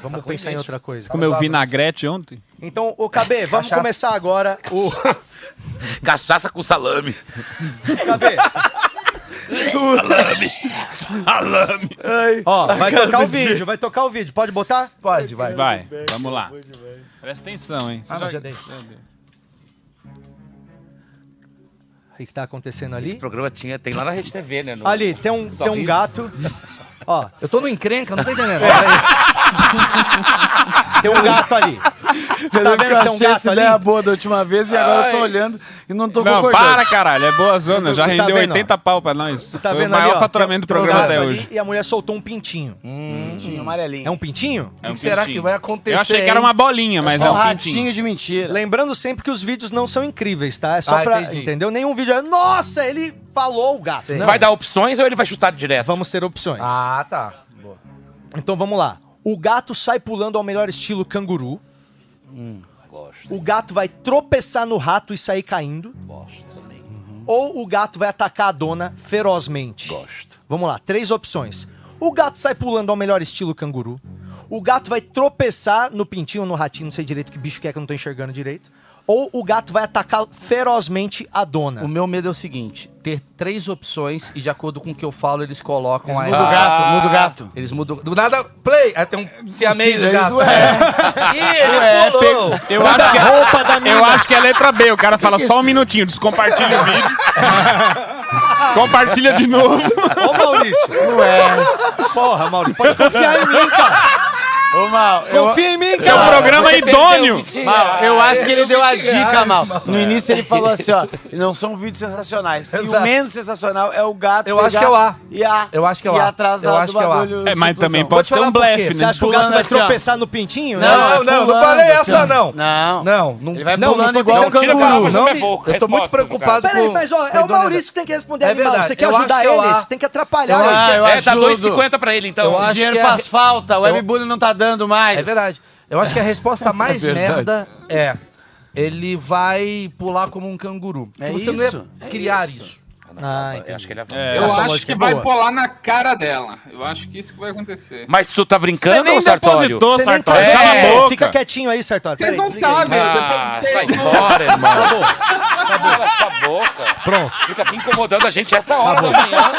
A: Vamos pensar em outra coisa.
E: Comeu vinagrete ontem?
A: Então, ô KB, vamos começar agora o.
C: Cachaça com salame.
A: KB,
C: Salame.
A: ó, vai tocar o vídeo, vai tocar o vídeo. Pode botar?
I: Pode, vai.
E: Vai, vamos lá. Presta atenção, hein? Você
I: Ah, não,
E: já-
I: já dei.
A: O que que tá acontecendo
C: Esse
A: ali?
C: programa tinha, tem lá na Rede TV, né? no-
A: Ali, tem um, tem um
C: Sorriso.
A: gato. Ó,
I: Eu tô no encrenca, não tô entendendo.
A: tem um gato ali.
B: Eu
A: Tá
B: lembro
A: vendo
B: que eu
A: que tem um
B: achei
A: gato
B: essa ideia
A: ali?
B: boa da última vez e agora eu tô
C: Ai.
B: olhando e não tô
E: Não,
B: concordando.
E: para, caralho. É boa zona. Já
A: Tá
E: rendeu
A: vendo, ó?
E: 80 pau pra nós.
A: Tá
E: Foi o
A: vendo
E: maior
A: ali, ó?
E: faturamento do
A: Tem um
E: programa
A: gato
E: até
A: ali
E: hoje.
A: E a mulher soltou um pintinho.
B: Tinha amarelinho.
A: É um pintinho?
E: É
I: O
E: um
I: que será que
E: pintinho.
I: vai acontecer?
E: Eu achei que era
I: hein?
E: uma bolinha, mas é
B: um
E: um pintinho.
B: ratinho de mentira.
A: Lembrando sempre que os vídeos não são incríveis, tá? É só
I: Ah,
A: pra.
I: entendi.
A: Entendeu? Nenhum vídeo é. Nossa, ele falou o gato. Não.
C: Vai dar opções ou ele vai chutar direto?
A: Vamos ter opções.
I: Ah, tá. Boa.
A: Então vamos lá. O gato sai pulando ao melhor estilo canguru.
I: Hum,
A: O gato vai tropeçar no rato e sair caindo. Uhum. Ou o gato vai atacar a dona ferozmente. Gosto. Vamos lá, três opções. O gato sai pulando ao melhor estilo canguru. O gato vai tropeçar no pintinho, no ratinho, não sei direito que bicho que é que eu não tô enxergando direito. Ou o gato vai atacar ferozmente a dona.
I: O meu medo é o seguinte: ter três opções e de acordo com o que eu falo, eles colocam aí.
B: Muda o gato, muda o gato.
I: Eles mudam. Do nada, play! Aí é. tem um siamês do
B: Cisne,
I: gato.
B: ué.
I: Ih, ele pulou!
E: Eu acho, que é, eu acho que é letra B. O cara fala só um minutinho, descompartilha o vídeo. Compartilha de novo.
A: Ô, Maurício! Não é. Porra, Maurício, pode confiar em mim, cara.
B: Ô, Mal, eu,
A: Confia em mim,
E: O
A: cara.
E: programa é idôneo.
B: Mal, eu acho que ele deu a dica, Mal. No início ele falou assim, ó, não são vídeos sensacionais. E o
I: Exato.
B: menos sensacional é o gato.
I: Eu acho
B: pegar
I: que é o A.
B: E a.
I: Eu acho que é o
B: E
I: A.
B: atrasar
I: Eu
B: do
I: acho que é o A.
B: bagulho
E: É, mas
B: explosão.
E: também
I: Vou te
E: pode ser
I: falar
E: um
I: por quê.
E: blefe,
A: Você
E: né?
A: acha que o gato
B: Pulando
A: vai
B: assim, ó.
A: tropeçar no pintinho? né?
I: Não, não, não
B: é pulando,
I: falei
B: assim,
I: essa,
B: ó.
I: não.
B: Não.
I: Não, não.
B: Ele vai
I: não,
B: pulando
I: não tô
B: igual
I: tentando-
B: um canguru.
I: Não,
C: Palavras
I: não
C: da
I: me-
C: minha boca.
I: Eu tô muito
C: Resposta do
I: preocupado
A: Peraí,
I: com.
A: mas ó, é
I: com
A: o
I: idoneidade.
A: Maurício que tem que responder
I: É
A: animal.
I: verdade,
A: Você quer
I: eu acho
A: ajudar
I: que é o
A: ele?
I: A.
A: Você tem que atrapalhar
B: Eu acho
A: ele.
B: que eu
C: é, dá
B: ajudo.
C: 2,50 pra ele, então.
I: Eu
B: Esse
I: acho
B: dinheiro
I: que é-
B: faz falta, o webbullying não tá dando mais.
I: É verdade. Eu acho que a resposta mais
B: verdade.
I: merda é. Ele vai pular como um canguru.
B: É
I: Porque você
B: isso,
I: não
B: é
I: ia criar
B: isso.
I: isso.
A: Ah,
C: Eu acho que ele avança.
D: Eu
A: Essa
D: acho
A: lógica é
D: que vai
A: boa.
D: pular na cara dela. Eu acho que isso que vai acontecer.
C: Mas tu tá
E: Você
C: brincando
E: nem
C: ou Sartório?
E: depositou,
A: Você nem
E: Sartório.
A: tá-
E: Cala a boca.
A: Fica quietinho aí, Sartori.
D: Vocês
A: Peraí.
D: não sabem.
C: É. Ah,
D: depois
C: sai
D: vocês-
C: fora, irmão.
A: Acabou.
C: Cala essa boca.
A: Pronto,
C: Fica aqui incomodando a gente essa hora da manhã.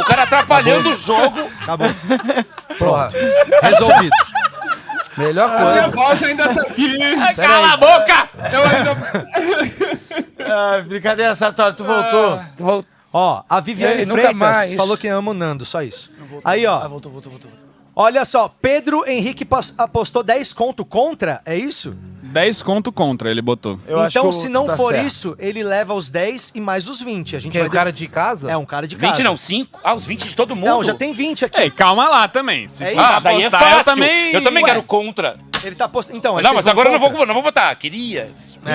C: O cara atrapalhando o jogo.
A: acabou. Pronto. Resolvido.
I: Melhor
D: A
I: coisa.
D: minha voz ainda tá aqui.
C: Cala a boca!
D: Eu ainda...
B: Ah, brincadeira, Sartori,
I: Ah.
B: tu voltou.
A: Ó, a Viviane
I: Ei, nunca
A: Freitas
I: mais.
A: falou que ama o Nando, só isso. Aí, ó. Ah, voltou, voltou, voltou. Olha só, Pedro Henrique pas- apostou 10 conto contra, é isso?
E: 10 conto contra, ele botou.
B: Eu acho que
A: então,
B: o-
A: se não
B: tá
A: for
B: certo.
A: isso, ele leva os 10 e mais os 20. A gente
I: Quem é
A: vai
I: o cara de casa?
A: de- É um cara de casa.
C: 20 não, 5? Ah, os 20 de todo mundo.
A: Não, já tem 20 aqui.
E: Ei, calma lá também. Se
A: É
E: for
A: isso.
C: Ah, daí é
E: apostar,
C: fácil.
E: Eu também,
C: eu também
E: Ué.
C: quero contra.
A: Ele tá postando. Então, aí
C: Não,
A: vocês
C: mas agora eu não
A: contra?
C: vou, não vou botar. Queria. mas não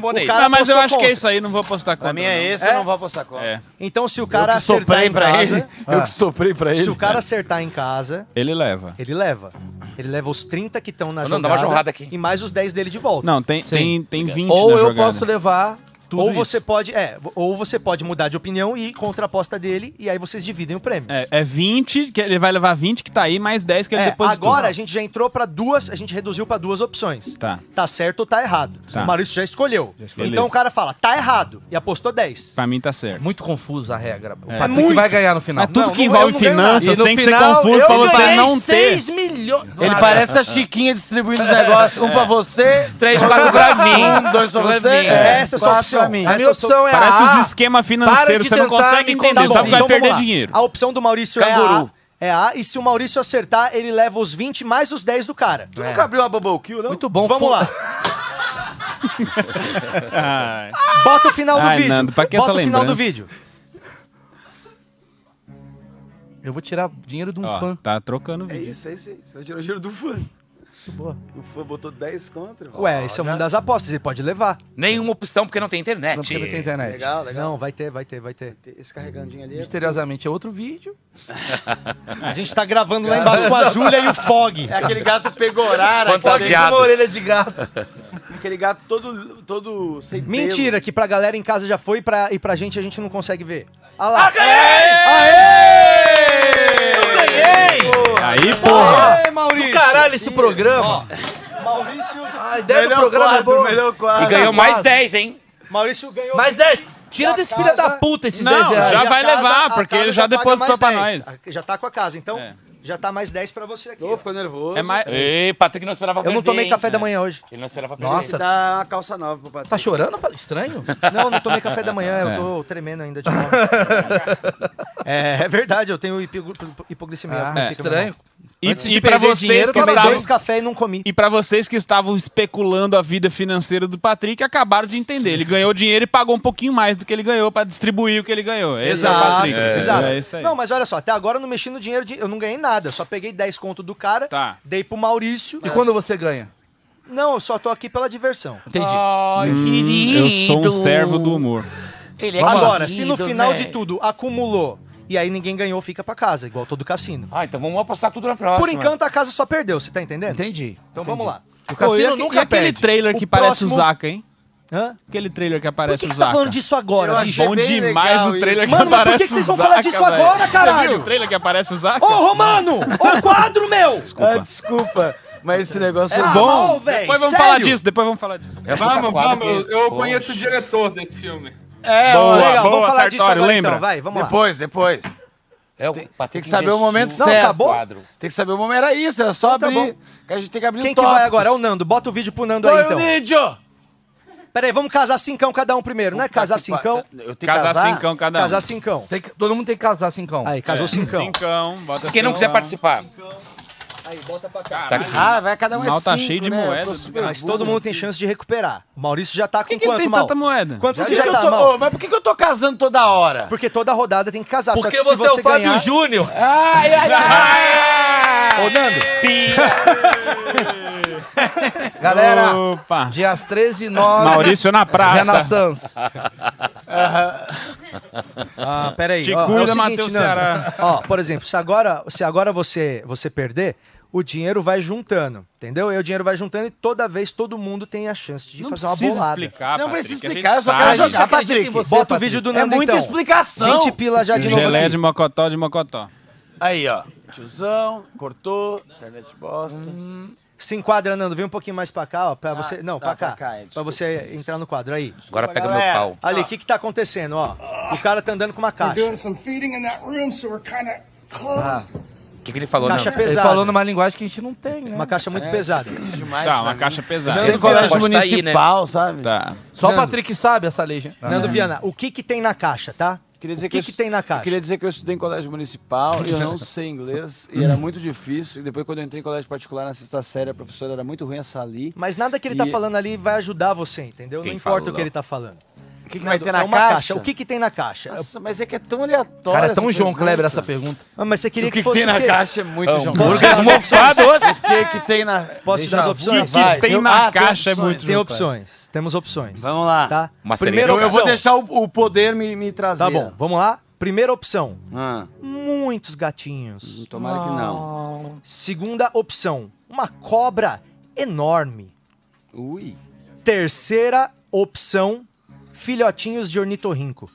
C: botei.
A: o cara-
E: Não, mas eu
A: apostou
E: acho que
A: contra.
E: é isso aí, não vou apostar contra.
B: Pra mim é
E: não.
B: esse,
A: É?
B: eu não vou apostar contra.
E: É.
A: Então, se o
B: Eu
A: cara
B: que
A: acertar
B: soprei
A: em
B: pra
A: casa,
B: ele. Eu que soprei pra ele.
A: se o cara acertar em casa,
E: Ele leva.
A: ele leva. Ele leva os 30 que estão na
C: Não,
A: jogada,
C: dá uma jorrada aqui.
A: e mais os 10 dele de volta.
E: Não, tem, tem, tem 20
I: Ou
E: na
I: eu
E: jogada.
I: posso levar
B: tudo
A: ou
B: isso.
A: você pode, é, ou você pode mudar de opinião e ir contra a aposta dele e aí vocês dividem o prêmio.
E: É, é 20, que ele vai levar 20 que tá aí, mais 10 que ele
A: É,
E: depois.
A: agora a gente já entrou pra duas, a gente reduziu pra duas opções.
E: Tá.
A: Tá certo ou tá errado.
E: Tá.
A: O Maurício já escolheu.
E: escolheu.
A: Então o
E: Beleza.
A: cara fala, tá errado, e apostou 10.
E: Pra mim tá certo.
I: Muito confusa a regra. O
E: É.
I: Patrick
A: Muito.
I: vai ganhar no final.
E: Mas tudo
A: não,
E: que
A: não, eu
E: envolve
A: não ganho nada.
E: finanças
I: E no
E: tem que
I: final,
E: ser confuso
I: eu
E: pra você
I: ganhei
E: não ter.
I: 6 milhões.
B: Ele parece a Chiquinha distribuindo os negócios. Um pra você,
C: Três quatro pra mim.
B: um, dois pra você.
C: mim.
A: É, essa é a sua
B: quatro
A: opção.
B: pra mim.
I: A
A: Essa
I: minha
A: eu sou-
I: opção é
E: Parece
I: a
E: os
I: A.
E: esquemas financeiros,
I: de
E: você não
I: tentar me
E: consegue
I: contar.
E: entender,
A: então
E: sabe que vai
A: vamos
E: perder
A: lá.
E: dinheiro.
A: A opção do Maurício
B: Canguru.
A: é A. É A, e se o Maurício acertar, ele leva os 20 mais os 10 do cara.
B: Tu nunca abriu uma bubble kill, não?
I: Muito bom.
A: Vamos
I: fo-
A: lá. Bota o final do
E: Ai,
A: vídeo.
E: Nando, pra que
A: Bota
E: essa
A: o final do
E: lembrança?
A: vídeo.
I: Eu vou tirar dinheiro de um
E: Ó,
I: fã.
E: tá trocando o
B: É
E: vídeo.
B: isso, é isso, é isso. Vai tirar o giro do fã. Tá O fã botou 10 contra. velho.
A: Ué, esse é o mundo das apostas, ele pode levar.
C: Nenhuma opção porque não tem internet.
I: Não, porque não tem internet.
B: Legal, legal.
A: Não, vai ter, vai ter, vai ter.
B: Esse carregandinho ali. É...
I: Misteriosamente é outro vídeo.
A: A gente tá gravando lá embaixo com a Júlia e o Fog.
B: É aquele gato pegorara.
C: Fantasiado.
B: Aquele, orelha de gato. aquele gato todo, todo sem pelo.
A: Mentira, que pra galera em casa já foi pra, e pra gente a gente não consegue ver. Olha lá.
E: Aí, porra.
A: Ei, É, Maurício!
I: Caralho, esse programa.
A: Maurício,
I: A ideia do programa é boa.
B: melhor
C: E
B: quadro.
C: ganhou mais 10, hein?
A: Maurício ganhou.
I: Mais 10. Tira
A: Da
I: desse
A: casa-
I: filho da puta esses
E: Não,
I: 10 reais.
E: já
A: E a
E: vai levar,
A: a
E: porque
A: casa
E: ele já
A: paga
E: depositou
A: mais
E: pra
A: 10.
E: nós.
A: Já tá com a casa, então
E: É.
A: já tá mais 10 pra você aqui. ó.
B: Ô, Ficou nervoso.
E: É mais.
C: Ei, Patrick não esperava
A: Eu não
C: perder,
A: tomei
C: hein?
A: café da manhã hoje.
C: Ele não esperava perder.
I: Nossa.
B: Dá uma calça nova pro Patrick.
I: Tá chorando? Paulo? Estranho.
A: Não, não tomei café da manhã,
I: É.
A: eu tô tremendo ainda de novo. é, é verdade, eu tenho hipo- hipoglicemia. Não
E: É.
I: Ah,
A: fica
I: estranho.
A: normal.
E: E,
I: Antes de
E: e pra
I: perder
E: vocês
I: dinheiro,
E: que
A: Tomei
I: Estava-
A: dois
E: estavam.
A: cafés e não comi.
E: E pra vocês que estavam especulando a vida financeira do Patrick, acabaram de entender. Ele ganhou dinheiro e pagou um pouquinho mais do que ele ganhou pra distribuir o que ele ganhou. Esse é o Patrick.
A: É, exato.
E: É isso aí.
A: Não, mas olha só, até agora eu não mexi no dinheiro, de, eu não ganhei nada. Eu só peguei 10 conto do cara,
E: Tá.
A: dei pro Maurício.
I: E quando você ganha?
A: Não, eu só tô aqui pela diversão.
I: Entendi.
C: Ai, querido.
E: Eu sou um servo do humor.
C: Ele é
A: Agora,
C: querido,
A: se no final
C: né?
A: de tudo acumulou e aí ninguém ganhou, fica pra casa, igual todo cassino.
C: Ah, então vamos apostar tudo na próxima.
A: Por enquanto a casa só perdeu, você tá entendendo?
I: Entendi.
A: Então vamos lá.
I: O
E: Pô, e
I: cassino
E: aque- e
I: nunca
E: aquele
I: perde.
E: trailer que
A: O
E: parece o
A: próximo-
E: Zaka, hein?
A: Hã?
E: Aquele trailer que
A: Por
E: aparece
A: que,
E: o
A: que você
E: Zaka.
A: tá falando disso agora?
B: Eu
A: bicho?
B: achei
E: Bom
B: bem
E: demais
B: legal
E: o trailer
A: isso. Mano,
E: que
A: mas por
E: aparece
A: que que vocês
E: o
A: vão falar
E: Zaka,
A: disso
E: velho?
A: agora,
E: Você
A: caralho?
E: viu o trailer que aparece o Zaka?
A: Ô, Romano! Ô, quadro meu!
B: Ah, desculpa. Mas esse negócio foi bom.
A: Bom, velho,
E: Depois vamos
A: sério?
E: falar disso, depois vamos falar disso.
C: É apostar
D: Vamos,
C: quadro
D: vamos.
C: que-
D: Eu, eu
C: Pô.
D: conheço o diretor desse filme.
B: É,
E: Boa,
B: ó,
A: Legal,
E: boa,
A: vamos falar disso
E: Sartório,
A: agora
E: lembra?
A: então, vai, vamos lá.
B: Depois, depois.
C: É, o
B: Tem-
C: Patrick
B: tem que saber o
C: investiu
B: momento
C: no
B: certo.
A: acabou?
C: quadro.
B: Tem que saber o momento. Era isso, era só
A: Então tá
B: abrir. que a gente tem que abrir
A: Quem
B: o
A: que vai
B: tópicos.
A: agora? É o Nando. Bota o vídeo pro Nando aí,
B: Põe
A: então.
B: o vídeo!
A: Peraí, vamos casar cincão cada um primeiro, né? Casar cincão,
B: Eu tenho que
E: Casar
B: casar?
E: cincão cada um.
A: casar cincão.
I: Tem que- todo mundo tem que casar, Cincão.
A: Aí, casou cincão.
E: Cincão, bota
C: Quem não quiser
E: celular.
C: participar.
A: Aí, bota pra cá.
C: Tá aqui.
B: Ah, vai cada um é
E: Mal tá
B: cinco,
E: cheio de
B: né? Eu tô
E: moeda.
B: super
A: Mas
B: burro.
A: todo mundo tem chance de recuperar. O Maurício já tá com
E: que ele
A: quanto,
E: tem
A: Mal?
E: tanta moeda?
A: Quanto
B: Por
A: você
B: que
A: já
B: que eu
A: tá,
B: tô-
A: Mal?
B: Ô, mas por que, que eu tô casando toda hora?
A: Porque toda rodada tem que casar. só
I: Porque
A: que se
I: você é o Fábio
A: ganhar...
I: Júnior.
C: Ai, ai, ai.
A: Ô, Nando,
I: Galera,
E: Opa.
I: dias 13 e 9.
E: Maurício na praça.
I: Renaissance.
A: Ah, peraí.
E: Te
A: ó,
E: cuida,
A: é o seguinte,
E: Matheus
A: Nando.
E: Ceará.
A: Ó, por exemplo, se agora, se agora você, você perder, o dinheiro vai juntando, entendeu? E o dinheiro vai juntando e toda vez todo mundo tem a chance de
E: Não
A: fazer é uma
E: precisa
A: bolada.
E: explicar,
B: Não
E: Ah, Patrick,
B: precisa
E: a gente
B: explicar, só quero
E: sabe.
B: jogar,
I: Acredita em
B: Patrick.
I: você.
A: Bota o
I: Patrick.
A: vídeo do
B: É
A: Nando,
B: muita
A: então.
B: explicação.
A: 20 pila já de novo
E: Geleia
A: aqui.
E: de mocotó de mocotó.
B: Aí, ó. Tiozão, cortou, internet bosta.
A: Se enquadra, Nando. Vem um pouquinho mais pra cá, ó. Pra você... Não,
B: tá,
A: pra cá.
B: pra cá, é,
A: pra
B: desculpa.
A: você entrar no quadro. Aí.
C: Agora pega meu
B: galera.
C: pau.
A: Tá. Ali, o que que tá acontecendo, ó? O cara tá andando com uma caixa.
C: O que, que ele falou,
A: Caixa
C: Nando?
I: Ele
A: pesada.
I: falou numa linguagem que a gente não tem, né?
A: Uma caixa muito pesada.
B: Demais
E: Tá,
B: pra
E: uma
B: mim.
E: caixa pesada.
B: Tem
C: Nando
B: colégio
C: Costa tá aí,
B: municipal, sabe?
E: Tá.
I: Só o
A: Nando.
I: Patrick sabe essa legenda.
A: Nando Viana, o que que tem na caixa, tá?
B: Queria dizer
A: o que
B: eu
A: que,
B: estu-
A: tem na
B: eu
A: caixa?
B: queria dizer que eu estudei em colégio municipal, eu não sei inglês, e era muito difícil. E depois, quando eu entrei em colégio particular na sexta série, a professora era muito ruim, a Sali.
A: Mas nada que ele tá
B: E-
A: falando ali vai ajudar você, entendeu?
C: Quem
A: não importa o
C: falou?
A: que ele tá falando.
B: O que, que
A: Nando,
B: vai ter na
A: é uma
B: caixa?
A: O que que tem na caixa?
B: Nossa, mas é que é tão aleatório.
I: Cara, é tão
B: essa
I: João
B: pergunta.
I: Kleber essa pergunta.
A: Ah, Mas você
B: O
A: queria
B: que,
A: que,
B: que,
A: fosse
B: tem na
A: o quê?
B: caixa é muito João
A: Posso
B: Kleber.
A: te dar as opções?
B: O que, que tem na.
A: Posso te dar as opções?
B: que
A: Vai.
B: tem
E: Tem
B: Eu-
E: na
B: ah, tem
E: caixa é
B: opções.
E: muito
A: Tem
E: justo.
A: opções. Temos opções.
B: Vamos lá.
A: Tá?
C: Uma
A: Primeira
C: cereja.
B: Eu, eu
A: opção.
B: vou deixar assim, o, o poder me, me trazer.
A: Tá bom, vamos lá. Primeira opção.
B: Ah,
A: Muitos gatinhos.
B: tomara que não.
A: Segunda opção. Uma cobra enorme.
B: Ui.
A: Terceira opção. filhotinhos de ornitorrinco.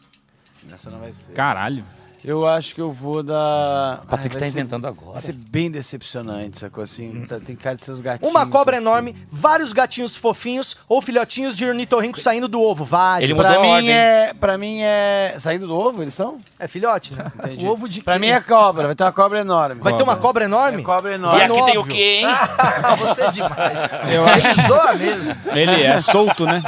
B: Essa não vai ser.
E: Caralho.
B: Eu acho que eu vou dar. O
C: Patrick tá inventando agora.
B: Vai ser bem decepcionante, sacou? Assim, tá- tem cara de seus gatinhos.
A: Uma cobra enorme, vários gatinhos fofinhos ou filhotinhos de ornitorrinco saindo do ovo. Vários.
C: Ele mudou
B: Pra
C: a
B: mim
C: ordem.
B: é. Pra mim é. Saindo do ovo, eles são?
A: É filhote, né?
B: Entendi. Ovo de Pra mim é cobra, vai ter uma cobra enorme.
A: Vai ter uma cobra enorme?
B: É cobra
C: E
B: enorme.
A: Vai no
C: aqui tem o
A: óbvio.
C: quê, hein?
I: Você é demais.
E: Eu acho
I: Ele zoa mesmo.
E: ele é solto, né?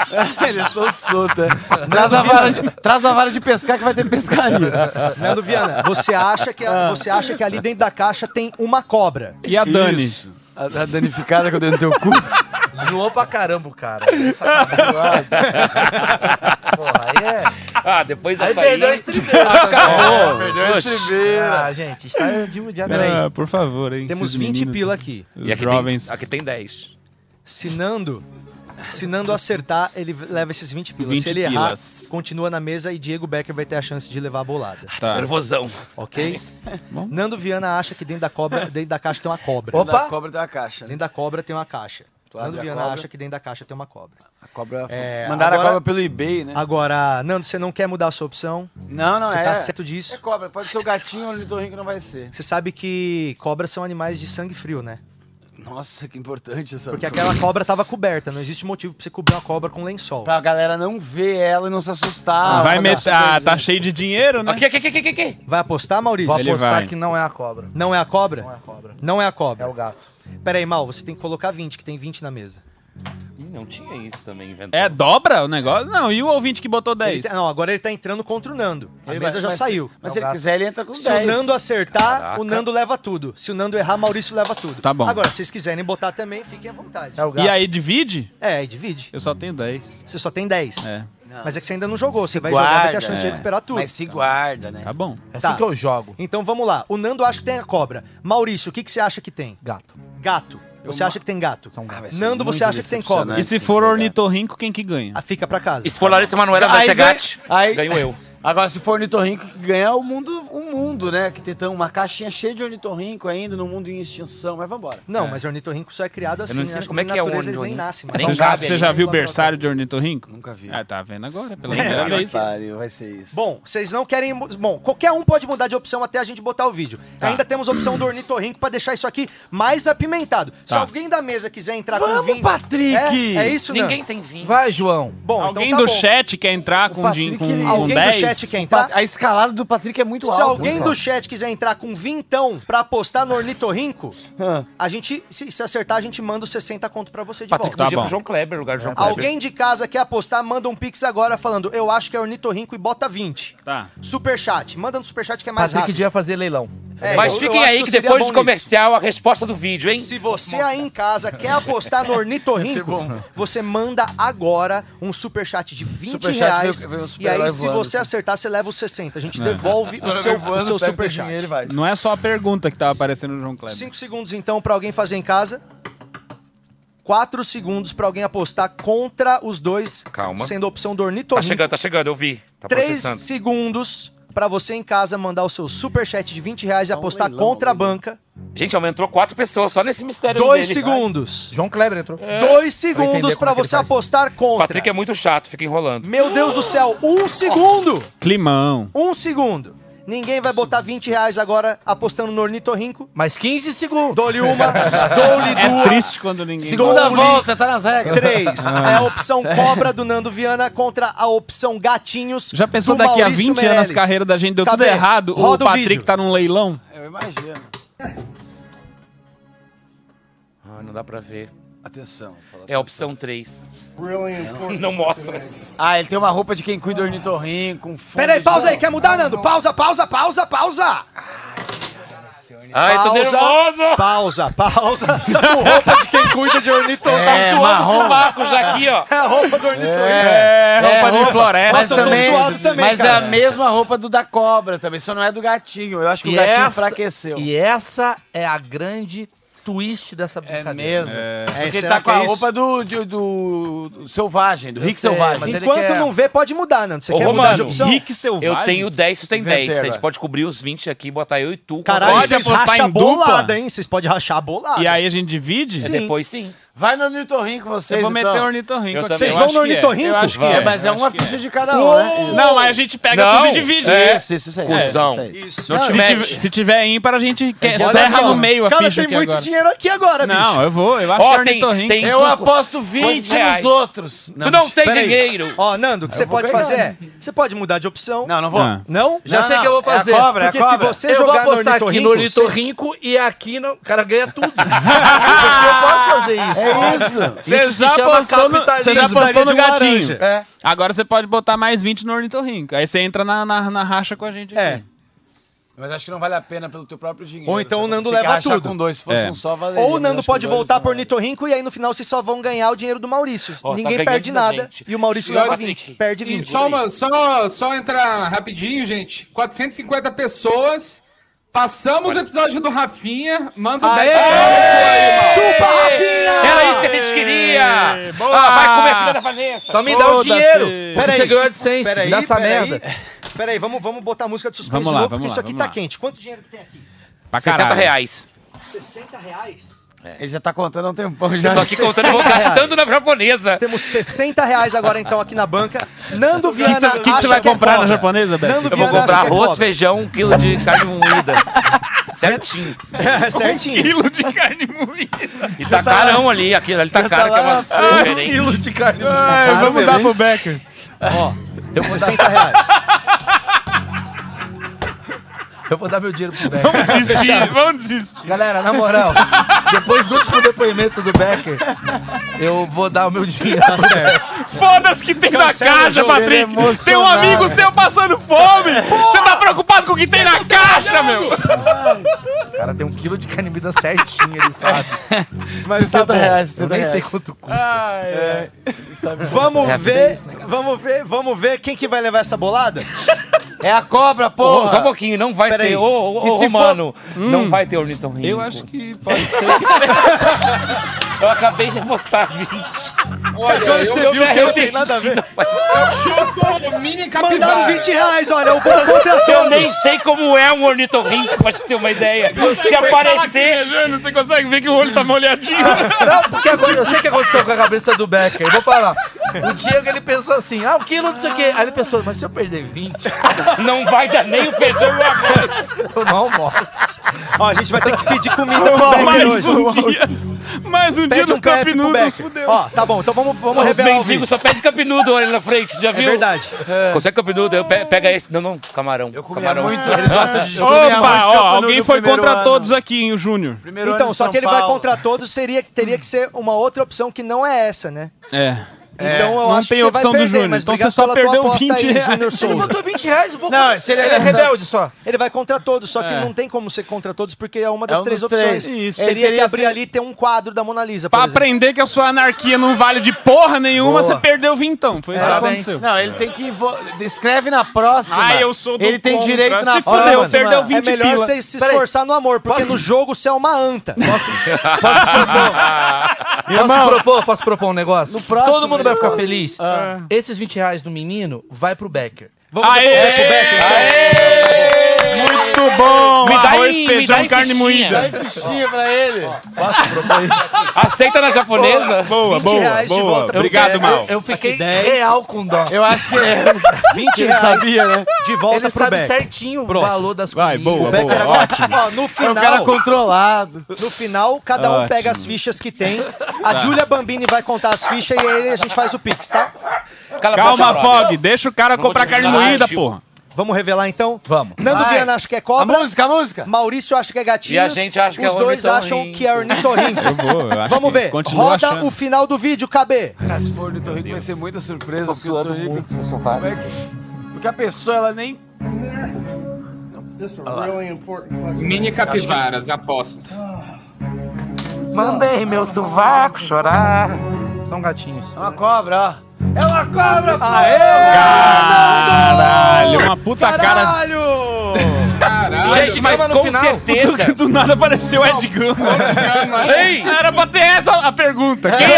B: Eles são solta. Traz a, vara de, traz a vara de pescar que vai ter pescaria.
A: Nando Viana, você acha, que,
I: Ah.
A: você acha que ali dentro da caixa tem uma cobra.
E: E a Dani?
B: Isso. A, a danificada que eu dei no teu cu.
I: Zoou pra caramba o cara. Sacanagem. Porra, aí é.
C: Ah, depois
I: Aí
C: dessa
I: perdeu a
C: aí...
I: estribeira.
C: Acabou. Oxe.
I: Ah, gente, está de, de
E: Ah, por favor, hein?
A: Temos
E: esses
A: 20
E: meninos,
A: pila aqui.
E: os
C: E aqui
E: jovens.
C: tem, aqui tem 10.
A: Se Nando, se Nando acertar, ele leva esses 20 pilas.
E: 20
A: se ele errar,
E: pilas.
A: continua na mesa e Diego Becker vai ter a chance de levar a bolada.
E: Tá.
C: Nervosão.
A: Ok?
E: Bom.
A: Nando Viana acha que dentro da, cobra, dentro da caixa tem uma cobra.
I: Opa.
B: A cobra tem uma caixa. né?
A: Dentro da cobra tem uma caixa.
B: Tu abre
A: Nando
B: a
A: Viana
B: cobra.
A: acha que dentro da caixa tem uma cobra.
B: A cobra.
A: É,
B: Mandaram
A: agora-
B: a cobra pelo eBay, né?
A: Agora, Nando, você não quer mudar a sua opção?
B: Não, não
A: você
B: é.
A: tá certo
B: É
A: disso?
B: cobra, pode ser o gatinho ou o litorrinco não vai ser.
A: Você sabe que cobras são animais de sangue frio, né?
B: Nossa, que importante essa.
A: Porque aquela cobra tava coberta. Não existe motivo pra você cobrir uma cobra com lençol.
B: Pra galera não ver ela e não se assustar.
E: Vai
B: fazer
E: meter.
B: essa
E: Ah,
B: coisa.
E: tá cheio de dinheiro, né?
C: Aqui, aqui, aqui, aqui, aqui.
A: Vai apostar, Maurício?
I: Vou
E: Ele
I: apostar
E: vai.
I: que não é a cobra.
A: Não é a cobra?
I: Não é a cobra.
A: Não é a
I: É
A: cobra.
I: o gato.
A: Pera aí, Mal, você tem que colocar 20, que tem 20 na mesa.
C: Ih, Não tinha isso também, inventou.
E: É dobra o negócio? Não, e o ouvinte que botou
B: É
A: Ele
E: 10?
A: tá- não, agora ele tá entrando contra o Nando. A
B: Ele
A: mesa
B: vai-
A: já
B: mas se-
A: saiu.
I: É
B: mas
I: o
B: se ele
I: gato.
B: quiser, ele entra com
A: Se assim,
B: 10.
A: o Nando acertar,
C: Caraca.
A: o Nando leva tudo. Se o Nando errar, Maurício leva tudo.
E: Tá bom.
A: Agora, se vocês quiserem botar também, fiquem à vontade.
I: É o gato.
E: E aí divide?
A: É, e divide.
E: Eu só tenho 10.
A: Você só tem 10.
E: É.
A: Mas é que você ainda não jogou.
B: Se
A: você vai jogar, vai ter a
B: guarda,
A: chance de
E: é.
A: recuperar tudo.
B: Mas se guarda, né?
E: Tá bom.
I: É assim
A: Tá.
I: que eu jogo.
A: Então vamos lá. O Nando acha que tem a cobra. Maurício, o que, que você acha que tem?
I: Gato.
A: Gato. Você acha que tem gato?
I: São gatos.
B: Ah, vai ser
A: Nando, você
B: muito
A: acha que tem cobra?
E: E
B: É,
E: se
B: sim,
E: for
B: verdade.
E: ornitorrinco, quem que ganha?
A: Ah, fica pra casa.
C: É, E se for Larissa Manoela, vai
B: Aí
C: ser
B: ganha-
C: é gato.
B: aí-
C: Ganho eu.
B: Agora, se for ornitorrinco, que ganha o mundo, o mundo, né? Que tem então, uma caixinha cheia de ornitorrinco ainda, num mundo em extinção. Mas vambora.
A: Não, mas ornitorrinco só é criado assim.
C: não
A: né?
C: sei
A: Acho
C: como é
A: na
C: que é o
A: natureza eles nem
C: ornitorrinco.
A: nascem.
C: Nem
E: Você
A: mas-
E: já,
C: cabe
E: você já viu o berçário de ornitorrinco?
B: Nunca vi.
E: Ah, tá vendo agora,
A: É,
E: pela primeira
B: Vai,
E: vez.
B: pariu, vai ser isso.
A: Bom, vocês não querem. mu- Bom, qualquer um pode mudar de opção até a gente botar o vídeo.
C: Tá.
A: Ainda temos a opção do ornitorrinco pra deixar isso aqui mais apimentado. Se
E: Tá.
A: alguém da mesa quiser entrar com
B: Vamos,
A: vinho.
B: Patrick!
A: É, é isso,
C: Ninguém
A: Nando?
C: tem vinho.
I: Vai, João.
A: Bom,
E: Alguém
A: então tá
E: do
A: bom.
E: chat quer entrar com, um din-
B: Patrick,
E: com,
B: ele-
E: com
A: Alguém
E: 10?
A: do chat quer entrar?
B: Pa- Tá, A escalada do Patrick é muito alta.
A: Se alguém
B: muito
A: do chat quiser entrar com vintão pra apostar no ornitorrinco,
E: Ah.
B: alta.
A: a gente, se, se acertar, a gente manda os 60 conto pra você de
C: Patrick
A: volta.
E: Tá
C: podia
E: bom.
C: pro João Kleber, lugar do João Kleber.
A: Alguém de casa quer apostar, manda um pix agora falando, eu acho que é ornitorrinco e bota 20.
E: Tá.
A: Superchat, manda no superchat que é mais
I: Patrick
A: rápido.
I: devia fazer leilão.
A: É,
C: Mas
A: eu- eu
C: fiquem
A: acho
C: aí
A: eu
C: que
A: seria
C: depois
A: bom
C: do
A: nisso.
C: comercial a resposta do vídeo, hein?
A: Se você aí em casa quer apostar no ornitorrinco, você manda agora um superchat de 20
B: Superchat
A: reais.
B: vem- vem um
A: e aí,
B: super-herói
A: se
B: voando,
A: você
B: assim.
A: acertar, você leva os 60. A gente
C: É.
A: devolve o seu, o seu superchat.
B: Ele vai.
E: Não é só a pergunta que tava aparecendo no João Kleber.
A: 5 segundos, então, pra alguém fazer em casa. 4 segundos pra alguém apostar contra os dois,
C: Calma.
A: sendo a opção do
C: Tá
A: ornitorrinco.
C: chegando, tá chegando, eu vi. Tá
A: 3
C: processando.
A: segundos pra você em casa mandar o seu superchat de 20 reais e
B: um
A: apostar
B: leilão,
A: contra a
B: leilão.
A: banca.
C: Gente, aumentou quatro pessoas só nesse mistério
A: 2
C: dele.
A: segundos.
I: João Kleber entrou.
B: É.
A: Dois
I: Vai
A: segundos
I: entender
A: pra
I: como é que ele
A: você
I: faz.
A: apostar
C: O
A: contra.
C: Patrick é muito chato, fica enrolando.
A: Meu Deus do céu, um segundo!
E: Climão.
A: Um segundo. Ninguém vai botar 20 reais agora apostando no Ornitorrinco.
I: Mais 15 segundos.
A: Dou-lhe uma, dou-lhe
E: É
A: duas.
E: triste quando ninguém...
B: Segunda
A: Dou-lhe
B: volta, tá nas regras.
A: Três. É a opção cobra do Nando Viana contra a opção gatinhos.
E: Já pensou
A: do
E: daqui a
A: Maurício
E: 20 anos
A: Meirelles.
E: a carreira da gente deu
A: Cadê?
E: tudo errado?
A: Roda
E: o
A: o
E: Patrick
A: vídeo.
E: tá num leilão?
B: Eu imagino.
C: Ah, não dá pra ver.
B: Atenção. fala-
C: É a opção 3. Não mostra.
B: Ah, ele tem uma roupa de quem cuida do ornitorrinco, um fundo
A: Peraí,
B: de-
A: pausa aí, quer mudar, Nando? Pausa, pausa, pausa, pausa!
C: Ai, Ah, tô nervoso!
A: Pausa, pausa. Tá com roupa de quem cuida de ornitorrinco.
C: Tá suando sovaco já aqui, ó.
A: É a roupa do ornitorrinco.
B: É,
E: roupa de floresta.
B: Mas,
A: Nossa, eu tô
B: também,
A: suado também,
B: mas é
A: cara.
B: a mesma roupa do da cobra também, só não é do gatinho. Eu acho que o
I: E
B: gatinho
I: essa-
B: enfraqueceu.
I: E essa é a grande twist dessa
B: É
I: brincadeira.
B: mesmo. É, porque ele
A: será
B: tá com
A: que
B: a
A: é isso?
B: roupa do, do, do- do selvagem, do Rick
I: sei,
B: Selvagem.
I: mas ele
A: Enquanto
I: quer-
A: não vê, pode mudar, Nando. Você
C: Ô,
A: quer
C: Romano,
A: mudar de opção?
E: Rick Selvagem?
C: Eu tenho 10, tu tem
B: Inventei
C: 10. A gente
B: agora.
C: pode cobrir os 20 aqui, botar eu e tu.
A: Caralho,
E: Pode
A: vocês
E: apostar
A: racham a
E: em dupla?
A: bolada, hein? Vocês podem rachar a bolada.
E: E aí a gente divide?
C: E
A: Sim.
C: É depois sim.
B: Vai no ornitorrinco vocês,
E: Eu vou meter
B: então.
E: o ornitorrinco
C: Eu também.
E: aqui. Eu
C: Vocês
A: vão
E: acho
A: no
E: que é.
A: ornitorrinco?
E: Eu acho que é.
B: É, mas é
E: eu
B: uma
E: acho que
B: ficha
E: é.
B: de cada um, né?
E: Não, aí a gente pega
C: Não.
E: tudo e divide.
C: É.
B: Isso, isso, isso aí. É,
C: Cusão.
B: Isso aí.
C: Não te
E: Se, tiver,
C: mete.
E: se tiver ímpar, a gente quer,
A: Olha
E: serra
A: só,
E: no meio a
A: Cara,
E: ficha
A: tem
E: aqui
A: muito
E: agora.
A: dinheiro aqui agora, bicho.
E: Não, eu vou. Eu acho
C: Ó,
E: que é
C: tem-
E: ornitorrinco.
C: tem-
B: Eu aposto 20
C: Quantos reais?
B: nos outros.
C: Tu não tem
A: Peraí.
C: dinheiro.
A: Ó, Nando, o que você pode fazer é. Você pode mudar de opção.
B: Não, não vou.
E: Ah.
A: Não?
I: Já sei o que eu vou
B: é a
I: fazer.
B: cobra, é a
A: Porque se
B: cobra.
A: você
I: eu vou
A: jogar no
I: apostar aqui no
A: ornitorrinco, você-
I: ornitorrinco e aqui no... o cara ganha tudo. Porque eu posso fazer isso.
B: É isso.
E: Você
I: se
E: já
I: chama
E: apostou no,
I: capitalismo.
E: você já
A: Precisaria
E: apostou
A: de
E: no
A: um
E: gatinho.
A: laranja.
I: É.
E: Agora você pode botar mais 20 no ornitorrinco. Aí você entra na, na, na racha com a gente
A: É.
E: aqui.
B: Mas acho que não vale a pena pelo teu próprio dinheiro.
A: Ou então o
B: Você
A: Nando
B: tem que
A: leva
B: rachar
A: tudo.
B: com dois, se fosse
E: É.
B: um só, valeria.
A: Ou o
B: mas
A: Nando
B: acho que
A: pode
B: dois
A: voltar
B: não
A: pro
B: vale.
A: ornitorrinco e aí no final vocês só vão ganhar o dinheiro do Maurício.
C: Ó, tá
A: Ninguém
C: pegando
A: perde
C: da
A: nada
C: gente.
A: e o Maurício
C: Senhor
A: leva
C: Patrick.
A: 20. Perde
D: E
A: 20.
D: só, uma- só, só entrar rapidinho, gente. 450 pessoas. Passamos o episódio do Rafinha. Manda um
A: Aê! Chupa, Rafinha!
C: Era isso que a gente queria!
E: boa!
C: Ah, vai comer a filha da Vanessa!
I: Então me dá o
E: Foda-se.
I: dinheiro.
A: Pera
I: Porque
A: aí.
I: você ganhou a AdSense.
A: Peraí,
I: Me dá essa
A: peraí.
I: merda.
A: Peraí, vamos, vamos botar a música de suspense
E: Vamos lá,
A: de novo,
E: vamos
A: porque isso
E: lá,
A: aqui
E: vamos
A: tá
E: lá.
A: quanto. Quanto dinheiro que tem aqui?
E: Pra
C: 60
E: caralho.
C: reais.
A: 60 reais?
B: Ele já tá contando há um tempão já.
C: Tô aqui contando, vou
A: 60 reais.
C: gastando na japonesa.
A: Temos 60 reais agora, então, aqui na banca. Nando
E: O que que
A: Viana
E: você- o que que você vai
A: acha é
E: comprar na
A: cobra.
E: japonesa, Beto?
A: Nando
C: Eu vou
A: Viana
C: comprar
A: acha que é
C: arroz,
A: cobra.
C: feijão, um quilo de carne moída. Certinho.
A: É, certinho.
E: Quilo de carne moída.
C: E tá carão ali, aquilo ali tá caro, que é umas
A: Ah,
C: diferentes.
I: de carne.
E: Ai,
A: Caramba,
E: vamos dar
A: hein?
E: pro Becker.
A: Ó, deu 60 reais.
I: Eu vou dar meu dinheiro pro Becker.
E: Desistir, vamos desistir.
I: Galera, na moral, depois do último depoimento do Becker, eu vou dar o meu dinheiro.
A: Tá certo.
E: Foda-se que tem na
A: Cancela o
E: caixa,
A: jogo,
B: ele é
E: Patrick. Tem um
B: emocionado.
E: amigo seu passando fome. Você tá preocupado com o que tem na caixa, meu?
I: O cara tem um quilo de carne moída certinho, ele sabe.
A: Mas tá bom.
B: 60 reais,
I: Eu
B: 60
I: nem
B: reais.
I: sei quanto custa.
A: É. Vamos ver, vamos ver, vamos ver quem que vai levar essa bolada?
B: É a cobra,
C: Ô, só um
B: porra.
C: pouquinho, não vai
A: Peraí.
C: ter. Ô, ô,
A: E
C: ô,
A: se Hum.
C: Romano, não vai ter ornitorrinco.
E: Eu acho que pode
C: Eu acabei de postar vídeo.
D: Olha, eu,
C: eu me arrependi.
A: nada a ver.
D: eu chupo o mini
A: Mandaram
D: capivara.
A: 20 reais, olha, eu vou contra
C: Eu
A: todos.
C: nem sei como é um ornitorrinco, pra te ter uma ideia. Se
E: é
C: aparecer,
E: Beijando, você consegue ver tá que o olho tá molhadinho.
I: Não, porque agora eu sei o que aconteceu com a cabeça do Becker. Eu vou falar. É. O Diego, ele pensou assim, ah, um quilo, não sei o quê. Aí ele pensou, mas se eu perder 20,
C: não vai dar nem o feijão e o arroz.
I: eu não almoço.
A: Ó, a gente vai ter que pedir comida pro Becker
E: Mais
A: hoje.
E: um dia. Mais um dia
A: Pede
E: no
A: um crepe
E: Camp
A: pro
E: Noodles,
A: Becker.
E: fudeu.
A: Ó, tá bom, então vamos, vamos
C: Os
A: revelar o vídeo.
C: mendigos só pede capinudo ali na frente, já
A: É
C: viu?
A: verdade.
C: Consegue capinudo? Eu pe- pega esse. Não, não, camarão. Eu
E: É,
C: camarão.
E: Opa, ó, alguém foi contra todos aqui, hein, o Júnior.
A: Então, só que ele vai contra todos, seria, teria que ser uma outra opção que não é essa, né?
E: É.
A: Então eu
E: não
A: acho que
E: tem
A: você vai
E: opção do
A: perder,
E: Júnior.
A: mas
E: Então
A: obrigado
E: você só
A: pela tua
E: perdeu
A: aposta
E: 20
A: aí,
E: reais.
A: Júnior
I: Ele
A: Souza.
I: botou 20 reais, eu vou...
B: Não, se ele-
I: é rebelde só.
A: Ele vai contra todos, só que
E: É.
A: não tem como ser contra todos, porque é uma das
B: um
A: três
B: dos
A: opções.
B: três.
E: Isso.
A: Teria,
B: Teria
A: que abrir
B: sido-
A: ali e ter um quadro da Mona Lisa, por
E: Pra
A: exemplo.
E: aprender que a sua anarquia não vale de porra nenhuma,
I: Boa.
E: você perdeu vintão. Foi isso que
I: Parabéns.
E: aconteceu.
B: Não, ele tem que... vo- Escreve na próxima.
E: Ah, eu sou do
B: Ele tem
E: contra.
B: direito na
E: Se
B: próxima.
E: fudeu,
B: mano.
E: perdeu 20
A: É melhor
E: pila.
A: você se
I: Peraí.
A: esforçar no amor, porque no jogo você é uma anta.
I: Posso propor, posso propor um negócio?
B: próximo,
I: Todo mundo vai ficar feliz. Esses 20 reais do menino vai pro Becker.
A: Vamos
E: Aê!
A: devolver pro Becker, então.
E: Muito bom!
C: Me dá
E: Arroz,
C: aí, me
E: feijão,
C: dá aí
E: carne
C: fichinha.
E: moída.
B: Dá fichinha pra ele.
C: Aceita na japonesa?
E: Boa,
A: 20 reais de volta pro
E: Obrigado,
A: Becker.
E: Mal.
I: Eu fiquei
A: 10.
I: real com dó.
B: Eu acho que é.
A: 20 reais
E: né?
A: de volta
I: Ele
A: pro
I: sabe
A: Becker.
I: certinho o valor das
E: Vai,
I: comidas.
E: boa,
A: Becker
E: boa,
A: agora-
E: ótimo.
A: Ó, no
B: É um cara
A: final,
B: controlado.
A: no final, cada um
E: Ótimo.
A: pega as fichas que tem. A Júlia Bambini vai contar as fichas e aí a gente faz o Pix, tá?
C: Cala a
E: Calma,
C: boca,
E: Fog, deixa o cara
C: Vamos
E: comprar
C: de
E: carne
C: baixo.
E: moída, porra.
A: Vamos revelar então?
I: Vamos.
A: Nando
B: Vai.
A: Viana acha que é
B: A
A: cobra.
B: música, a música.
A: Maurício acha que é gatinho.
C: E a gente acha que é
A: Os dois
C: ornitorrinco.
A: acham que é ornitorrinco.
E: Eu vou, eu acho
A: Vamos
E: que
A: ver.
E: continua
A: Roda
E: achando.
A: o final do vídeo, KB.
B: Cara, se for o Nitorrico vai ser muita surpresa.
C: Tô
B: porque o
C: suando
B: Nitorrico-
C: muito no sofá.
B: Como é que- Porque a pessoa, ela nem...
D: Mini capivaras, aposta.
I: Mandei meu sovaco chorar. São gatinhos.
B: É uma cobra, ó. É uma cobra,
E: Caralho, uma puta Tá, cara.
A: Caralho!
D: Caralho.
C: Gente, mas com certeza.
E: Do nada apareceu o Ed Gama.
C: Ei!
E: Era pra ter essa a pergunta. Quem
C: Quem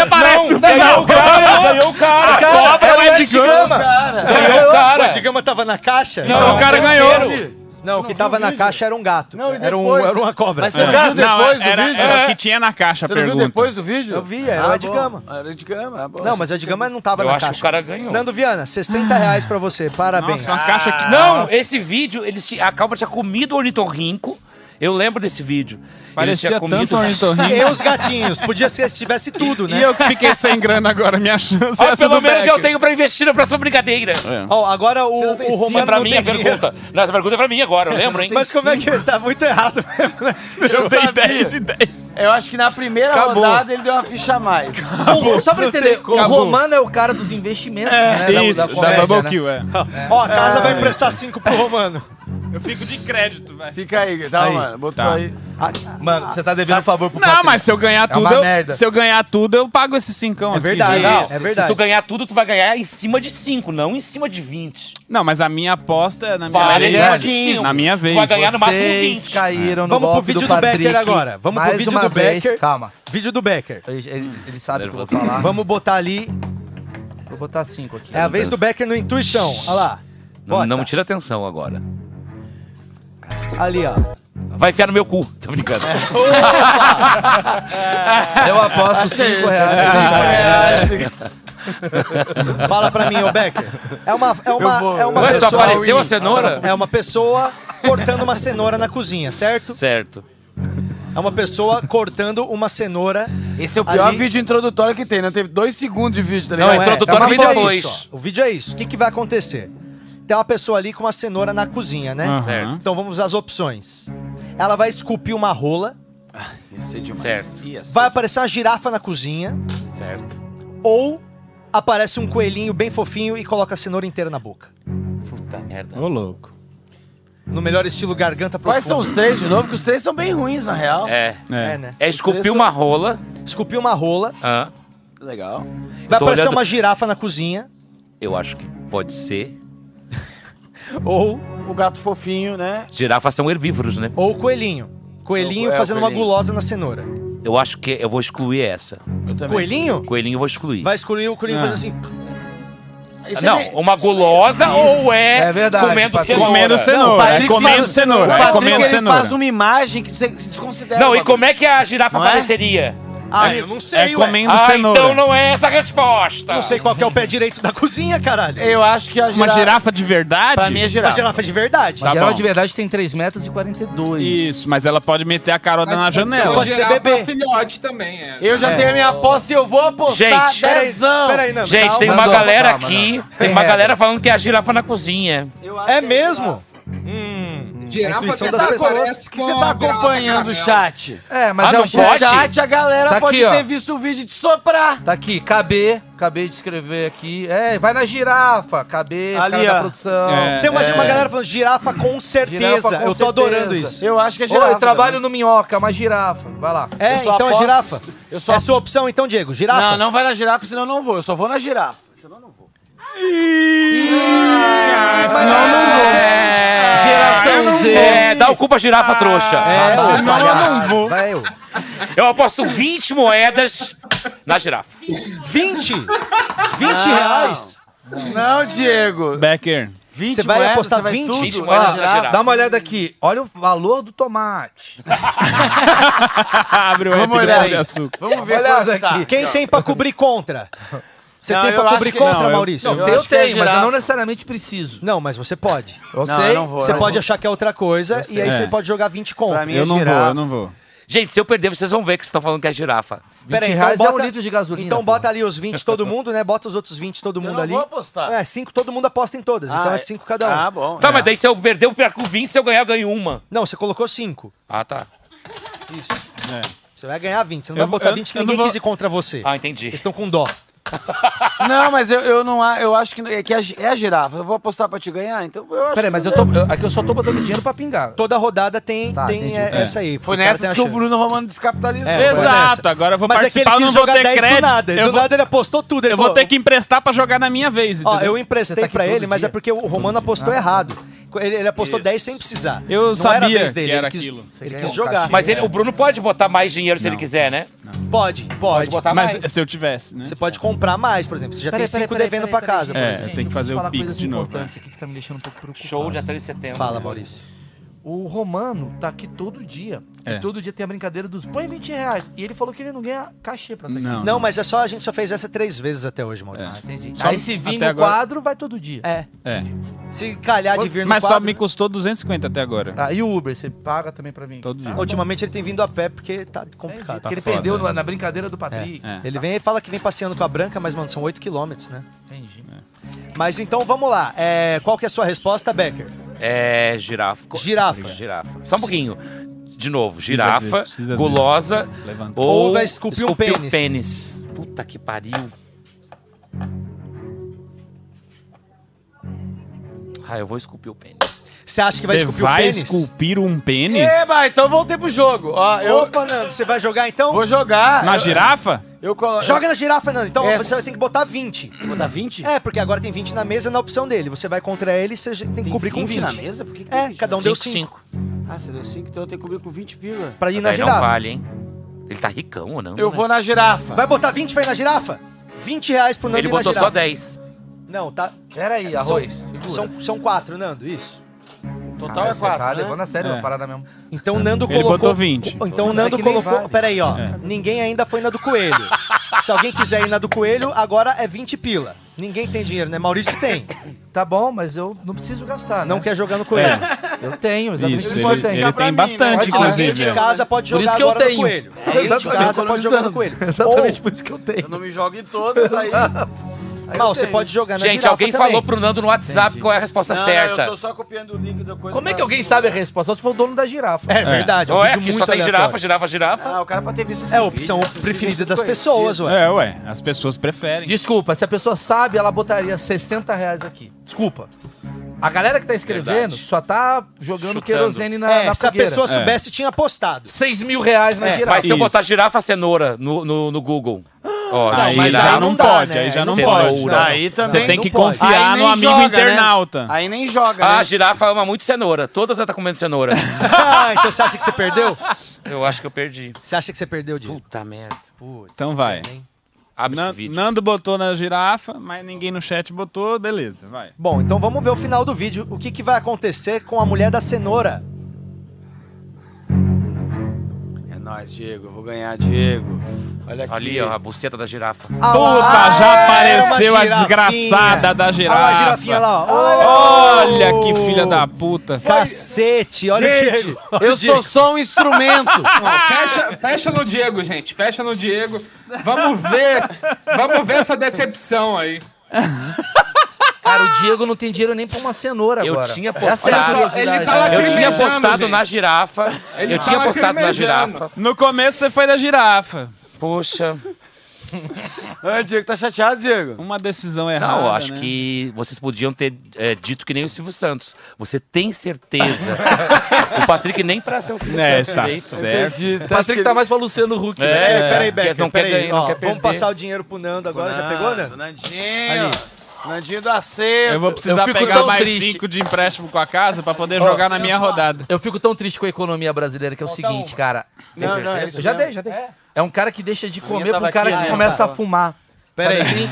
C: aparece
E: aparece no
C: É, Ganhou
E: final?
C: o cara, ganhou o cara.
E: Cobra é o Ed Gama.
B: cara.
C: Ganhou o
A: O
C: cara.
A: Digama tava na caixa?
E: Não, o cara ganhou.
C: Terceiro.
A: Não, o que tava na caixa era um gato. era, um,
I: depois?
A: era uma cobra.
I: Mas você viu depois
E: não,
I: do
E: era,
I: vídeo?
E: era o que tinha na caixa a
I: Você não viu
E: pergunta.
I: depois do vídeo?
A: Eu vi,
B: Ah,
A: era o
B: é
A: Ed Gama.
I: Era de cama, ah, bom.
A: Não, mas o Ed Gama não tava
C: Eu
A: na
C: acho
A: caixa.
C: que o cara ganhou.
A: Nando Viana, 60 reais pra você, parabéns.
E: Nossa, uma caixa que...
C: Não, esse vídeo, eles ti- a Calma tinha comido o ornitorrinco. Eu lembro desse vídeo.
E: Parecia
C: Eles tinham
E: tanto um ornitorrinco.
A: e os gatinhos, podia ser se tivesse tudo,
E: E
A: né?
E: eu que fiquei sem grana agora, minha chance
C: Ah,
E: é essa
C: pelo
E: do
C: menos
E: Becker. É.
C: eu tenho pra investir na próxima brincadeira.
A: Ó, agora o, o
C: Uma
A: Romano
C: pra
A: não
C: mim
A: tem
C: a
A: dinheiro.
C: pergunta. Não, essa pergunta é pra mim agora, eu lembro, hein?
A: Mas como é que tá muito errado mesmo, né?
E: Eu dei 10 de 10.
B: Eu acho que na primeira
E: Acabou.
B: rodada ele deu uma ficha a mais.
I: Bom, só pra entender, o
E: Acabou.
I: Romano é o cara dos investimentos, né? da-
E: Isso,
I: da
E: da,
I: comédia,
E: Double
I: né?
E: Kill, é.
A: Ó, a
C: Ah.
A: casa vai emprestar 5 pro Romano.
E: Eu fico de crédito, velho.
B: Fica aí, tá,
A: Aí.
B: mano? Botou
E: Tá.
B: aí.
C: Ah,
A: É
I: Mano, você tá devendo um favor pro
E: Não,
I: Patrick.
E: mas se eu ganhar
I: É
E: tudo,
I: uma
E: eu,
I: merda.
E: se eu ganhar tudo, eu pago esse cincão
A: É
E: aqui.
A: verdade,
E: Não,
A: é verdade.
C: Se tu ganhar tudo, tu vai ganhar em cima de 5, não em cima de 20.
E: não, mas a minha aposta é na minha
C: Vale em
E: vez.
C: cima de 15.
E: Na minha vez.
C: Tu vai ganhar no máximo
I: Vocês
C: 20.
I: caíram no
A: Vamos pro
I: golpe
A: vídeo do
I: do Patrick.
A: Becker agora. Vamos pro
I: Mais
A: vídeo
I: uma
A: do
I: vez.
A: Becker.
I: Calma.
A: Vídeo do Becker.
I: Ele, ele- ele sabe o que eu vou
C: Tá.
I: falar.
A: Vamos botar ali.
I: Vou botar assim. cinco aqui.
A: É a vez do Becker no intuição. Olha lá.
C: Não, não
A: Bota.
C: tira atenção agora.
A: Ali, ó.
C: Vai enfiar no meu cu. Tô brincando.
I: Eu
B: Ah,
I: aposto
B: é
I: cinco
C: É.
I: reais.
A: Fala pra mim, ô Becker. É uma, é uma, é uma
C: Mas só
A: pessoa.
C: apareceu a cenoura?
A: É uma pessoa cortando uma cenoura na cozinha, certo?
C: Certo.
A: É uma pessoa cortando uma cenoura.
B: Esse é o
A: pior
B: pior
A: vídeo
B: vídeo introdutório que tem, né? Teve dois segundos de vídeo, tá
C: ligado?
A: é
B: ligado?
C: Não, introdutório
A: mas
C: vem
A: foi
C: depois.
A: isso, ó. O vídeo é isso. O que, que vai acontecer? Tem uma pessoa ali com uma cenoura na cozinha, né?
E: Aham.
C: Certo.
A: Então vamos às opções. Ela vai esculpir uma rola,
C: Certo.
A: vai aparecer uma girafa na cozinha,
C: Certo.
A: ou aparece um coelhinho bem fofinho e coloca a cenoura inteira na boca.
C: Puta merda.
E: Ô, louco.
A: No melhor estilo garganta profunda.
B: Quais são os três de novo? Que os três são bem ruins, na real.
C: É.
A: É, né?
C: É esculpir uma rola.
A: Esculpir uma rola,
C: Ah,
B: Legal.
A: vai
C: tô
A: aparecer
C: olhando-
A: uma girafa na cozinha,
C: eu acho que pode ser.
A: ou
B: O gato fofinho, né?
C: Girafas são herbívoros, né?
A: ou o coelhinho. Coelhinho
B: É, o
A: fazendo uma
B: coelhinho.
A: gulosa na cenoura.
C: Eu acho que eu vou excluir essa.
B: Eu também.
A: Coelhinho?
C: Coelhinho eu vou excluir.
A: Vai escolher o coelhinho
E: Ah.
A: fazendo assim.
B: Isso
C: Não,
B: é-
C: uma gulosa ou é,
I: É verdade,
C: comendo
I: Patrícia.
C: cenoura.
E: Comendo cenoura.
A: Patrick
E: é comendo
A: faz-
B: O
E: cenoura. É
B: Patrick,
E: comendo
B: ele
E: cenoura.
B: faz uma imagem que você se desconsidera.
C: Não,
B: o
C: e
B: bagulho.
C: como é que a girafa
B: Não é?
C: apareceria?
A: Ah, eu não sei,
E: É
A: ué.
E: comendo
C: Ah,
E: cenoura.
C: então não é essa a resposta.
A: Não sei qual que é o pé direito da cozinha, caralho.
B: Eu acho que a
E: Uma
B: girafa...
E: girafa de verdade?
B: Pra mim é
A: Uma
B: girafa.
A: girafa de verdade.
I: Tá
E: Tá
I: geral
E: bom.
I: de verdade tem 3 metros e 42.
E: Isso, mas ela pode meter a carota na janela.
A: Pode ser bebê.
D: filhote também, é.
B: Eu já tenho a minha aposta e eu vou apostar
C: Gente,
A: Peraí,
B: 10 anos.
A: peraí, Nando.
C: Gente,
A: calma.
C: tem uma
I: Mandou,
C: galera
I: calma,
C: aqui,
I: Nando.
C: tem
I: Tem
C: uma
I: regra.
C: galera falando que é a girafa na cozinha.
A: É mesmo?
D: Girafa,
A: intuição
D: você
A: das
D: tá
A: pessoas.
D: parece
B: O que você
D: com
B: tá
D: a girafa
B: acompanhando o
D: caramelo.
B: chat?
I: É, mas
C: Ah,
I: é
C: não
I: o chat.
C: pode?
B: chat, a galera
I: Tá
B: pode
I: aqui, ó.
B: ter visto o vídeo de soprar.
I: Tá aqui, KB. Acabei de escrever aqui. É, vai na girafa. KB,
A: Ali,
I: cara
A: ó.
I: da produção.
E: É.
A: Tem uma, uma galera falando girafa com certeza.
I: Girafa, com
A: eu tô
I: certeza.
A: adorando isso.
B: Eu acho que é
I: Ô,
B: girafa.
I: eu trabalho
B: também.
I: no Minhoca, uma girafa. Vai lá.
A: É,
B: Eu só
A: então a
B: aposto-
A: girafa.
B: eu só-
A: É sua opção então, Diego? Girafa?
B: Não, não vai na girafa, senão eu não vou. Eu só vou na girafa. Senão eu não vou.
I: Geração Z.
C: É, dá o cu pra girafa trouxa.
A: É,
C: Ah,
A: seu palhaço.
E: não vou.
A: Vai eu.
C: Eu aposto 20 moedas na girafa.
A: 20? 20
B: Ah.
A: reais?
B: Não, Diego.
E: Becker.
B: 20
A: Você vai
B: moedas,
A: apostar
B: você vai
A: 20?
B: tudo?
C: 20 moedas
B: Ó,
C: na girafa.
I: Dá uma olhada aqui. Olha o valor do tomate.
E: Abre o
B: Vamos
E: app
B: olhar
E: grande
B: aí.
E: açúcar.
B: Vamos ver
I: Olha
B: quanto
I: aqui.
B: tá.
A: Quem tem pra cobrir contra? Você
B: Não,
A: tem
B: eu
A: pra
B: acho
A: cobrir
B: que-
A: contra,
E: não, eu-
A: Maurício?
I: Eu,
B: Eu acho que é
I: tenho, mas eu
B: girafa.
I: não necessariamente preciso.
A: Não, mas você pode.
I: Eu
B: Não,
I: sei.
B: eu não vou.
A: Você
B: não
A: pode
B: vou.
A: achar que é outra coisa e aí
E: É.
A: você pode jogar 20 contra.
B: Pra mim
E: Eu
B: é
E: não vou,
B: girafa.
E: eu não vou.
C: Gente, se eu perder, vocês vão ver que vocês estão falando que é girafa.
I: 20 reais é um litro de gasolina,
A: Então
I: pô.
A: bota ali os 20 todo mundo, né? Bota os outros 20 todo
B: Eu
A: mundo
B: não
A: ali.
B: vou apostar.
A: É, 5 todo mundo aposta em todas. então
B: Ah,
A: é 5 cada um.
B: Ah, bom.
C: Tá, mas daí se eu perder, eu perco 20, se eu ganhar, eu ganho uma.
A: Não, você colocou 5.
C: Ah, tá.
A: Você vai ganhar 20. Você não
E: Eu
A: vai
E: vou-
A: botar
E: eu-
A: 20 que
E: eu não
A: ninguém
E: vou-
A: quis ir contra você.
C: Ah, entendi.
A: Eles estão com dó.
B: Não, mas eu, eu não a- eu acho que, é, que a gi- é a girafa. Eu vou apostar pra te ganhar, então eu acho
I: Peraí,
B: que
I: mas
B: não
I: eu tô.
B: deu.
I: eu- aqui eu só tô botando dinheiro pra pingar.
A: Toda rodada tem,
E: Tá,
A: tem
I: entendi.
A: é, essa aí.
B: Foi
A: O cara tem
B: nessas
A: a
B: que o
A: chance.
B: Bruno Romano descapitalizou.
A: É, foi
E: Exato,
A: nessa.
E: agora eu vou
A: Mas é que ele
E: participar,
A: quis
E: eu não vou
A: jogar
E: ter
A: 10 do
E: crédito.
A: nada.
E: eu
A: Do
E: vou,
A: nada ele apostou tudo. Ele
E: eu vou
A: falou,
E: ter que emprestar pra jogar na minha vez,
A: Ó,
E: entendeu?
A: eu emprestei
I: Você tá aqui
A: pra
I: todo
A: ele, mas
I: dia.
A: é porque o Romano apostou errado. Ele, ele apostou 10 sem precisar.
E: Eu
A: não era a
E: sabia
A: vez dele.
E: que era
A: ele quis,
E: aquilo.
I: Você
A: Ele
I: ganha
A: quis
I: um
A: jogar.
I: cachê.
C: Mas ele- o Bruno pode botar mais dinheiro se ele quiser, né?
A: Pode, pode.
C: Botar
E: Mas
C: mais.
E: se eu tivesse, né?
A: Você pode comprar mais, por exemplo. Você já
I: Peraí,
A: tem
I: peraí,
A: 5
I: peraí,
A: devendo
I: peraí,
A: pra
I: peraí,
A: casa.
I: peraí,
E: É,
I: gente,
E: tem que
I: eu
E: fazer
I: preciso
E: o
I: falar
E: Pix
I: coisas
E: de novo,
I: importantes aqui que tá me deixando um pouco preocupado.
C: Show, dia 3 de setembro.
A: Fala, Maurício.
G: O Romano tá aqui todo dia.
E: É.
G: E todo dia tem a brincadeira dos põe 20 reais. E ele falou que ele não ganha cachê pra estar
E: Não.
G: aqui.
A: Não, mas é só a gente só fez essa três vezes até hoje, Maurício.
G: Entendi.
E: Hum. Só
G: Aí se vir
E: até
G: no
E: agora-
G: quadro, vai todo dia.
A: É.
E: É.
A: Se calhar de vir no
E: Mas só
A: quadro-
E: me custou 250 até agora.
G: Ah, e o Uber, você paga também pra mim?
E: Todo dia.
A: Ultimamente ele tem vindo a pé porque tá complicado.
G: Porque ele
E: foda,
G: perdeu
E: né?
G: na- na brincadeira do Patrick.
E: É, é.
A: Ele vem e fala que vem passeando com a Branca, mas, mano, são 8 quilômetros, né?
G: Entendi.
E: É.
A: Mas então vamos lá. É, qual que é a sua resposta, Becker?
C: É girafa. Co-
A: Girafa.
C: Girafa. Só um pouquinho. De novo,
E: às
C: girafa,
E: vezes, precisa às
C: gulosa
E: Levanta.
C: ou,
A: Ou vai esculpir um pênis.
C: pênis. Puta que pariu. Ah, eu vou esculpir o pênis.
A: Você acha que vai
E: Você
A: esculpir o
E: vai um
A: pênis?
E: esculpir um pênis?
I: Eba, então voltei pro jogo. Ó, eu
A: Opa, Nando, você vai jogar então?
I: vou jogar.
E: Na
I: Eu-
E: girafa?
I: Eu, colo- Tá,
A: Joga na girafa, Nando. Então
I: É.
A: você vai ter que botar 20.
I: Vou dar 20?
A: É, porque agora tem 20 na mesa na opção dele. Você vai contra ele e você tem que cobrir com 20.
I: na mesa? Por que, que
A: É,
I: tem
A: cada um deu 5.
I: Ah, você deu 5, então eu tenho que cobrir com 20 pila.
A: Pra ir na
C: Daí
A: girafa.
C: não vale, hein? Ele tá ricão ou não?
I: Eu
C: né?
I: vou na girafa.
A: Vai botar 20 pra ir na girafa? 20 reais pro Nando
C: Ele
A: ir na
C: botou
A: girafa.
C: só 10.
A: Não, tá.
G: Pera aí,
E: É,
G: arroz. segura.
A: São, são quatro, Nando, isso.
I: Total
G: Cara,
I: é
G: você
I: 4.
G: Tá levando a sério
E: É.
G: uma parada mesmo.
A: Então o Nando
E: Ele
A: colocou.
E: botou 20.
A: Então o
G: Mas é
A: Nando
G: que nem
A: colocou.
G: vale.
A: Peraí, ó.
C: É.
A: Ninguém ainda foi na do coelho. Se alguém quiser ir na do coelho, agora é 20 pila. Ninguém tem dinheiro, né? Maurício tem.
G: Tá bom, mas eu não preciso gastar,
A: Não
G: né?
A: quer jogar no coelho.
G: Eu tenho, exatamente.
E: Isso,
G: por isso que
E: É, ele,
G: eu tenho.
E: ele tem bastante,
I: Pode
A: Alguém
E: inclusive.
A: de casa pode
G: Por
A: jogar
G: isso que eu
A: agora no
G: tenho.
A: coelho. Alguém de
G: Exatamente,
A: casa pode jogar no coelho.
G: Exatamente por isso que eu
I: Eu
G: tenho.
I: não me jogo em todas aí.
A: Ou, Mal, você pode jogar na
C: Gente,
A: girafa
C: alguém
A: também.
C: falou pro Nando no WhatsApp qual é a resposta
I: Não,
C: certa.
I: eu tô só copiando o link da coisa.
G: Como é
I: pra-
E: Tá.
G: que alguém sabe a resposta? Só se for o dono da girafa.
A: É verdade, é um
C: Ou é
A: vídeo
C: que
A: muito
C: só tem
A: aleatório.
C: girafa, girafa, girafa.
I: Ah, o cara pra ter visto esse
A: É a opção
I: vídeo, esses
A: preferida
I: vídeos
A: das
I: tudo
A: pessoas, ué.
E: É, ué. As pessoas preferem.
G: Desculpa, se a pessoa sabe, ela botaria 60 reais aqui. Desculpa. A galera que tá escrevendo
C: Verdade.
G: só tá jogando
C: Chutando.
G: querosene na,
A: É,
G: na
A: se a
G: fogueira.
A: pessoa
E: É.
A: soubesse, tinha apostado.
G: 6 mil reais na
A: É,
G: girafa.
C: Mas se eu
E: Isso.
C: botar girafa, cenoura no, no, no Google. Ó,
E: Aí
A: Ah, mas
E: já
A: aí
E: não
A: não dá,
E: pode,
A: né?
E: aí já não
C: Cenoura.
E: pode.
C: Não.
I: Aí também.
E: Você tem
A: não
E: que
A: pode.
E: confiar
I: Aí
E: no
I: nem
E: amigo
I: joga, né?
E: internauta.
I: Aí nem joga,
C: Ah,
I: né?
C: a girafa ama muito cenoura. Todas ela tá comendo cenoura.
A: Ah, então você acha que você perdeu?
C: eu acho que eu perdi.
A: Você acha que você perdeu, Diego?
C: Puta merda.
A: Putz.
E: Então vai.
C: Abre
E: Nan-
C: esse vídeo.
E: Nando botou na girafa, mas ninguém no chat botou, beleza, vai.
A: Bom, então vamos ver o final do vídeo. O que, que vai acontecer com a mulher da cenoura?
I: É nóis, Diego. Eu vou ganhar, Diego. Olha aqui.
C: Ali, ó, a buceta da girafa.
A: Ah, é
E: Puta, já
A: uma
E: apareceu a
A: girafinha.
E: desgraçada da
A: Olha lá, a girafinha
E: girafa.
A: lá, ó.
E: Olha que filha da puta.
A: Cacete, olha o Diego.
I: Eu sou só um instrumento.
D: Ó,
C: Ah!
D: fecha, fecha no Diego, gente. Fecha no Diego. Vamos ver. Vamos ver essa decepção aí.
G: Cara, o Diego não tem dinheiro nem pra uma cenoura
C: Eu
G: agora.
C: tinha
G: Essa é a
E: Ah,
C: postado-
G: curiosidade.
E: né,
D: Ele tá
C: Eu
D: Tá
C: tinha
D: lacrimejando,
C: postado
D: gente.
C: na girafa.
D: Ele
C: eu
D: tá
C: tinha postado na
D: lacrimejando.
C: girafa.
E: No começo você foi da girafa.
C: Poxa.
I: Ô, Diego, tá chateado, Diego?
E: Uma decisão errada.
C: Não, eu acho
E: né?
C: que vocês podiam ter é, dito que nem o Silvio Santos. Você tem certeza. o Patrick nem pra ser o filho
E: É,
C: do Santos
E: está
C: direito.
E: certo.
I: Entendi. Você
G: O
I: acha
G: Patrick
I: que
G: tá mais pra Luciano Huck, né?
A: É,
C: É,
A: peraí,
C: quer-
A: Becker,
C: não quer
A: peraí.
C: ganhar, não
A: ó,
C: quer
A: vamos
C: perder.
A: passar o dinheiro pro Nando agora, já pegou,
I: né?
A: Nando?
I: Nandinho. Nandinho do acerto.
E: Eu vou precisar
G: fico
E: pegar
G: tão
E: mais
G: triste.
E: cinco de empréstimo com a casa pra poder jogar na minha rodada.
G: Eu fico tão triste com a economia brasileira que é o seguinte, cara.
I: Não, não, é
G: Eu
I: isso
G: já
I: mesmo.
G: dei, já dei. É um cara que deixa de comer pra
I: tava
G: um cara
I: aqui,
C: né?
G: que
I: ah,
G: começa
I: tá.
G: a fumar. assim?
A: Peraí. assim?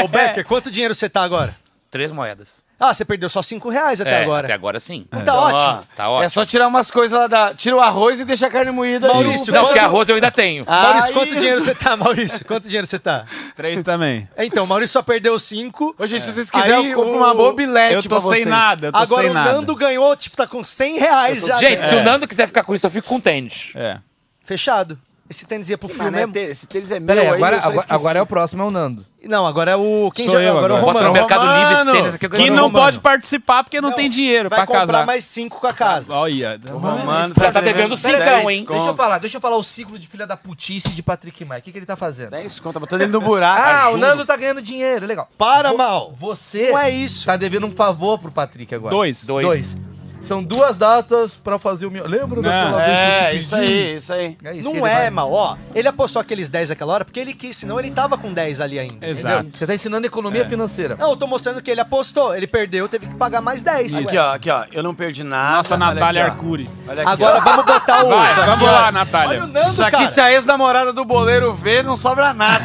A: Ô, ô, Becker, quanto dinheiro você tá agora?
C: Três moedas.
A: Ah, você perdeu só 5 reais até
C: É,
A: agora.
C: Até agora sim.
A: Então tá ótimo.
C: Tá ótimo.
I: É só tirar umas coisas lá da. Tira o arroz e deixa a carne moída. ali.
A: Maurício,
C: Não, porque
A: quanto-
C: arroz eu ainda tenho.
A: Maurício,
I: Ah,
A: quanto
I: isso.
A: dinheiro você tá, Maurício? Quanto dinheiro você tá?
E: Três também.
A: Então, o Maurício só perdeu 5.
I: Ô, gente, se vocês quiserem,
A: Aí
I: eu compro
A: o-
I: uma mobilete
B: É,
E: Eu
B: tipo
I: pra
E: tô
I: vocês.
E: sem nada, eu tô
A: Agora
E: sem
A: o
E: nada.
A: Nando ganhou, tipo, tá com 100 reais já.
C: Gente,
A: né?
C: se o Nando quiser ficar com isso, eu fico com tênis.
E: É.
A: Fechado. Esse tênis ia pro
I: Mas,
A: fio
I: né,
A: mesmo?
I: te- Esse tênis é meu
G: Peraí,
I: aí,
G: agora,
I: eu só
G: agora,
I: esqueci.
G: agora é o próximo, é o Nando.
A: Não, agora é o. Quem
E: Sou
A: já
E: eu
A: agora? é o
E: agora.
C: Bota
A: Romano.
C: no Mercado
I: Romano.
C: Livre esse tênis aqui. eu ganho
E: Que
C: do
E: não
C: Romano.
E: pode participar porque não, tem dinheiro
A: Vai
E: pra
A: comprar
E: casar.
A: mais 5 com a casa.
E: Olha,
I: Romano
C: Já tá
A: né?
C: devendo
I: dez
C: cincão, hein?
I: conto.
G: Deixa eu falar, deixa eu falar o ciclo de filha da putice de Patrick Maia. O que, que ele tá fazendo?
I: 10 conto, tá botando ele no buraco.
G: Ah, o
I: juro.
G: Nando tá ganhando dinheiro, legal.
A: Para, mal.
G: Você
A: Não é isso.
G: tá devendo um favor pro Patrick agora.
E: dois.
C: Dois.
G: Dois. São duas datas pra fazer o meu. Lembra daquela vez que eu te
I: É,
G: pedi?
I: isso aí, isso aí.
G: É isso,
A: Não
G: ele
A: é,
G: vai-
A: mal. Ó, ele apostou aqueles 10 naquela hora porque ele quis, senão ele tava com 10 ali ainda.
E: Exato.
G: Você tá ensinando economia
E: É.
G: financeira.
A: Não, eu tô mostrando que ele apostou. Ele perdeu, teve que pagar mais 10.
I: Aqui,
A: ué.
I: ó, aqui, ó. Eu não perdi nada.
E: Nossa,
I: Olha aqui,
E: Natália
I: ó.
E: Arcuri.
I: Olha aqui,
A: Agora
I: ó.
A: vamos botar o.
E: Vai, vamos lá,
A: Olha o
E: Natália.
A: Nando,
I: Isso aqui,
A: cara.
I: se a ex-namorada do boleiro ver, não sobra nada.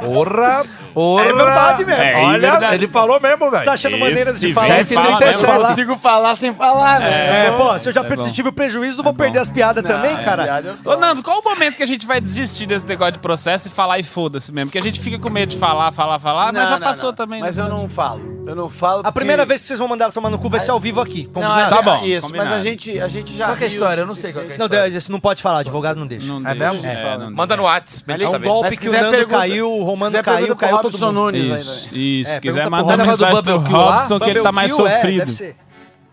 G: Porra! Porra!
A: É verdade mesmo.
E: É,
G: Olha,
E: verdade. É,
G: ele falou mesmo, velho.
A: Tá achando maneiras de
E: Esse
A: falar.
E: velho
G: Sete
A: tem
E: fala,
A: teste
E: né?
A: falar.
B: Eu não consigo falar sem falar, né?
A: É, pô, se eu já
E: é bom.
A: tive o prejuízo, não vou perder as piadas
B: é
A: também, cara?
E: Ô, Nando, qual o momento que a gente vai desistir desse negócio de processo e falar e foda-se mesmo? Que a gente fica com medo de falar, falar, falar, mas
B: Não,
E: já
B: não,
E: passou
B: não.
E: também.
B: Mas
E: né?
B: eu não falo. Eu não falo.
A: A primeira vez que vocês vão mandar tomar no cu vai ser ao vivo aqui,
B: Não, é,
A: combinado?
E: Tá bom,
B: Isso, mas a
E: combinado.
B: gente, a gente já.
I: Qual que é a
B: riu
I: história?
B: o
I: Eu não sei qual que é a
A: Não,
I: história.
A: Deus, isso não pode falar, advogado não deixa.
E: Não
I: É
E: deixa,
I: mesmo?
E: é,
I: É,
E: não
C: Manda no WhatsApp, pra ele
A: É um
C: saber.
A: golpe
B: Mas se
A: que o
B: quiser,
A: Nando
B: pergunta-
A: caiu, o
B: Se
A: Romano
B: quiser,
A: caiu,
B: pergunta pro
A: caiu todo
B: Robson
A: mundo.
B: Nunes
E: Isso,
B: ainda.
E: isso.
A: É,
E: Se
A: pergunta
E: quiser,
A: pro Robson.
E: manda uma
I: Lembra do
E: mensagem pro
I: Bubble Kill lá?
E: Robson, que ele tá mais
A: Barbecue, é,
E: sofrido.
A: deve ser.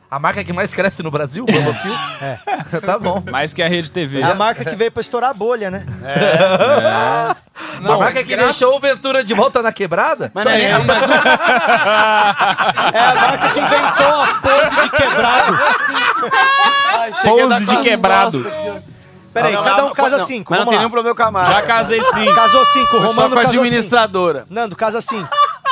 I: A marca que mais cresce no Brasil, Barbecue. é. Tá bom.
E: Mais que a Rede TV.
A: É a marca que veio pra estourar a bolha, né?
I: a marca que deixou o Ventura de volta na quebrada?
B: Mas não é, nem-
A: É a marca que inventou a pose de quebrado.
E: Pose de quebrado.
A: Peraí,
B: Não,
A: cada
B: não,
A: um casa
B: não,
A: cinco,
B: Mas não
A: vamos
B: tem
A: lá.
B: nenhum problema com a marca.
E: Já casei sim.
A: Casou cinco,
B: Foi só
A: Romano
B: com a
A: casou cinco.
B: administradora.
A: Nando, casa cinco.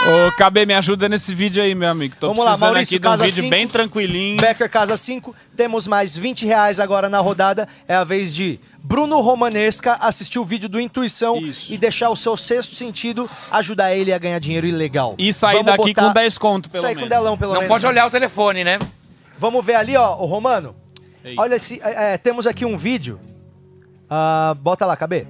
E: Ô, KB, me ajuda nesse vídeo aí, meu amigo. Tô
A: Vamos lá,
E: precisando
A: Maurício,
E: aqui de um
A: casa
E: vídeo
A: cinco.
E: bem tranquilinho.
A: Becker casa 5. Temos mais 20 reais agora na rodada. É a vez de Bruno Romanesca assistir o vídeo do Intuição
E: Isso.
A: e deixar o seu sexto sentido ajudar ele a ganhar dinheiro ilegal.
E: E sair
A: Vamos
E: daqui
A: botar-
E: com 10 conto, pelo
A: sair
E: menos.
A: com delão, pelo
C: Não
A: menos.
C: pode olhar o telefone, né?
A: Vamos ver ali, ó, o Romano.
E: Ei.
A: Olha, esse, é, é, temos aqui um vídeo. Ah, bota lá, KB.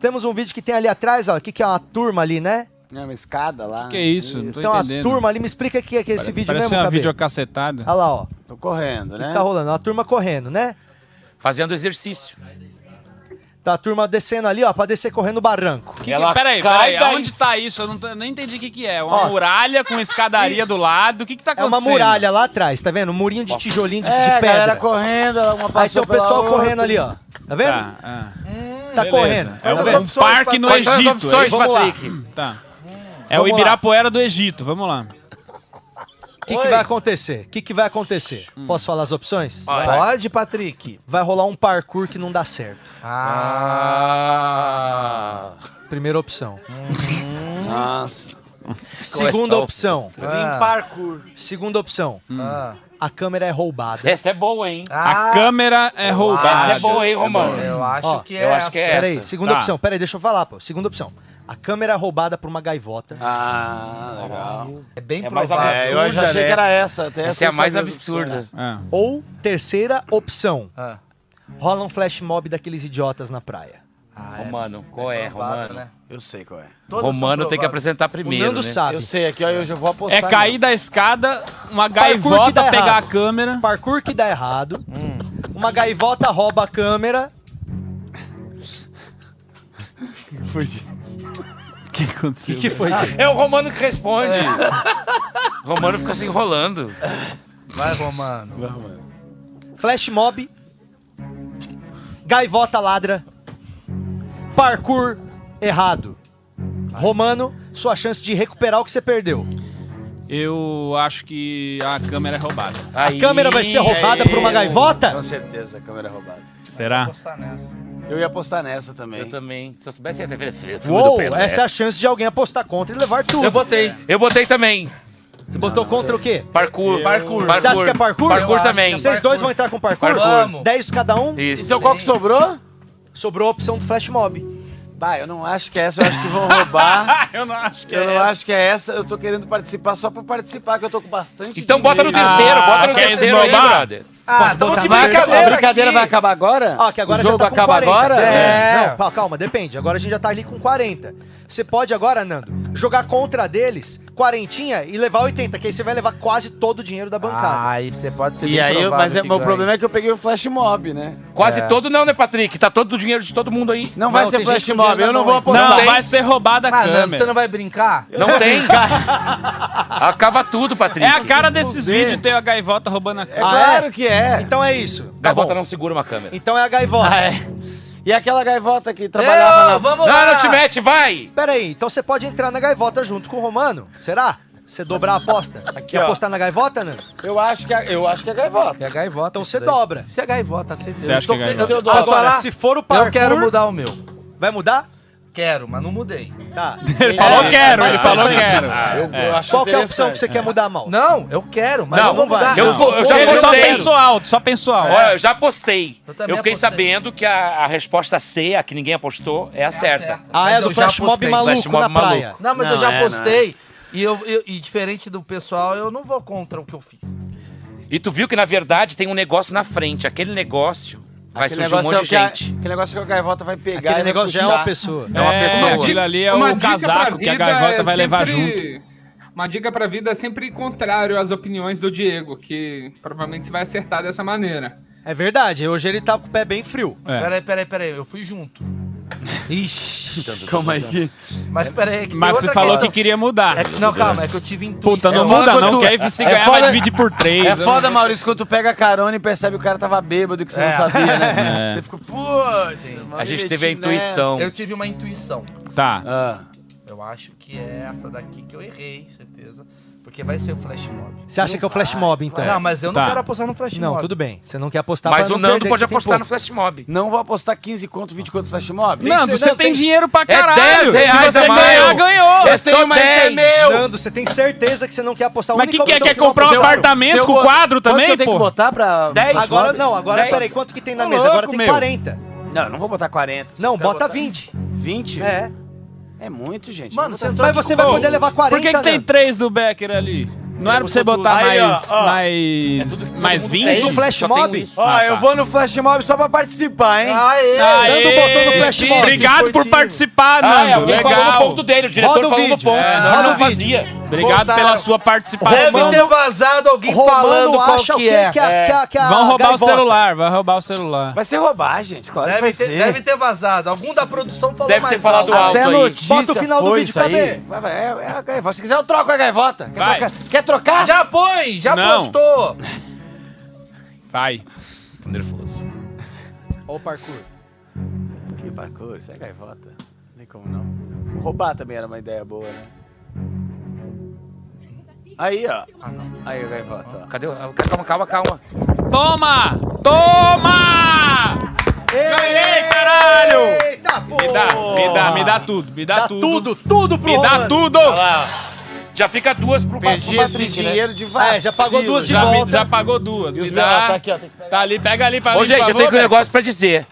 A: Temos um vídeo que tem ali atrás, ó, que, que é uma turma ali, né?
B: É uma escada lá.
E: Que isso? Não tô
A: Tem uma
E: entendendo.
A: turma ali. Me explica o que é que é esse vídeo
E: Parece
A: mesmo,
E: uma
A: KB.
E: videocacetada.
A: Olha lá, ó. O
B: Tô correndo, né?
A: que tá rolando? Uma turma correndo, né?
C: Fazendo exercício.
A: Tá a turma descendo ali, ó, pra descer correndo o barranco.
E: Que que-
C: Ela
E: peraí,
C: cai
E: peraí,
C: da
E: onde
C: inf-
E: tá isso? Eu não tô- nem entendi o que, que é. Uma
A: Ó.
E: muralha com escadaria do lado. O que, que tá
A: É
E: acontecendo?
A: uma muralha lá atrás, tá vendo? Um murinho de tijolinho de,
B: É,
A: de
B: a galera
A: pedra.
B: correndo, uma passou
A: Aí tem o
B: pela
A: pessoal
B: outra.
A: correndo ali, ó. Tá vendo?
E: Tá, ah.
A: tá
E: Beleza.
A: correndo.
E: É
A: tá
E: um,
A: vendo?
E: um parque no
C: Quais são as
E: Egito.
C: opções,
E: é isso?
C: Patrick?
E: Tá. É o
A: Vamos lá.
E: Ibirapuera do Egito, vamos lá.
A: O que, que vai acontecer? O que, que vai acontecer? Posso falar as opções?
I: Pode, Patrick.
A: Vai rolar um parkour que não dá certo.
C: Ah.
A: Primeira opção.
B: Nossa.
A: Segunda opção.
B: Em parkour.
A: Segunda opção.
I: Ah.
A: A câmera é roubada.
C: Essa é boa, hein?
G: Ah,
E: A câmera é
C: Essa
E: roubada.
C: é boa, hein, Romão?
I: Eu acho
A: Ó,
I: que é.
C: Eu acho que é essa.
A: Peraí, segunda
E: Tá.
A: opção. Peraí, deixa eu falar, pô. Segunda opção. A câmera é roubada por uma gaivota.
B: Ah, legal.
I: É bem
C: É mais
I: provável.
B: É, eu já
C: Absurda,
B: achei
C: né?
B: que era essa. Até
C: Essa é a
B: são
C: mais
B: as
C: absurda.
B: opções.
E: Ah.
A: Ou terceira opção.
I: Ah.
A: Rola um flash mob daqueles idiotas na praia.
C: Romano, qual é, Romano?
B: Eu sei qual é.
I: Todas são
C: Romano tem que
I: prováveis.
C: apresentar
A: O
C: primeiro,
A: Nando
C: né?
A: sabe.
B: Eu sei, aqui ó, eu já vou apostar.
E: É cair da escada, uma
A: Parkour que
E: gaivota
A: dá
E: pegar a
A: errado.
E: câmera.
A: Parkour que dá errado. Uma gaivota rouba a câmera.
E: O que aconteceu?
A: O que foi?
C: É o Romano que responde. Romano fica se enrolando.
I: Vai, Romano.
A: Flash mob. Gaivota ladra. Parkour errado. Romano, sua chance de recuperar o que você perdeu.
E: Eu acho que a câmera é roubada.
A: A câmera vai
C: é
A: ser roubada por uma gaivota?
B: Com certeza, a câmera é roubada.
E: Será?
I: Apostar nessa.
B: Eu ia apostar nessa também.
C: Eu também. Se eu soubesse, ia ter feito filme do
A: Uou,
C: Pelé.
A: essa é a chance de alguém apostar contra e levar tudo.
I: Eu botei.
C: Eu botei também.
A: Você botou contra o quê?
C: Parkour.
I: Parkour.
A: Você acha que é parkour?
C: Parkour
I: Eu
C: também.
I: acho que é
A: Vocês dois vão entrar com parkour?
I: Parkour. Vamos.
A: 10 cada um?
C: Isso.
B: Então qual que sobrou?
A: Sobrou a opção do flash mob.
B: Bah, eu não acho que é essa, eu acho que vão roubar.
E: Eu não acho
B: eu não acho que é essa, eu tô querendo participar só pra participar, que eu tô com bastante.
C: então bota no
B: dinheiro.
C: terceiro, bota no
E: quer
C: terceiro aí,
E: esnobar?
C: brother.
I: Ah, tamo de
A: mais?
B: A
I: brincadeira.
B: brincadeira vai acabar agora?
A: Ó, que agora
B: o jogo
A: já tá com
B: acaba
A: 40.
B: agora?
A: Depende.
I: É.
A: Não, pa- calma, depende. Agora a gente já tá ali com 40. Você pode agora, Nando, jogar contra deles, quarentinha, e levar 80, que aí você vai levar quase todo o dinheiro da
G: Ah.
A: bancada.
I: Aí você pode ser
B: E aí, eu, mas é, meu problema é que eu peguei o flash mob, né?
C: Quase todo não, né, Patrick? Tá todo o dinheiro de todo mundo aí.
B: Não vai
A: Não,
B: ser
A: tem
B: flash
A: gente com
B: mob,
A: dinheiro
B: eu
A: na
B: não
A: mão,
B: vou
A: hein?
B: apostar.
E: não,
B: Tem-
E: vai ser roubada a
I: Ah, Nando,
E: câmera.
I: você não vai brincar?
C: Não tem. Acaba tudo, Patrick.
E: É a cara desses vídeos ter a gaivota roubando a
B: É
E: câmera.
A: Ah,
B: claro
A: é?
B: que é.
A: Então é isso. Tá
C: Gaivota
A: bom.
C: não segura uma câmera.
A: Então é a gaivota.
B: Ah, é. E aquela gaivota que trabalhava
I: Eu,
B: na...
I: vamos lá.
C: Não, não te mete, vai!
A: Pera aí, então você pode entrar na gaivota junto com o Romano, será? Você dobrar a aposta. Aqui,
B: ó.
A: apostar na gaivota, Nando?
B: Eu acho que é, eu acho que é gaivota.
I: É a gaivota.
A: Então
I: isso
A: você
I: daí.
A: dobra.
I: Se é gaivota, certeza.
E: Você acha que é gaivota?
B: Se eu dou
I: Agora,
A: Agora,
I: falar,
A: se for o parkour...
I: Eu quero mudar o meu.
A: Vai mudar?
I: Quero, mas não mudei.
A: Tá.
E: Ele falou quero,
A: mas
E: ele
A: fala
E: falou
A: aí.
E: quero.
B: eu, eu acho
A: Qual que é a
B: interessante.
A: opção que você quer mudar, mal?
I: Não, eu quero, mas
C: Não,
I: eu vou
A: não vai.
I: mudar.
C: Eu,
I: Não.
C: vou- eu já
E: Ele só
C: postei.
E: pensou alto, só pensou alto.
C: Olha, eu já postei.
I: Eu
C: Eu,
I: também
C: fiquei
I: apostei.
C: sabendo que a, a resposta C, a que ninguém apostou, é a certa.
A: Ah,
I: Mas
A: é do
I: eu já
A: flash mob
I: apostei.
A: maluco
C: Flash mob
A: na praia.
C: maluco.
I: Não, mas
B: Não,
I: eu já
B: é,
I: postei.
G: E, eu, eu- e diferente do pessoal, eu não vou contra o que eu fiz.
C: E tu viu que, na verdade, tem um negócio na frente. Aquele negócio vai
B: Aquele
C: surgir um
B: negócio é
C: monte
B: o
C: de
B: que a-
C: gente.
B: aquele negócio que a gaivota vai pegar. e
A: Aquele
B: vai
A: negócio já é
B: puxar.
A: uma pessoa.
C: É uma pessoa.
E: Aquilo ali é o casaco que a
D: é
E: gaivota vai levar junto.
D: Uma dica pra vida é sempre contrário às opiniões do Diego, que provavelmente você vai acertar dessa maneira.
A: É verdade, hoje ele tá com o pé bem frio.
E: É.
G: Peraí, peraí, peraí, eu fui junto. Ixi.
B: Calma aí. que-
G: Mas peraí, é que tem
E: Mas você
G: outra
E: falou
G: questão.
E: que queria mudar.
G: É que- não, calma, é que eu tive intuição.
E: Puta, não
B: é
E: muda
B: foda
E: não,
B: quando
E: que aí
B: tu-
E: se
B: é
E: ganhar
B: foda-
E: vai dividir por três. né?
B: É foda, Maurício, quando tu pega carona e percebe que o cara tava bêbado e que você não sabia, né? Você fica, putz, mano,
C: A gente
B: me
C: teve a
B: meti
A: né?
B: nessa.
C: intuição.
G: Eu tive uma intuição.
E: Tá.
B: Ah,
G: Eu acho que é essa daqui que eu errei, certeza. Porque vai ser o flash mob.
A: Você acha que é o flash mob, então?
G: Não, mas eu
E: Tá.
G: não quero apostar no flash mob.
A: Não, tudo bem. Você não quer apostar
C: Mas
A: pra
C: o
A: não
C: Nando
A: perder,
C: pode
A: que você tem
C: apostar no
A: pouco.
C: flash mob.
B: não vou apostar 15 conto, 20 conto flash mob?
E: Não,
A: ser-
E: você
A: não,
E: tem
A: tem-
E: dinheiro pra
C: É
E: caralho.
C: 10 reais
E: se você
C: a mais.
E: ganhar, ganhou.
C: É só
B: mas é
C: 10.
B: meu!
A: Nando, você tem certeza que você não quer apostar A
E: Mas
A: única
E: quem quer,
A: opção
E: quer
A: que eu
E: comprar um
A: apostaria-
E: apartamento com quadro
B: Quanto que eu
E: também,
B: tenho que
E: pô?
B: botar pra...
C: Dez.
A: Agora não, agora
C: Dez.
A: peraí, quanto que tem na
E: Ô,
A: mesa? agora
E: louco,
A: tem
E: meu.
A: 40.
B: Não, eu não vou botar 40. se
A: Não,
B: eu quero
A: bota
B: botar
A: 20.
B: 20?
A: É.
B: É muito, gente.
G: Mano,
B: Não
G: você
B: vou
G: entrou
A: Mas
G: de
A: você vai
G: cu.
A: poder levar 40,
E: Por que, que tem
A: Nando.
E: três do Becker ali? Não era pra você botar
B: Aí, ó,
E: mais.
B: ó.
E: mais. mais 20?
A: No É flash
C: Só tem um
A: mob?
C: isso.
B: Ó,
C: Ah,
B: eu
C: tá.
B: vou no flash mob só pra participar, hein?
G: Aê!
E: Aê,
A: Nando botou no flash mob.
E: Obrigado por
G: Esportivo.
E: participar,
C: Ah, é,
E: Nando.
C: alguém falou do
E: Legal.
C: ponto dele, o diretor
A: Roda o
C: falou do
A: vídeo.
C: ponto,
A: É,
C: senão
A: roda
C: não
A: o vídeo.
C: fazia.
E: Obrigado
G: Voltaram.
E: pela sua participação.
G: Deve ter vazado alguém falando
A: Romano
G: qual
A: acha o
G: que
A: quê?
G: é.
A: Que a, que a, que a
E: Vão roubar o
A: tá, gaivota.
E: celular, vai roubar o celular.
B: Vai ser roubar, gente, claro que
G: Deve
B: vai
G: ter,
B: ser.
G: deve ter vazado. Algum da produção falou
C: Deve ter
G: mais
C: falado
G: alto.
C: alto.
B: Até
C: aí.
B: notícia
A: Bota o final do
B: foi
A: vídeo,
B: isso aí.
A: cadê?
B: Vai, vai, É, é a gaivota. Se quiser, eu troco a gaivota. Quer
E: Vai.
B: trocar? Quer trocar?
G: Já põe, já
E: Não.
G: postou.
E: Vai.
C: Tô nervoso.
A: Ó o parkour.
B: Que parkour, isso é gaivota. Não tem como não. Roubar também era uma ideia boa, né? Aí, ó. Aí o gaivota, ó.
C: Cadê? o- Calma, calma, calma.
E: Toma! Toma! Ganhei, caralho!
A: Eita, pô!
E: Me dá, me dá, me dá tudo, me dá,
A: Dá tudo, tudo pro
E: Me dá
A: Romano.
E: tudo!
C: Olha lá. Já fica duas pro, pa- pro
B: Perdi esse
C: Patrick, né?
B: dinheiro de vacilo.
A: É, já pagou duas de
E: Já, me-
A: volta.
E: já pagou duas,
B: E os
E: me
B: meus,
E: dá.
B: ó, tá aqui, ó, tem que
E: Tá ali, pega ali pra mim,
C: Ô, gente,
E: por
C: eu tenho
E: favor, né?
C: um negócio pra dizer.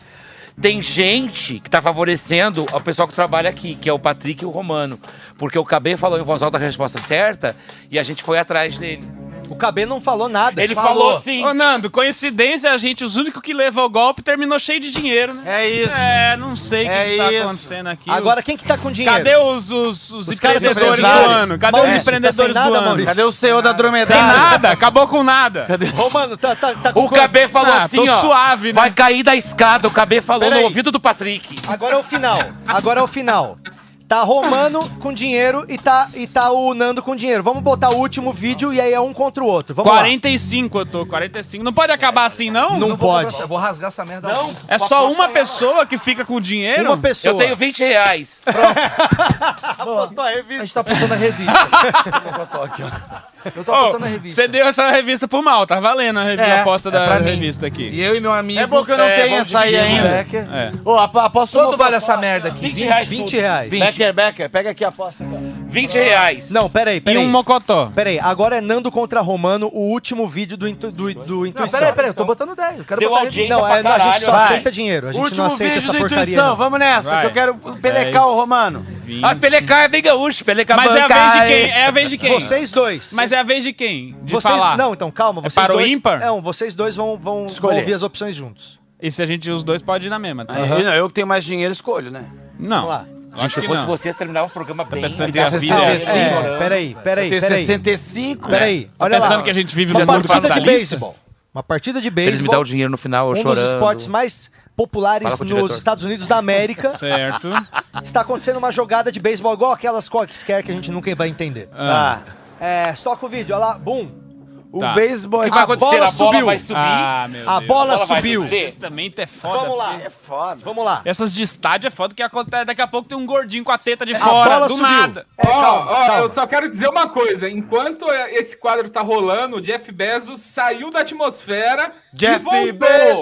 C: Tem gente que tá favorecendo o pessoal que trabalha aqui, que é o Patrick e o Romano. Porque o KB falou em voz alta a resposta certa e a gente foi atrás dele.
A: O KB não falou nada.
C: Ele falou, assim. sim.
E: Ô, Nando, coincidência, a gente, os únicos que levou o golpe, terminou cheio de dinheiro, né?
B: É isso.
E: É, não sei o que,
B: É
E: que tá
B: isso.
E: acontecendo aqui.
A: Agora,
E: os...
A: quem que tá com dinheiro?
E: Cadê os, os, os
A: Os caras
E: empreendedores do
A: empresários.
E: ano? Cadê
A: Maurício,
E: os empreendedores
A: tá sem
E: do
A: nada,
E: ano?
A: Maurício?
B: Cadê o senhor da
E: Sem
B: dromedária?
E: nada, acabou com nada.
A: Romano, tá, tá, tá
C: O
A: com...
C: KB falou
E: Ah,
C: assim,
E: tô
C: ó.
E: suave, né?
C: Vai cair da escada, o KB falou
A: Peraí.
C: no ouvido do Patrick.
A: Agora é o final. Agora é o final. Tá Romano com dinheiro e tá, e tá o Nando com dinheiro. Vamos botar o último vídeo e aí é um contra o outro. Vamos
E: 45 eu tô, 45. Não pode acabar assim, não?
A: lá. Não, pode.
G: Eu vou rasgar essa merda. ao vivo.
E: É só uma pessoa que fica com o dinheiro?
A: Uma pessoa.
C: Eu tenho 20 reais.
A: Apostou a
G: A
A: revista.
G: gente tá postando a revista. eu tô
E: Ô,
G: postando a revista.
E: Você deu essa revista pro mal, tá valendo a, revi-
G: É,
E: a aposta
G: é
E: da
G: pra mim.
E: revista aqui.
G: E eu e meu amigo.
B: É bom que eu não
G: É,
B: tenho
G: vamos
B: essa aí
G: dividir,
B: ainda.
G: Becker.
E: É.
B: Ô, ap- aposto
G: Quanto
B: uma
G: vale essa merda aqui?
C: 20 reais.
A: 20
E: um
C: tudo.
A: reais.
B: Becker, Becker, pega aqui a aposta. aqui, ó.
C: 20 reais.
A: Não, peraí,
E: E
A: peraí.
E: um mocotó.
A: Peraí, agora é Nando contra Romano, o último vídeo do, intu... do, do
G: Não,
A: Intuição.
G: peraí, peraí, eu tô botando 10. Eu quero
C: Deu
G: botar a
C: audiência
G: revista.
A: Não,
C: pra
A: é, não, a gente
C: caralho,
A: só
C: vai.
A: aceita dinheiro. A gente
B: Último
A: não aceita
B: vídeo
A: essa
B: do
A: porcaria.
B: Intuição,
A: Não. É
B: vamos nessa,
E: Vai.
B: que eu quero pelecar
E: Dez.
B: o Romano.
C: A Pelecar é bem gaúcho, Pelecar
E: Mas é a vez de
C: bancária.
E: quem? É a vez de quem?
A: Vocês dois.
E: Mas é a vez de quem? De
A: vocês...
E: falar.
A: Não, então calma. Vocês
E: para o
A: dois...
E: ímpar?
A: Não, vocês dois vão, vão, vão
B: Escolher.
A: ouvir as opções juntos.
E: E se a gente os dois pode ir na mesma, tá?
B: Aí, não, eu que tenho mais dinheiro, escolho, né?
E: Não.
A: Vamos lá.
E: Acho
C: Gente, se
E: que
C: fosse
E: não.
C: vocês, terminava o programa bem.
E: pensando
C: Obrigado.
E: que a vida
A: Ah,
E: é
A: é,
E: assim.
A: é, peraí, peraí,
B: Tenho
A: peraí.
C: um.
B: 65.
C: Tá
A: Peraí, olha
E: pensando
A: lá.
E: que a gente vive de
A: Uma
E: acordo com
A: partida de
E: capitalista?
A: beisebol. Uma partida de
C: Eles me dão o
A: beisebol,
C: dinheiro no final, eu
A: um
C: chorando.
A: dos esportes mais populares
C: Fala com o
A: nos
C: diretor.
A: Estados Unidos da América.
E: Certo.
A: Está acontecendo uma jogada de beisebol igual aquelas quaisquer que a gente nunca vai entender.
B: Tá.
A: É, toca o vídeo, olha lá, bum.
B: O
E: Tá.
B: beisebol
C: O
B: é
C: que vai
B: a
C: acontecer?
A: bola
C: a bola
A: subiu.
C: vai subir.
E: Ah, meu
A: A
E: Deus.
A: bola
C: bola vai
A: subiu.
C: descer.
E: Esse também é foda.
A: Vamos lá,
B: É foda.
A: vamos lá.
E: Essas de estádio é foda que acontece. Daqui a pouco tem um gordinho com a teta de
A: A
E: fora,
A: bola
E: do
A: subiu.
E: nada.
A: É,
D: Ó,
A: calma,
D: ó,
A: calma.
D: eu só quero dizer uma coisa. Enquanto esse quadro tá rolando, o Jeff Bezos saiu da atmosfera e
B: Jeff
D: voltou.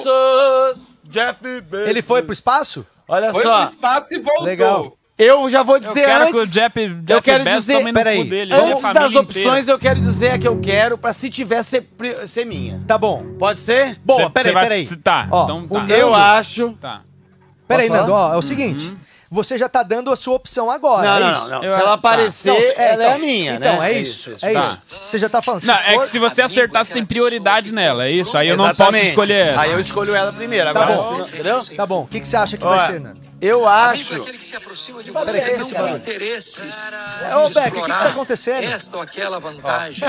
B: Bezos! Jeff Bezos!
A: Ele foi pro espaço?
B: Olha
D: Foi
B: só,
D: pro espaço e voltou.
A: Legal.
B: eu já vou dizer
E: quero que o
B: antes.
E: Jeff-
B: eu
E: Jeff
B: quero
E: Bezos
B: dizer,
E: tome no
A: peraí,
E: cu dele, ele é a
B: antes das
E: família
B: opções,
E: inteira.
B: eu quero dizer a que eu quero pra se tiver ser, pri- ser minha.
A: Tá bom.
B: Pode ser?
A: Boa,
E: Cê-
A: peraí,
E: cê vai-
A: peraí.
E: cê- tá,
A: Ó,
E: então
A: o
E: tá.
A: Nando-
B: Eu acho
E: Tá.
A: Peraí,
G: Posso Uhum.
A: Nando, ó, é o seguinte. Você já tá dando a sua opção agora.
B: Não,
A: é
B: não,
A: isso.
B: não, não. Se ela aparecer,
A: Não,
B: ela é
A: então-
B: a minha,
A: então,
B: né?
A: é isso. É
B: tá.
A: isso. Você já tá falando.
E: Não, é
A: for-
E: que se você acertar, você tem prioridade nela, é isso? Aí eu não posso
B: Exatamente.
E: escolher
B: Aí
E: essa.
B: eu escolho ela primeiro.
A: Tá
B: Agora,
A: bom.
B: entendeu?
A: Tá bom. O que, que você acha que
B: Ó,
A: vai ser, Nando?
B: Eu acho.
D: que se aproxima de
A: Peraí, o que é esse barulho? Ô, Beck, o que, que tá acontecendo?
D: esta ou aquela vantagem.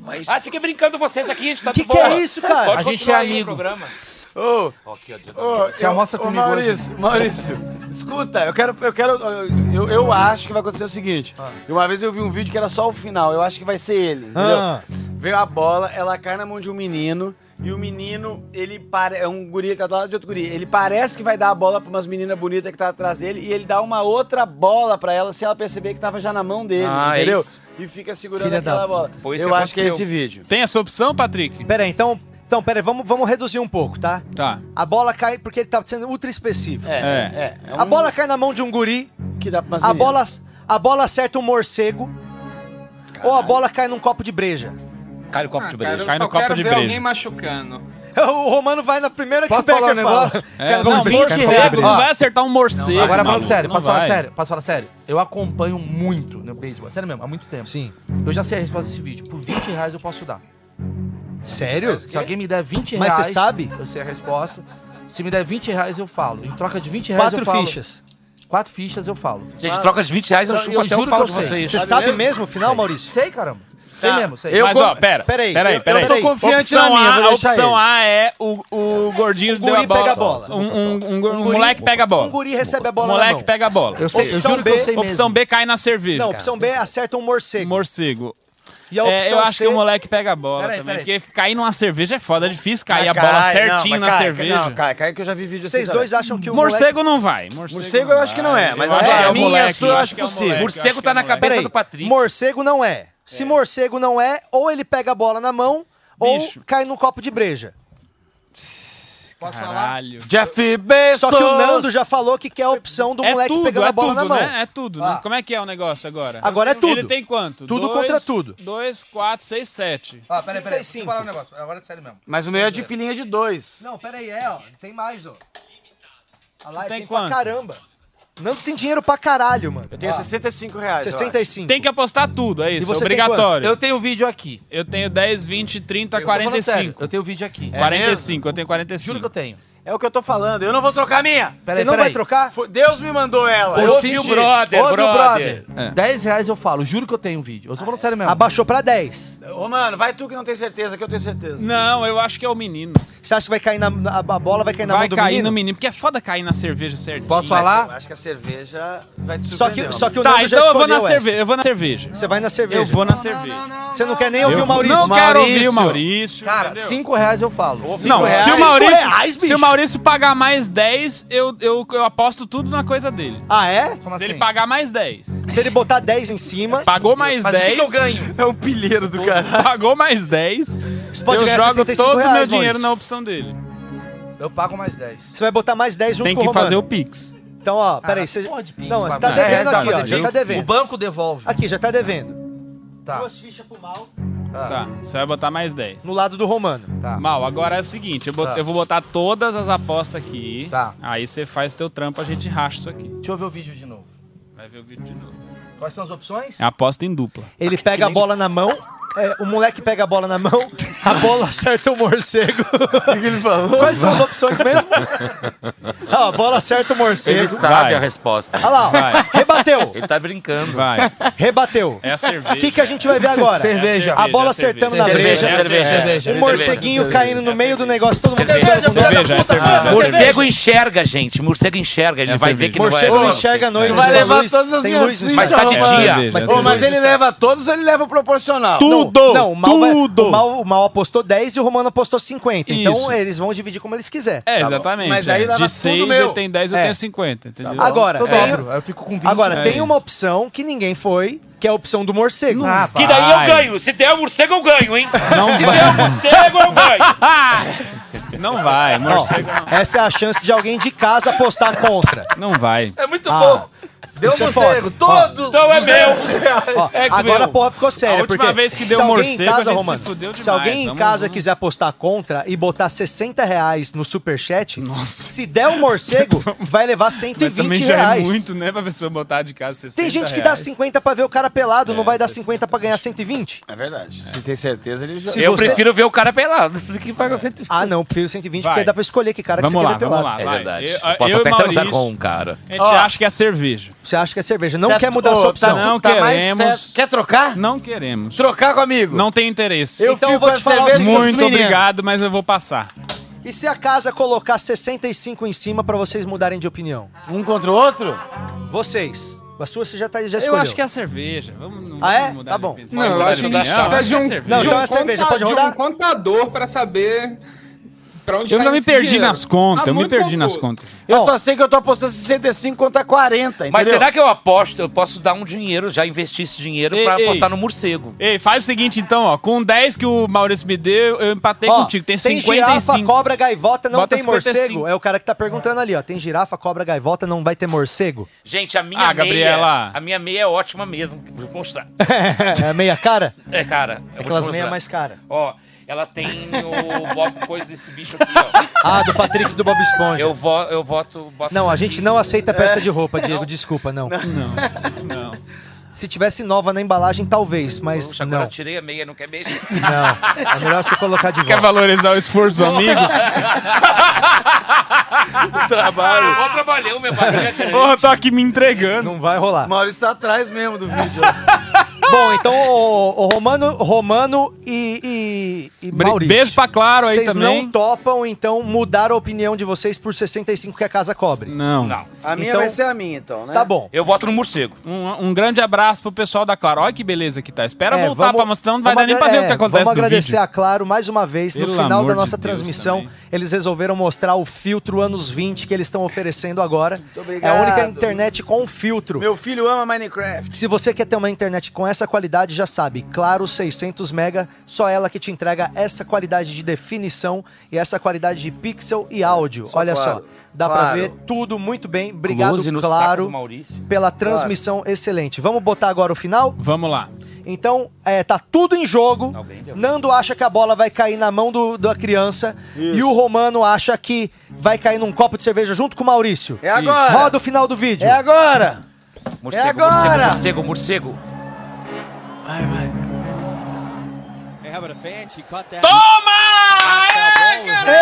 D: Mas
C: Ah, fiquem brincando vocês aqui, a gente tá
A: Que
C: de
A: que
C: boa.
A: é isso, cara?
C: Pode
G: A gente
C: continuar
G: é
C: aí o
G: amigo.
C: programa.
B: Ô,
C: Aqui, ó,
B: ô,
G: Você
B: eu-
G: almoça
B: ô,
G: comigo
B: Maurício, Maurício, escuta, eu quero. Eu, quero eu, eu, eu acho que vai acontecer o seguinte. Uma vez eu vi um vídeo que era só o final. Eu acho que vai ser ele, entendeu?
A: Ah.
B: Veio a bola, ela cai na mão de um menino. E o menino, ele parece. É um guri, ele tá do lado de outro guri. Ele parece que vai dar a bola pra umas meninas bonitas que tá atrás dele. E ele dá uma outra bola pra ela se ela perceber que tava já na mão dele,
C: Ah, é
B: entendeu?
C: isso.
B: E fica segurando
A: Filha da
B: aquela bola.
C: Foi isso
B: eu
C: que
B: acho que é esse
C: aconteceu.
B: vídeo.
E: Tem essa opção, Patrick?
A: Peraí, então, então peraí, vamos, vamos reduzir um pouco, tá?
E: Tá.
A: A bola cai porque ele tá sendo ultra específico.
B: É,
E: É.
B: é. é
A: A
B: um
A: bola cai na mão de um guri,
B: que dá pra umas
A: a
B: meninas.
A: bola, a bola acerta um morcego, ou a bola cai num copo de breja.
C: Cai o copo
J: Ah,
C: de
J: cara,
C: breja.
J: eu
E: Cai
J: só
E: no copo
J: quero
E: de
J: ver
E: breja.
J: alguém machucando.
A: O Romano vai na primeira que
G: Posso
A: o Becker
G: falar um
A: fala.
G: negócio?
E: É,
A: Cara,
E: não,
A: vamos ver.
G: força
E: força
G: que
E: cego,
G: regra.
E: não
G: Ó,
E: vai acertar um morcego.
G: Agora falando
E: maluco,
G: sério,
E: não
G: posso falar
E: vai.
G: sério, posso falar sério. Eu acompanho muito no beisebol, sério mesmo, há muito tempo.
A: Sim.
G: Eu já sei a resposta desse vídeo. Por 20 reais eu posso dar.
A: Sério?
G: Se alguém me der 20
A: Mas
G: reais.
A: você sabe?
G: Eu sei a resposta. Se me der 20 reais, eu falo. Em troca de 20 reais,
A: Quatro
G: eu falo.
A: fichas.
G: Quatro fichas, eu falo.
C: Gente, troca de 20 reais, eu
G: Não,
C: chupo
G: eu
C: até o
G: juro
C: pau
G: que
C: de
G: eu sei.
C: vocês.
A: Você sabe mesmo o final, Maurício?
G: Sei, caramba. Sei
A: Ah,
B: Tá.
G: mesmo, sei.
B: Eu-
E: Mas, ó,
A: Peraí,
E: pera, peraí, peraí,
A: eu-
E: peraí.
A: eu tô
B: confiante
E: opção
B: na minha,
E: A,
B: vou
E: a
B: deixar
E: opção
B: ele.
E: A é o, o gordinho deu a
A: guri
E: bola.
A: pega a bola.
E: Um, um, um, um
A: guri-
E: moleque pega a bola.
A: Um guri recebe a bola na
E: moleque
A: mão.
E: pega a bola.
G: Eu sei, eu
A: Opção
G: juro que eu
A: B.
G: sei mesmo.
E: Opção B cai na cerveja.
A: Não,
E: cara.
A: opção B acerta um morcego.
E: Morcego.
A: E a opção
E: É, eu acho
A: C...
E: que o moleque pega a bola
G: Peraí,
E: também.
G: peraí.
E: Porque cair numa cerveja é foda, é difícil cair
B: Mas
E: a bola
B: cai,
E: certinho
B: não, mas
E: na
B: cai,
E: cerveja.
B: Não, cai, cai que eu já vi vídeo
A: Vocês
B: assim
A: dois
B: também.
A: acham que o
E: morcego não vai. Morcego,
B: Morcego eu acho que não é, mas
E: Eu acho
B: agora
E: que é
B: a
E: o
B: minha e a
E: moleque,
B: sua eu
E: acho
B: acho
E: que é o
B: possível.
E: moleque, eu acho
C: Morcego
E: que é
C: tá
E: o
C: na
E: moleque.
C: cabeça do Patrick.
A: Morcego não é. Se morcego não é, ou ele pega a bola na mão,
E: Bicho.
A: ou cai num copo de breja.
E: Caralho.
B: Jeff Bezos.
A: Só que o Nando já falou que quer a opção do
E: É
A: moleque
E: tudo,
A: pegando
E: é
A: a bola
E: tudo,
A: na mão.
E: né? É tudo, né? Como é que é o negócio agora?
A: Agora é tudo.
E: Ele tem quanto?
A: Tudo contra tudo.
E: 2, 4, 6, 7.
G: Ah, peraí, peraí. Deixa
A: 35.
G: eu falar um negócio. Agora é sério mesmo.
B: Mas o meu é de filhinha de dois.
A: Não, peraí, é, ó. Tem mais, ó. A live
E: tem
A: tem,
E: quanto?
A: pra caramba. Nando tem dinheiro pra caralho, mano.
B: Eu tenho 65 reais. eu acho.
A: 65.
E: Tem que apostar tudo, é isso.
A: você tem
E: obrigatório.
G: Eu tenho o vídeo aqui.
E: Eu... tenho 10, 20, 30,
G: Eu tô falando sério,
E: 45.
G: Eu tenho o vídeo aqui.
E: 45, eu tenho
G: É, Juro
E: 45.
G: que eu tenho.
B: É o que eu tô falando. Eu não vou trocar a minha.
G: Peraí,
A: Você não vai
G: peraí.
A: trocar?
B: Foi- Deus me mandou ela.
G: Por
B: Eu
G: cinco
B: pedi.
C: brother,
G: Ouve o
C: brother.
E: É.
G: 10 reais eu falo, juro que eu tenho um vídeo. Eu tô falando sério mesmo.
A: Abaixou pra 10.
B: Romano, vai tu que não tem certeza, que eu tenho certeza.
E: Não, eu acho que é o menino.
A: Você acha que vai cair na. A, a bola vai cair na
E: Vai
A: mão do
E: cair
A: menino?
E: no menino, porque é foda cair na cerveja certinho. né?
G: Posso
B: Mas
G: falar?
B: eu acho que a cerveja vai te
A: Só que,
B: surpreender.
A: só que o
E: Tá,
A: Nando já
E: então eu vou na
A: escolheu
E: cerveja.
A: essa.
E: Eu vou na cerveja.
A: Você vai na cerveja.
E: Eu vou na cerveja.
A: Você não quer nem ouvir
E: Eu
A: o Maurício.
E: Não quero ouvir
B: Maurício.
E: o Maurício.
G: Cara,
E: entendeu?
G: 5 reais eu falo. Cinco
E: Não,
G: reais.
E: se o
A: Cinco
E: Maurício,
A: reais,
E: se
A: bicho.
E: o Maurício pagar mais 10, eu, eu, eu aposto tudo na coisa dele.
A: Ah, é?
G: Como
E: Se
G: assim?
E: ele pagar mais 10.
A: Se ele botar 10 em cima,
E: Pagou mais
G: Mas o que,
E: 10.
G: que eu ganho?
B: É um pilheiro do cara.
E: Pagou mais 10.
A: você pode
E: eu
A: ganhar
E: jogo
A: 65
E: todo o
A: reais,
E: meu dinheiro
A: Maurício.
E: na opção dele.
G: Eu pago mais 10.
A: Você vai botar mais 10 junto
E: Tem
A: com
E: que
A: o Romano.
E: fazer o Pix. Né?
A: Então, ó, peraí.
G: Cara,
A: Você...
G: pode, Pix,
A: Não, você tá
G: papai.
A: devendo
G: É, tá,
A: aqui, ó.
G: fazer
A: Já tá
G: Pix.
A: devendo.
G: O banco devolve.
A: Aqui, já tá devendo.
G: Tá,
A: fichas pro mal.
E: Tá, você vai botar mais 10.
A: No lado do Romano.
G: tá.
E: Mal, agora é o seguinte, eu, bot-
G: Tá.
E: eu vou botar todas as apostas aqui.
G: Tá.
E: Aí você faz teu trampo, a gente racha isso aqui.
G: Deixa eu ver o vídeo de novo.
E: Vai ver o vídeo de novo.
G: Quais são as opções?
E: É aposta em dupla.
A: Ele pega a bola na mão. é, o moleque pega a bola na mão, a bola acerta o morcego. O que ele falou? Quais são as opções mesmo? Ah, a bola acerta o
C: Ele
A: morcego.
C: sabe
E: Vai.
C: a resposta.
A: Olha lá, ó.
E: Vai.
A: rebateu,
C: Ele tá brincando.
E: Vai.
A: rebateu.
E: É a cerveja.
A: O que, que a gente vai ver agora?
G: Cerveja. Ah,
A: A bola
E: é cerveja.
A: acertando na
C: Cerveja,
A: breja.
C: cerveja.
G: cerveja.
A: O morceguinho caindo no meio do negócio, todo mundo
C: Cerveja,
A: ficando com
E: cerveja, é cerveja.
A: Ah,
C: Morcego enxerga, gente. Morcego enxerga. Ele
E: É
C: vai
E: cerveja.
C: ver que não vai...
A: Morcego não enxerga a noite.
B: vai
A: tem
B: levar
A: luz,
B: todas as
A: tem
B: minhas
A: luz no
C: Mas
A: escuro.
C: tá de
B: Mano.
C: dia.
A: Mas
E: Cerveja.
A: tem
B: Ô, mas
A: luz.
B: ele leva todos ou ele leva o proporcional?
E: Tudo!
A: Não, o Mal, vai-
E: tudo!
A: o, Mal, o Mal apostou 10 e o Romano apostou 50.
E: Isso.
A: Então eles vão dividir como eles quiser.
E: É, exatamente.
B: Mas aí
E: é.
B: leva
E: De
B: tudo
E: 6
B: meu.
E: eu tenho 10, eu
A: É.
E: tenho 50, entendeu?
A: Agora,
G: Eu
A: tem,
G: dobro, aí eu fico com 20.
A: É. agora
E: É.
A: tem uma opção que ninguém foi, que é a opção do morcego.
G: Ah,
C: Que
G: pá.
C: daí
E: Vai.
C: eu ganho. Se der o morcego, eu ganho, hein?
E: Não
C: Se
E: vai.
C: der o morcego, eu ganho.
E: Não vai,
A: Ó,
E: morcego não.
A: essa é a chance de alguém de casa apostar contra.
E: Não vai.
G: É muito
A: Ah,
G: bom. Deu
A: Isso é
G: morcego,
A: foda.
G: todo-
A: Ó,
G: Então é meu.
A: Ó,
G: É
A: agora
G: meu.
A: a porra ficou séria.
G: A última
A: porque
G: vez que deu
A: se alguém
G: morcego,
A: em
G: a
A: casa,
G: gente se
A: Romano,
G: fudeu
A: Se
G: demais.
A: alguém em
G: Vamos-
A: casa quiser apostar contra e botar 60 reais no superchat, se der o morcego, vai levar
E: Mas
A: 120
E: também já é
A: reais.
E: muito, né, pra pessoa botar de casa 60
A: Tem gente que dá
E: reais. É,
A: 50 pra ver o cara pelado, não vai dar 50 pra ganhar 120?
B: É verdade. Se tem certeza, ele já.
A: Se Eu você-
C: prefiro ver o cara pelado do que pagar 120.
A: Ah, não, prefiro 120
E: Vai.
A: porque dá pra escolher que cara que
E: Vamos
A: você
E: lá,
A: quer ver
E: vamos
A: pelado.
E: lá.
C: É
E: vai.
C: verdade.
E: Eu-
C: Eu posso
E: eu e
C: até transar
E: Maurício-
C: com um cara.
E: A gente
A: Ó.
E: acha que é cerveja.
A: Você acha que é cerveja? Não quer mudar
E: Ô,
A: a sua opção.
E: Tá, não
A: Tá mais
E: queremos.
A: certo.
B: quer trocar?
E: Não queremos.
B: Trocar comigo?
E: Não tem interesse.
A: Eu Então fico eu vou com te a falar o cerveja seguinte, dos
E: Muito
A: meninos.
E: obrigado, mas eu vou passar.
A: E se a casa colocar 65 em cima pra vocês mudarem de opinião?
B: Um contra o outro?
A: Vocês. A sua você já, tá, já
E: Eu
A: escolheu.
E: acho que é a cerveja. Vamos, não
A: Ah, é?
E: vamos mudar
A: Tá
E: de
A: bom.
E: opinião.
D: Não,
E: Vamos
D: eu
E: mudar
D: acho
E: de
D: que
E: opinião?
D: precisa
E: Acho
D: de
E: que é
D: um,
E: cerveja.
A: Não,
D: de
A: então
D: um
A: é cerveja,
D: conta-
A: pode rodar?
D: De um contador pra saber pra onde
E: Eu
D: tá
E: já me
D: esse
E: perdi
D: dinheiro.
E: nas contas,
D: Tá
E: eu me
D: muito
E: perdi nas
D: confuso.
E: contas.
B: Eu só sei que eu tô apostando 65 contra 40.
C: Mas
B: entendeu?
C: será que eu aposto? Eu posso dar um dinheiro, já investir esse dinheiro
E: Ei,
C: pra
E: ei.
C: apostar no morcego.
E: Ei, faz o seguinte então, ó. Com 10 que o Maurício me deu, eu empatei
A: Ó,
E: contigo. Tem
A: girafa,
E: 55.
A: cobra, gaivota, não
E: Bota
A: tem
E: 55.
A: morcego? É o cara que tá perguntando ali, ó. Tem girafa, cobra, gaivota, não vai ter morcego?
C: Gente, a minha
E: Ah,
C: meia.
E: Gabriela.
C: A minha meia é ótima mesmo. Vou mostrar.
A: é a meia cara?
C: É, cara.
A: É
C: Eu vou
A: aquelas
C: te
A: meia
C: mostrar.
A: mais cara.
C: Ó, ela tem o Bob coisa desse bicho aqui, ó.
A: Ah, do Patrick do Bob Esponja.
C: Eu, vo, eu voto. boto
A: Não, a
C: isso
A: gente
C: aqui.
A: não aceita peça de roupa, Diego. Desculpa, É. não.
E: Não.
A: Se tivesse nova na embalagem, talvez, mas
C: Puxa, agora
A: não.
C: eu tirei a meia, não quer beijo?
A: Não. É melhor você colocar de
E: Quer
A: volta.
E: valorizar o esforço do amigo?
C: Trabalho. Ó, trabalhou, meu barriga é grande.
E: Porra, eu tô aqui me entregando.
A: Não vai rolar.
B: Maurício tá atrás mesmo do vídeo.
A: Bom, então o, o Romano, Romano e, e, e
E: Bre-
A: Maurício.
E: beijo pra Claro aí
A: vocês
E: também.
A: não topam, então, mudar a opinião de vocês por 65 que a casa cobre.
E: Não.
C: Não.
B: A minha
A: Então-
B: vai ser a minha, então, né?
A: Tá bom.
C: Eu voto no morcego.
E: Um, um grande abraço pro pessoal da Claro. Olha que beleza que tá. Espera
A: É,
E: voltar pra mostrar, não vai
A: vamos
E: dar nem pra
A: agra-
E: ver o que
A: é,
E: acontece
A: Vamos
E: no
A: agradecer
E: vídeo.
A: a Claro mais uma vez.
E: Pelo
A: no final
E: amor
A: da
E: de
A: nossa
E: Deus
A: transmissão,
E: também.
A: eles resolveram mostrar o filtro anos 20 que eles estão oferecendo agora. É a
B: obrigado.
A: única internet com filtro.
B: Meu filho ama Minecraft.
A: Se você quer ter uma internet com essa qualidade, já sabe, Claro 600 mega, só ela que te entrega essa qualidade de definição e essa qualidade de pixel e áudio. Olha
B: Claro.
A: só, dá pra
B: Claro.
A: ver tudo muito bem. Obrigado,
C: Close no saco do
A: Claro,
C: Maurício.
A: pela transmissão excelente. Vamos botar agora o final?
E: Vamos lá.
A: Então, é, tá tudo em jogo.
C: Alguém deu.
A: Nando acha que a bola vai cair na mão do- da criança. E o Romano acha que vai cair num copo de cerveja junto com o Maurício.
B: É agora.
A: Roda o final do vídeo.
B: É agora!
C: Morcego,
B: agora!
C: morcego, morcego, morcego.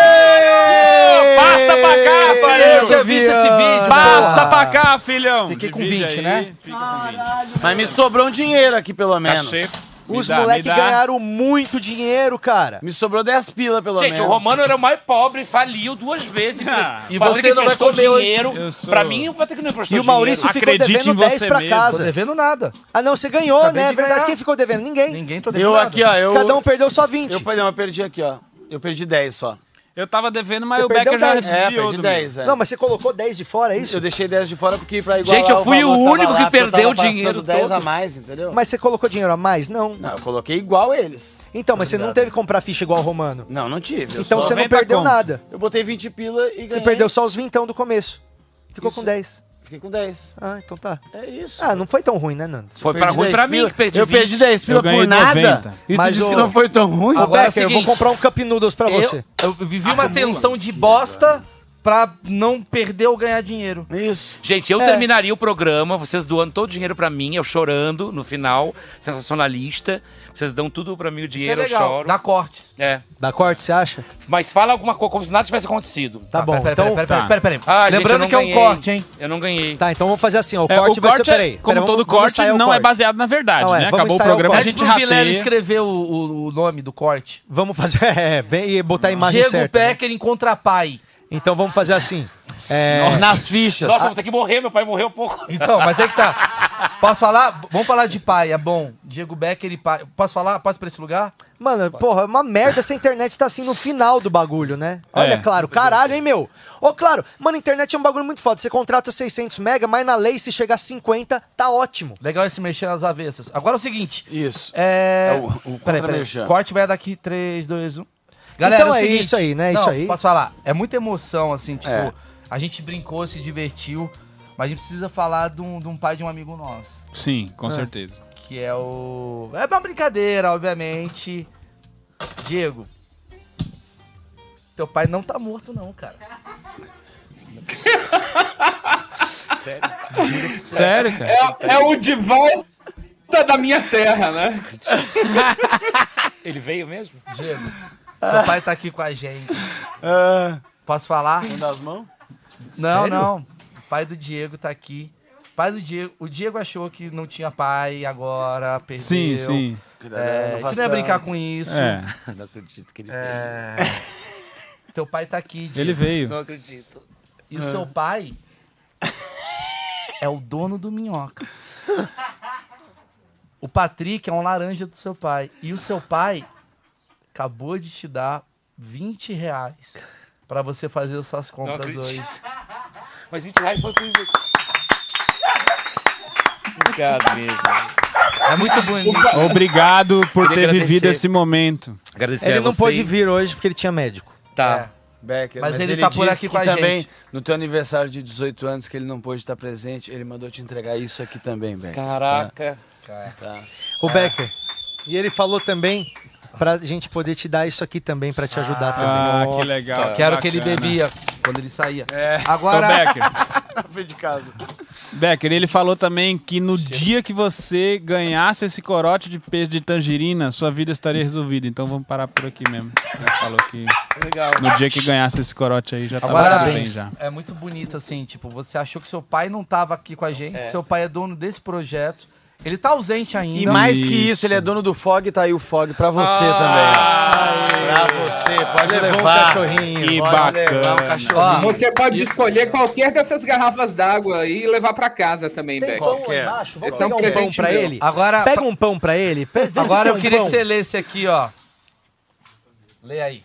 A: Ei!
E: Passa pra cá,
A: Eu já
E: filho!
A: vi esse vídeo.
E: Passa pra cá, filhão!
G: Fiquei com
E: Divide
G: 20,
E: aí,
G: né?
E: fica com 20.
B: Mas me sobrou um dinheiro aqui, pelo menos.
E: Cachê. Me
A: Os
E: dá, me
A: moleques
E: dá.
A: ganharam muito dinheiro, cara.
B: Me sobrou 10 pila, pelo
C: Gente,
B: menos.
C: o Romano era o mais pobre, faliu duas vezes.
E: Ah.
C: e você não vai
G: comer hoje.
C: dinheiro.
E: Eu sou-
C: Pra mim, o Patrick não emprestou
A: E o Maurício
E: dinheiro.
A: ficou
E: Acredite
A: devendo
E: em
A: 10
E: você
A: pra
E: mesmo.
G: Tô
A: casa.
G: devendo nada.
A: Ah, não, você ganhou, né?
G: Acabei
A: É
G: de
A: verdade.
G: ganhar.
A: Quem ficou devendo? Ninguém.
G: Ninguém tô devendo
B: Eu
G: nada.
B: aqui,
E: Ah,
B: ó. Eu,
A: Cada um perdeu só 20.
B: eu, eu perdi aqui, ó. Eu perdi 10 só.
E: Eu tava devendo, mas
A: Você
E: o Becker
A: perdeu
E: já
A: 10.
B: É,
E: desviou
B: perdi
E: do
B: 10. É.
A: Não, mas você colocou 10 de fora, é isso?
B: Eu deixei 10 de fora porque pra igualar
C: Gente, eu fui o
B: valor, tava
C: único
B: lá,
C: que
B: porque eu
C: perdeu
B: tava
C: o dinheiro
B: gastando 10 a
C: todo.
B: mais, entendeu?
A: Mas você colocou dinheiro a mais? Não.
B: Não, eu coloquei igual eles.
A: Então, mas você não teve que comprar ficha igual o Romano.
B: Não, não tive. eu
A: Então
B: só-
A: você não
E: 90
A: perdeu
E: conto.
A: nada.
B: Eu botei 20 pila e ganhei.
A: Você perdeu só os vintão do começo. Ficou
B: Isso.
A: com 10.
B: Fiquei com 10.
A: Ah, então tá.
B: É isso.
A: Ah, não foi tão ruim, né, Nando?
C: Foi
B: Eu
C: pra
B: perdi
C: ruim
B: 10
C: pra mim,
B: pila.
C: que perdi
B: Eu
C: 20.
B: perdi 10 pila
E: Eu ganhei
B: por nada.
E: 90.
B: E tu
A: Mas
B: disse que
A: o-
B: não foi tão ruim.
A: Ô,
G: Agora é o
A: Becker, eu vou
G: seguinte.
A: comprar um Cup Noodles pra você.
G: Eu, eu vivi uma tensão de bosta pra não perder ou ganhar dinheiro. é
B: Isso.
C: Gente, eu terminaria o programa, vocês doando todo o dinheiro pra mim, eu chorando no final, sensacionalista. Vocês dão tudo pra mim o
G: Isso é
C: dinheiro, eu
G: legal.
C: choro.
G: Dá cortes.
C: É.
A: Dá corte, você acha?
C: Mas fala alguma coisa, como se nada tivesse acontecido.
A: Tá bom,
G: Ah, Pera,
A: então...
G: pera, pera, pera,
E: tá.
G: pera, pera, pera.
C: Ah, gente, eu
G: Lembrando
C: não
G: que é um
C: ganhei.
G: corte, hein?
C: Eu não ganhei.
A: Tá, então vamos fazer assim, ó. O
E: É,
A: corte
E: o
A: vai
E: corte,
A: ser...
E: é-
A: Peraí,
E: como
A: peraí,
E: todo
A: vamos- vamos
E: corte,
A: ensaiar o
E: não é
A: corte.
E: baseado na verdade,
A: Não, é,
E: né?
A: vamos
E: Acabou o
A: ensaiar o
E: programa, a
A: corte.
G: Pede
E: gente
G: pro Vilela
E: rateia.
G: escrever o, o- o nome do corte.
A: Vamos fazer... É, bem, e botar a imagem
G: Diego
A: certa. né?
G: Becker encontra pai.
A: Então vamos fazer assim. É,
B: Nas fichas.
C: Nossa, vou ter que morrer, meu pai morreu pouco.
G: Então, mas é que tá. Posso falar? Vamos falar de pai, é bom. Diego Becker e pai. Posso falar? Posso ir pra esse lugar?
A: Mano, porra, é uma merda essa internet tá assim no final do bagulho, né? Olha,
E: É.
A: claro, caralho, hein, meu? Ô, claro, mano, internet é um bagulho muito foda. Você contrata 600 mega, mas na lei, se chegar a 50, tá ótimo.
G: Legal esse mexer nas avessas. Agora é o seguinte.
B: Isso.
G: É.
B: É o- o
G: peraí, peraí.
B: contra-merchan.
G: Corte vai daqui 3, 2, 1. Galera,
A: Então
G: o
A: é
G: seguinte-
A: isso aí, né?
G: Não,
A: Isso aí.
G: Posso falar? É muita emoção, assim, tipo,
B: É.
G: a gente brincou, se divertiu. Mas a gente precisa falar de um, de um pai de um amigo nosso.
E: Sim, com
G: Ah.
E: certeza.
G: Que é o. É uma brincadeira, obviamente. Diego. Teu pai não tá morto, não, cara.
E: Sério? Sério, cara?
D: É, é o de volta da minha terra, né?
C: Ele veio mesmo?
G: Diego. Seu pai tá aqui com a gente.
E: Ah.
G: Posso falar?
K: Manda as mãos?
G: Não,
K: Sério?
G: não. O pai do Diego tá aqui. O Pai do Diego, o Diego achou que não tinha pai agora, perdeu.
E: Sim, sim.
G: É, a gente não ia brincar com isso.
E: É.
C: Não acredito que ele
G: É. Teu pai tá aqui, Diego.
E: Ele veio.
C: Não acredito.
G: E o seu pai é o dono do minhoca. O Patrick é um laranja do seu pai. E o seu pai acabou de te dar 20 reais pra você fazer as suas
C: Não
G: compras hoje.
C: acredito. Mas 20 reais foi tudo isso. Obrigado mesmo.
G: É muito bonito.
E: Obrigado por
C: Queria
E: ter vivido
C: agradecer.
E: esse momento.
C: Agradecer
E: é
A: Ele
C: a
A: não
C: vocês.
A: pôde vir hoje porque ele tinha médico.
C: Tá.
K: Becker,
G: Mas ele tá por
K: disse
G: aqui
K: que
G: com a
K: também,
G: gente.
K: No teu aniversário de 18 anos, que ele não pôde estar presente, ele mandou te entregar isso aqui também, Becker.
C: Caraca.
E: É.
A: O Becker. E ele falou também pra gente poder te dar isso aqui também, pra te ajudar também.
E: Ah, que legal.
G: Que era o que ele
E: Bacana.
G: bebia quando ele saía.
E: Então,
G: Agora,
E: Becker,
K: Fui de casa.
E: Becker, ele falou também que no dia que você ganhasse esse corote de peixe de tangerina, sua vida estaria resolvida. Então vamos parar por aqui mesmo. Ele falou que
C: Legal.
E: no dia que ganhasse esse corote aí já tava
G: Agora,
E: tudo bem já.
G: é muito bonito assim, tipo, você achou que seu pai não tava aqui com a gente, seu pai é dono desse projeto, ele tá ausente ainda.
K: E mais que
E: Isso.
K: isso, ele é dono do Fog, tá aí o Fog pra você também. Pra você, pode
A: Ah, Levou um
K: levar.
A: cachorrinho.
E: Que
K: Pode levar um
E: bacana.
G: Ó,
D: Você pode escolher qualquer dessas garrafas d'água e levar pra casa também,
A: Tem
D: Beck.
A: pão aí embaixo? Vamos
D: Esse é um
A: pegar um pão
D: presente
A: pra
D: meu.
A: ele?
G: Agora,
A: Pega um pão pra ele. pe- vê se
G: agora
A: tem
G: eu
A: um
G: queria
A: pão.
G: que você lesse aqui, ó. Lê aí.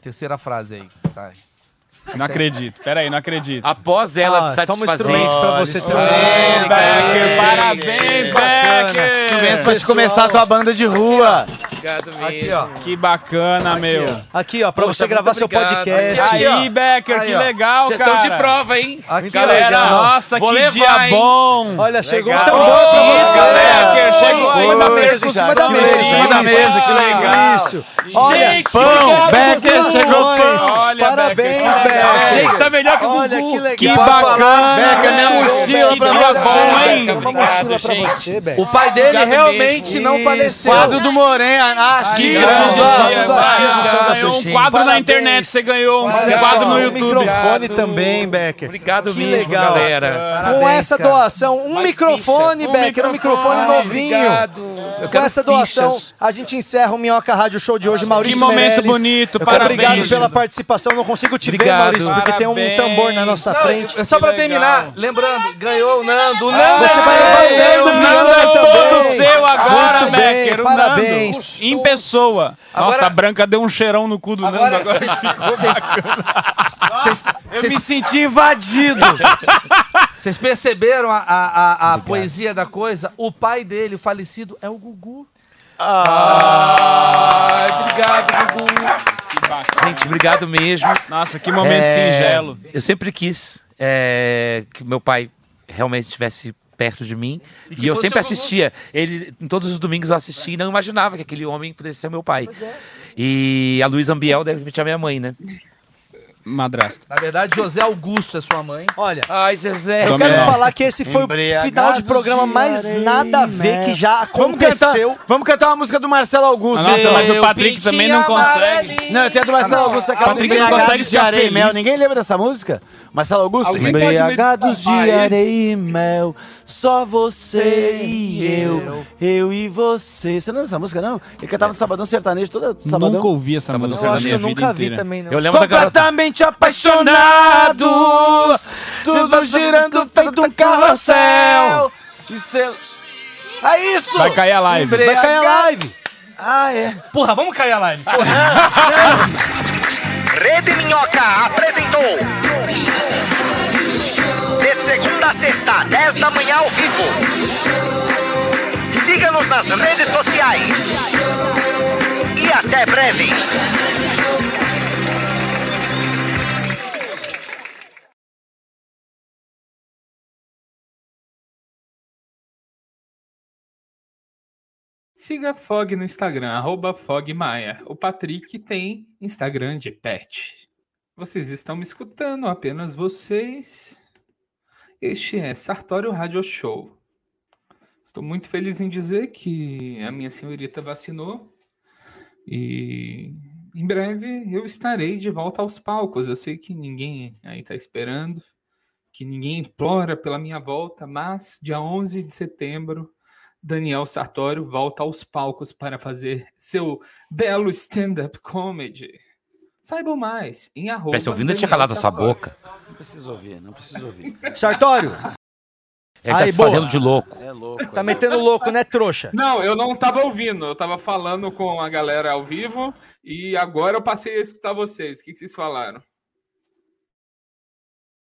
G: Terceira frase aí. Tá aí.
E: Não acredito. Pera aí, não acredito.
C: Após ela
A: Ah, toma
C: satisfazer.
A: instrumentos pra você
C: Parabéns,
A: também.
C: Becker.
E: Parabéns, Becker!
K: Instrumentos pra te começar a tua banda de rua.
C: Obrigado mesmo.
G: Aqui, ó.
E: Que bacana, meu.
A: Aqui, ó, pra
C: Poxa,
A: você gravar
C: muito
A: seu
C: obrigado.
A: podcast.
G: Aqui, ó.
E: Aí, Becker,
G: Aí,
E: que
G: ó.
E: legal,
C: Vocês
E: cara.
C: estão de prova, hein?
G: Aqui,
C: Galera,
E: Nossa,
C: Vou
E: que
C: levar,
E: dia
C: hein?
E: bom.
A: Olha, chegou um
K: Legal.
A: tambor pra
E: Isso,
A: você.
E: Becker, chegou
A: em cima
E: aí.
A: da mesa, em cima da
K: Que
A: mesa, em
K: legal.
A: cima da mesa.
K: que legal.
A: Isso. Olha,
C: Gente,
K: Pão,
C: obrigado.
K: Becker, chegou pão.
E: Olha,
A: Parabéns,
E: Becker, que legal.
A: Becker.
C: Gente, tá melhor que o
A: Olha,
C: Gugu.
A: que legal.
E: Que
K: Pode falar,
A: Ah,
E: bacana.
K: Becker, minha
E: Becker.
K: mochila
E: Que
K: pra
E: dia
K: você,
E: bom,
K: Becker.
E: hein?
C: Uma
A: Mochila
C: Obrigado,
A: pra
C: gente.
A: você, Becker.
G: O pai dele
C: Obrigado
G: realmente
C: mesmo.
G: não
A: Isso.
G: faleceu.
K: Quadro do Morena. Ah,
E: Que
K: chique.
E: grande
K: vamos lá,
E: dia,
K: vamos lá.
E: vai.
C: Parabéns, cara,
E: Ganhou um
C: gente.
E: quadro na
A: Parabéns.
E: internet, você ganhou um
A: Olha
E: quadro
A: só,
E: no
A: um
E: YouTube.
A: microfone também, Becker.
C: Obrigado
A: Que
C: mesmo,
A: legal.
C: galera.
A: Com
G: Parabéns,
A: essa
G: cara.
A: doação, um microfone, Becker, um microfone
C: Ai,
A: novinho.
C: Obrigado. Eu
A: Com
C: quero
A: essa doação,
C: fichas.
A: a gente encerra o Minhoca Rádio Show de hoje. Maurício
E: Que momento
A: Meirelles,
E: bonito,
A: Obrigado
E: parabéns.
A: pela participação. Não consigo te ver,
C: Obrigado.
A: Maurício, porque tem um
E: Parabéns.
A: tambor na nossa frente.
G: É Só pra
E: Que
G: terminar,
E: legal.
G: lembrando, ganhou o Nando. O Nando
A: Você vai levar o
E: Ei,
A: Nando
E: o
A: Viana
E: Nando é
A: também.
E: todo seu agora,
A: Muito bem,
E: Becker. o
A: parabéns.
E: Nando, em pessoa. Nossa,
G: Agora-
E: a Branca deu um cheirão no cu do Nando
G: Agora,
E: agora.
G: vocês, vocês- vocês-
K: Eu me senti invadido.
G: vocês perceberam a, a- a- a poesia da coisa? O pai dele, o falecido, é o Gugu.
C: Obrigado, Gugu. Gente, obrigado mesmo.
E: Nossa, que momento
C: É,
E: singelo.
C: Eu sempre quis é, que meu pai realmente estivesse perto de mim. E, é eu sempre assistia. Ele, em todos os domingos eu assistia e não imaginava que aquele homem pudesse ser meu pai. E a Luísa Ambiel deve me chamar minha mãe, né?
E: Madrasta.
G: Na verdade, José Augusto é sua mãe.
A: Olha,
C: Ai, Zezé.
A: eu quero
E: Dominó.
A: falar que esse foi o
K: Embriagados
A: final de programa
K: de
A: mais
K: areia,
A: nada a ver
K: né?
A: que já
K: Vamos cantar,
A: aconteceu.
K: vamos cantar uma música do Marcelo Augusto.
E: Nossa, mas o Patrick
G: Pintinho
E: também não consegue.
G: amarelinho.
K: Não, tem a do Marcelo Augusto, aquela
E: Patrick não consegue
K: de
E: ficar
K: areia e
E: feliz.
K: mel. Ninguém lembra dessa música? Marcelo Augusto?
D: Alguém pode me
K: Embriagados de
D: desculpar, hein?
K: areia e mel, só você e eu, eu e você. Você não lembra dessa música, não? Ele cantava no Sabadão Sertanejo, toda Sabadão.
E: Nunca ouvi essa
C: Sabadão
E: música
C: Sertanejo.
E: na
A: Eu acho que eu
E: minha vida
A: nunca vi
E: inteira.
A: também, não.
C: Eu lembro da garota.
K: Completamente apaixonados, tudo girando feito um carrossel. Estrelas. É isso!
E: Vai cair a live.
A: Vai cair a live.
K: Ah, é.
G: Porra, vamos cair a live.
L: Rede Minhoca apresentou. De segunda a sexta, 10 da manhã ao vivo. Siga-nos nas redes sociais. E até breve.
D: Siga Fog no Instagram, arroba Fog Maia. O Patrick tem Instagram de pet. Vocês estão me escutando, apenas vocês. Este é Sartório Radio Show. Estou muito feliz em dizer que a minha senhorita vacinou e em breve eu estarei de volta aos palcos. Eu sei que ninguém aí está esperando, que ninguém implora pela minha volta, mas dia 11 de setembro Daniel Sartório volta aos palcos para fazer seu belo stand-up comedy. Saibam mais em arroba.
C: Vai se ouvindo, eu tinha calado a sua boca.
B: Não preciso ouvir, não preciso ouvir.
A: Sartório!
C: Ele tá
A: Aí,
C: se
A: boa.
C: fazendo de louco.
B: É louco.
A: Tá metendo louco, né, trouxa?
D: Não, eu não tava ouvindo, eu tava falando com a galera ao vivo e agora eu passei a escutar vocês. O que, que vocês falaram?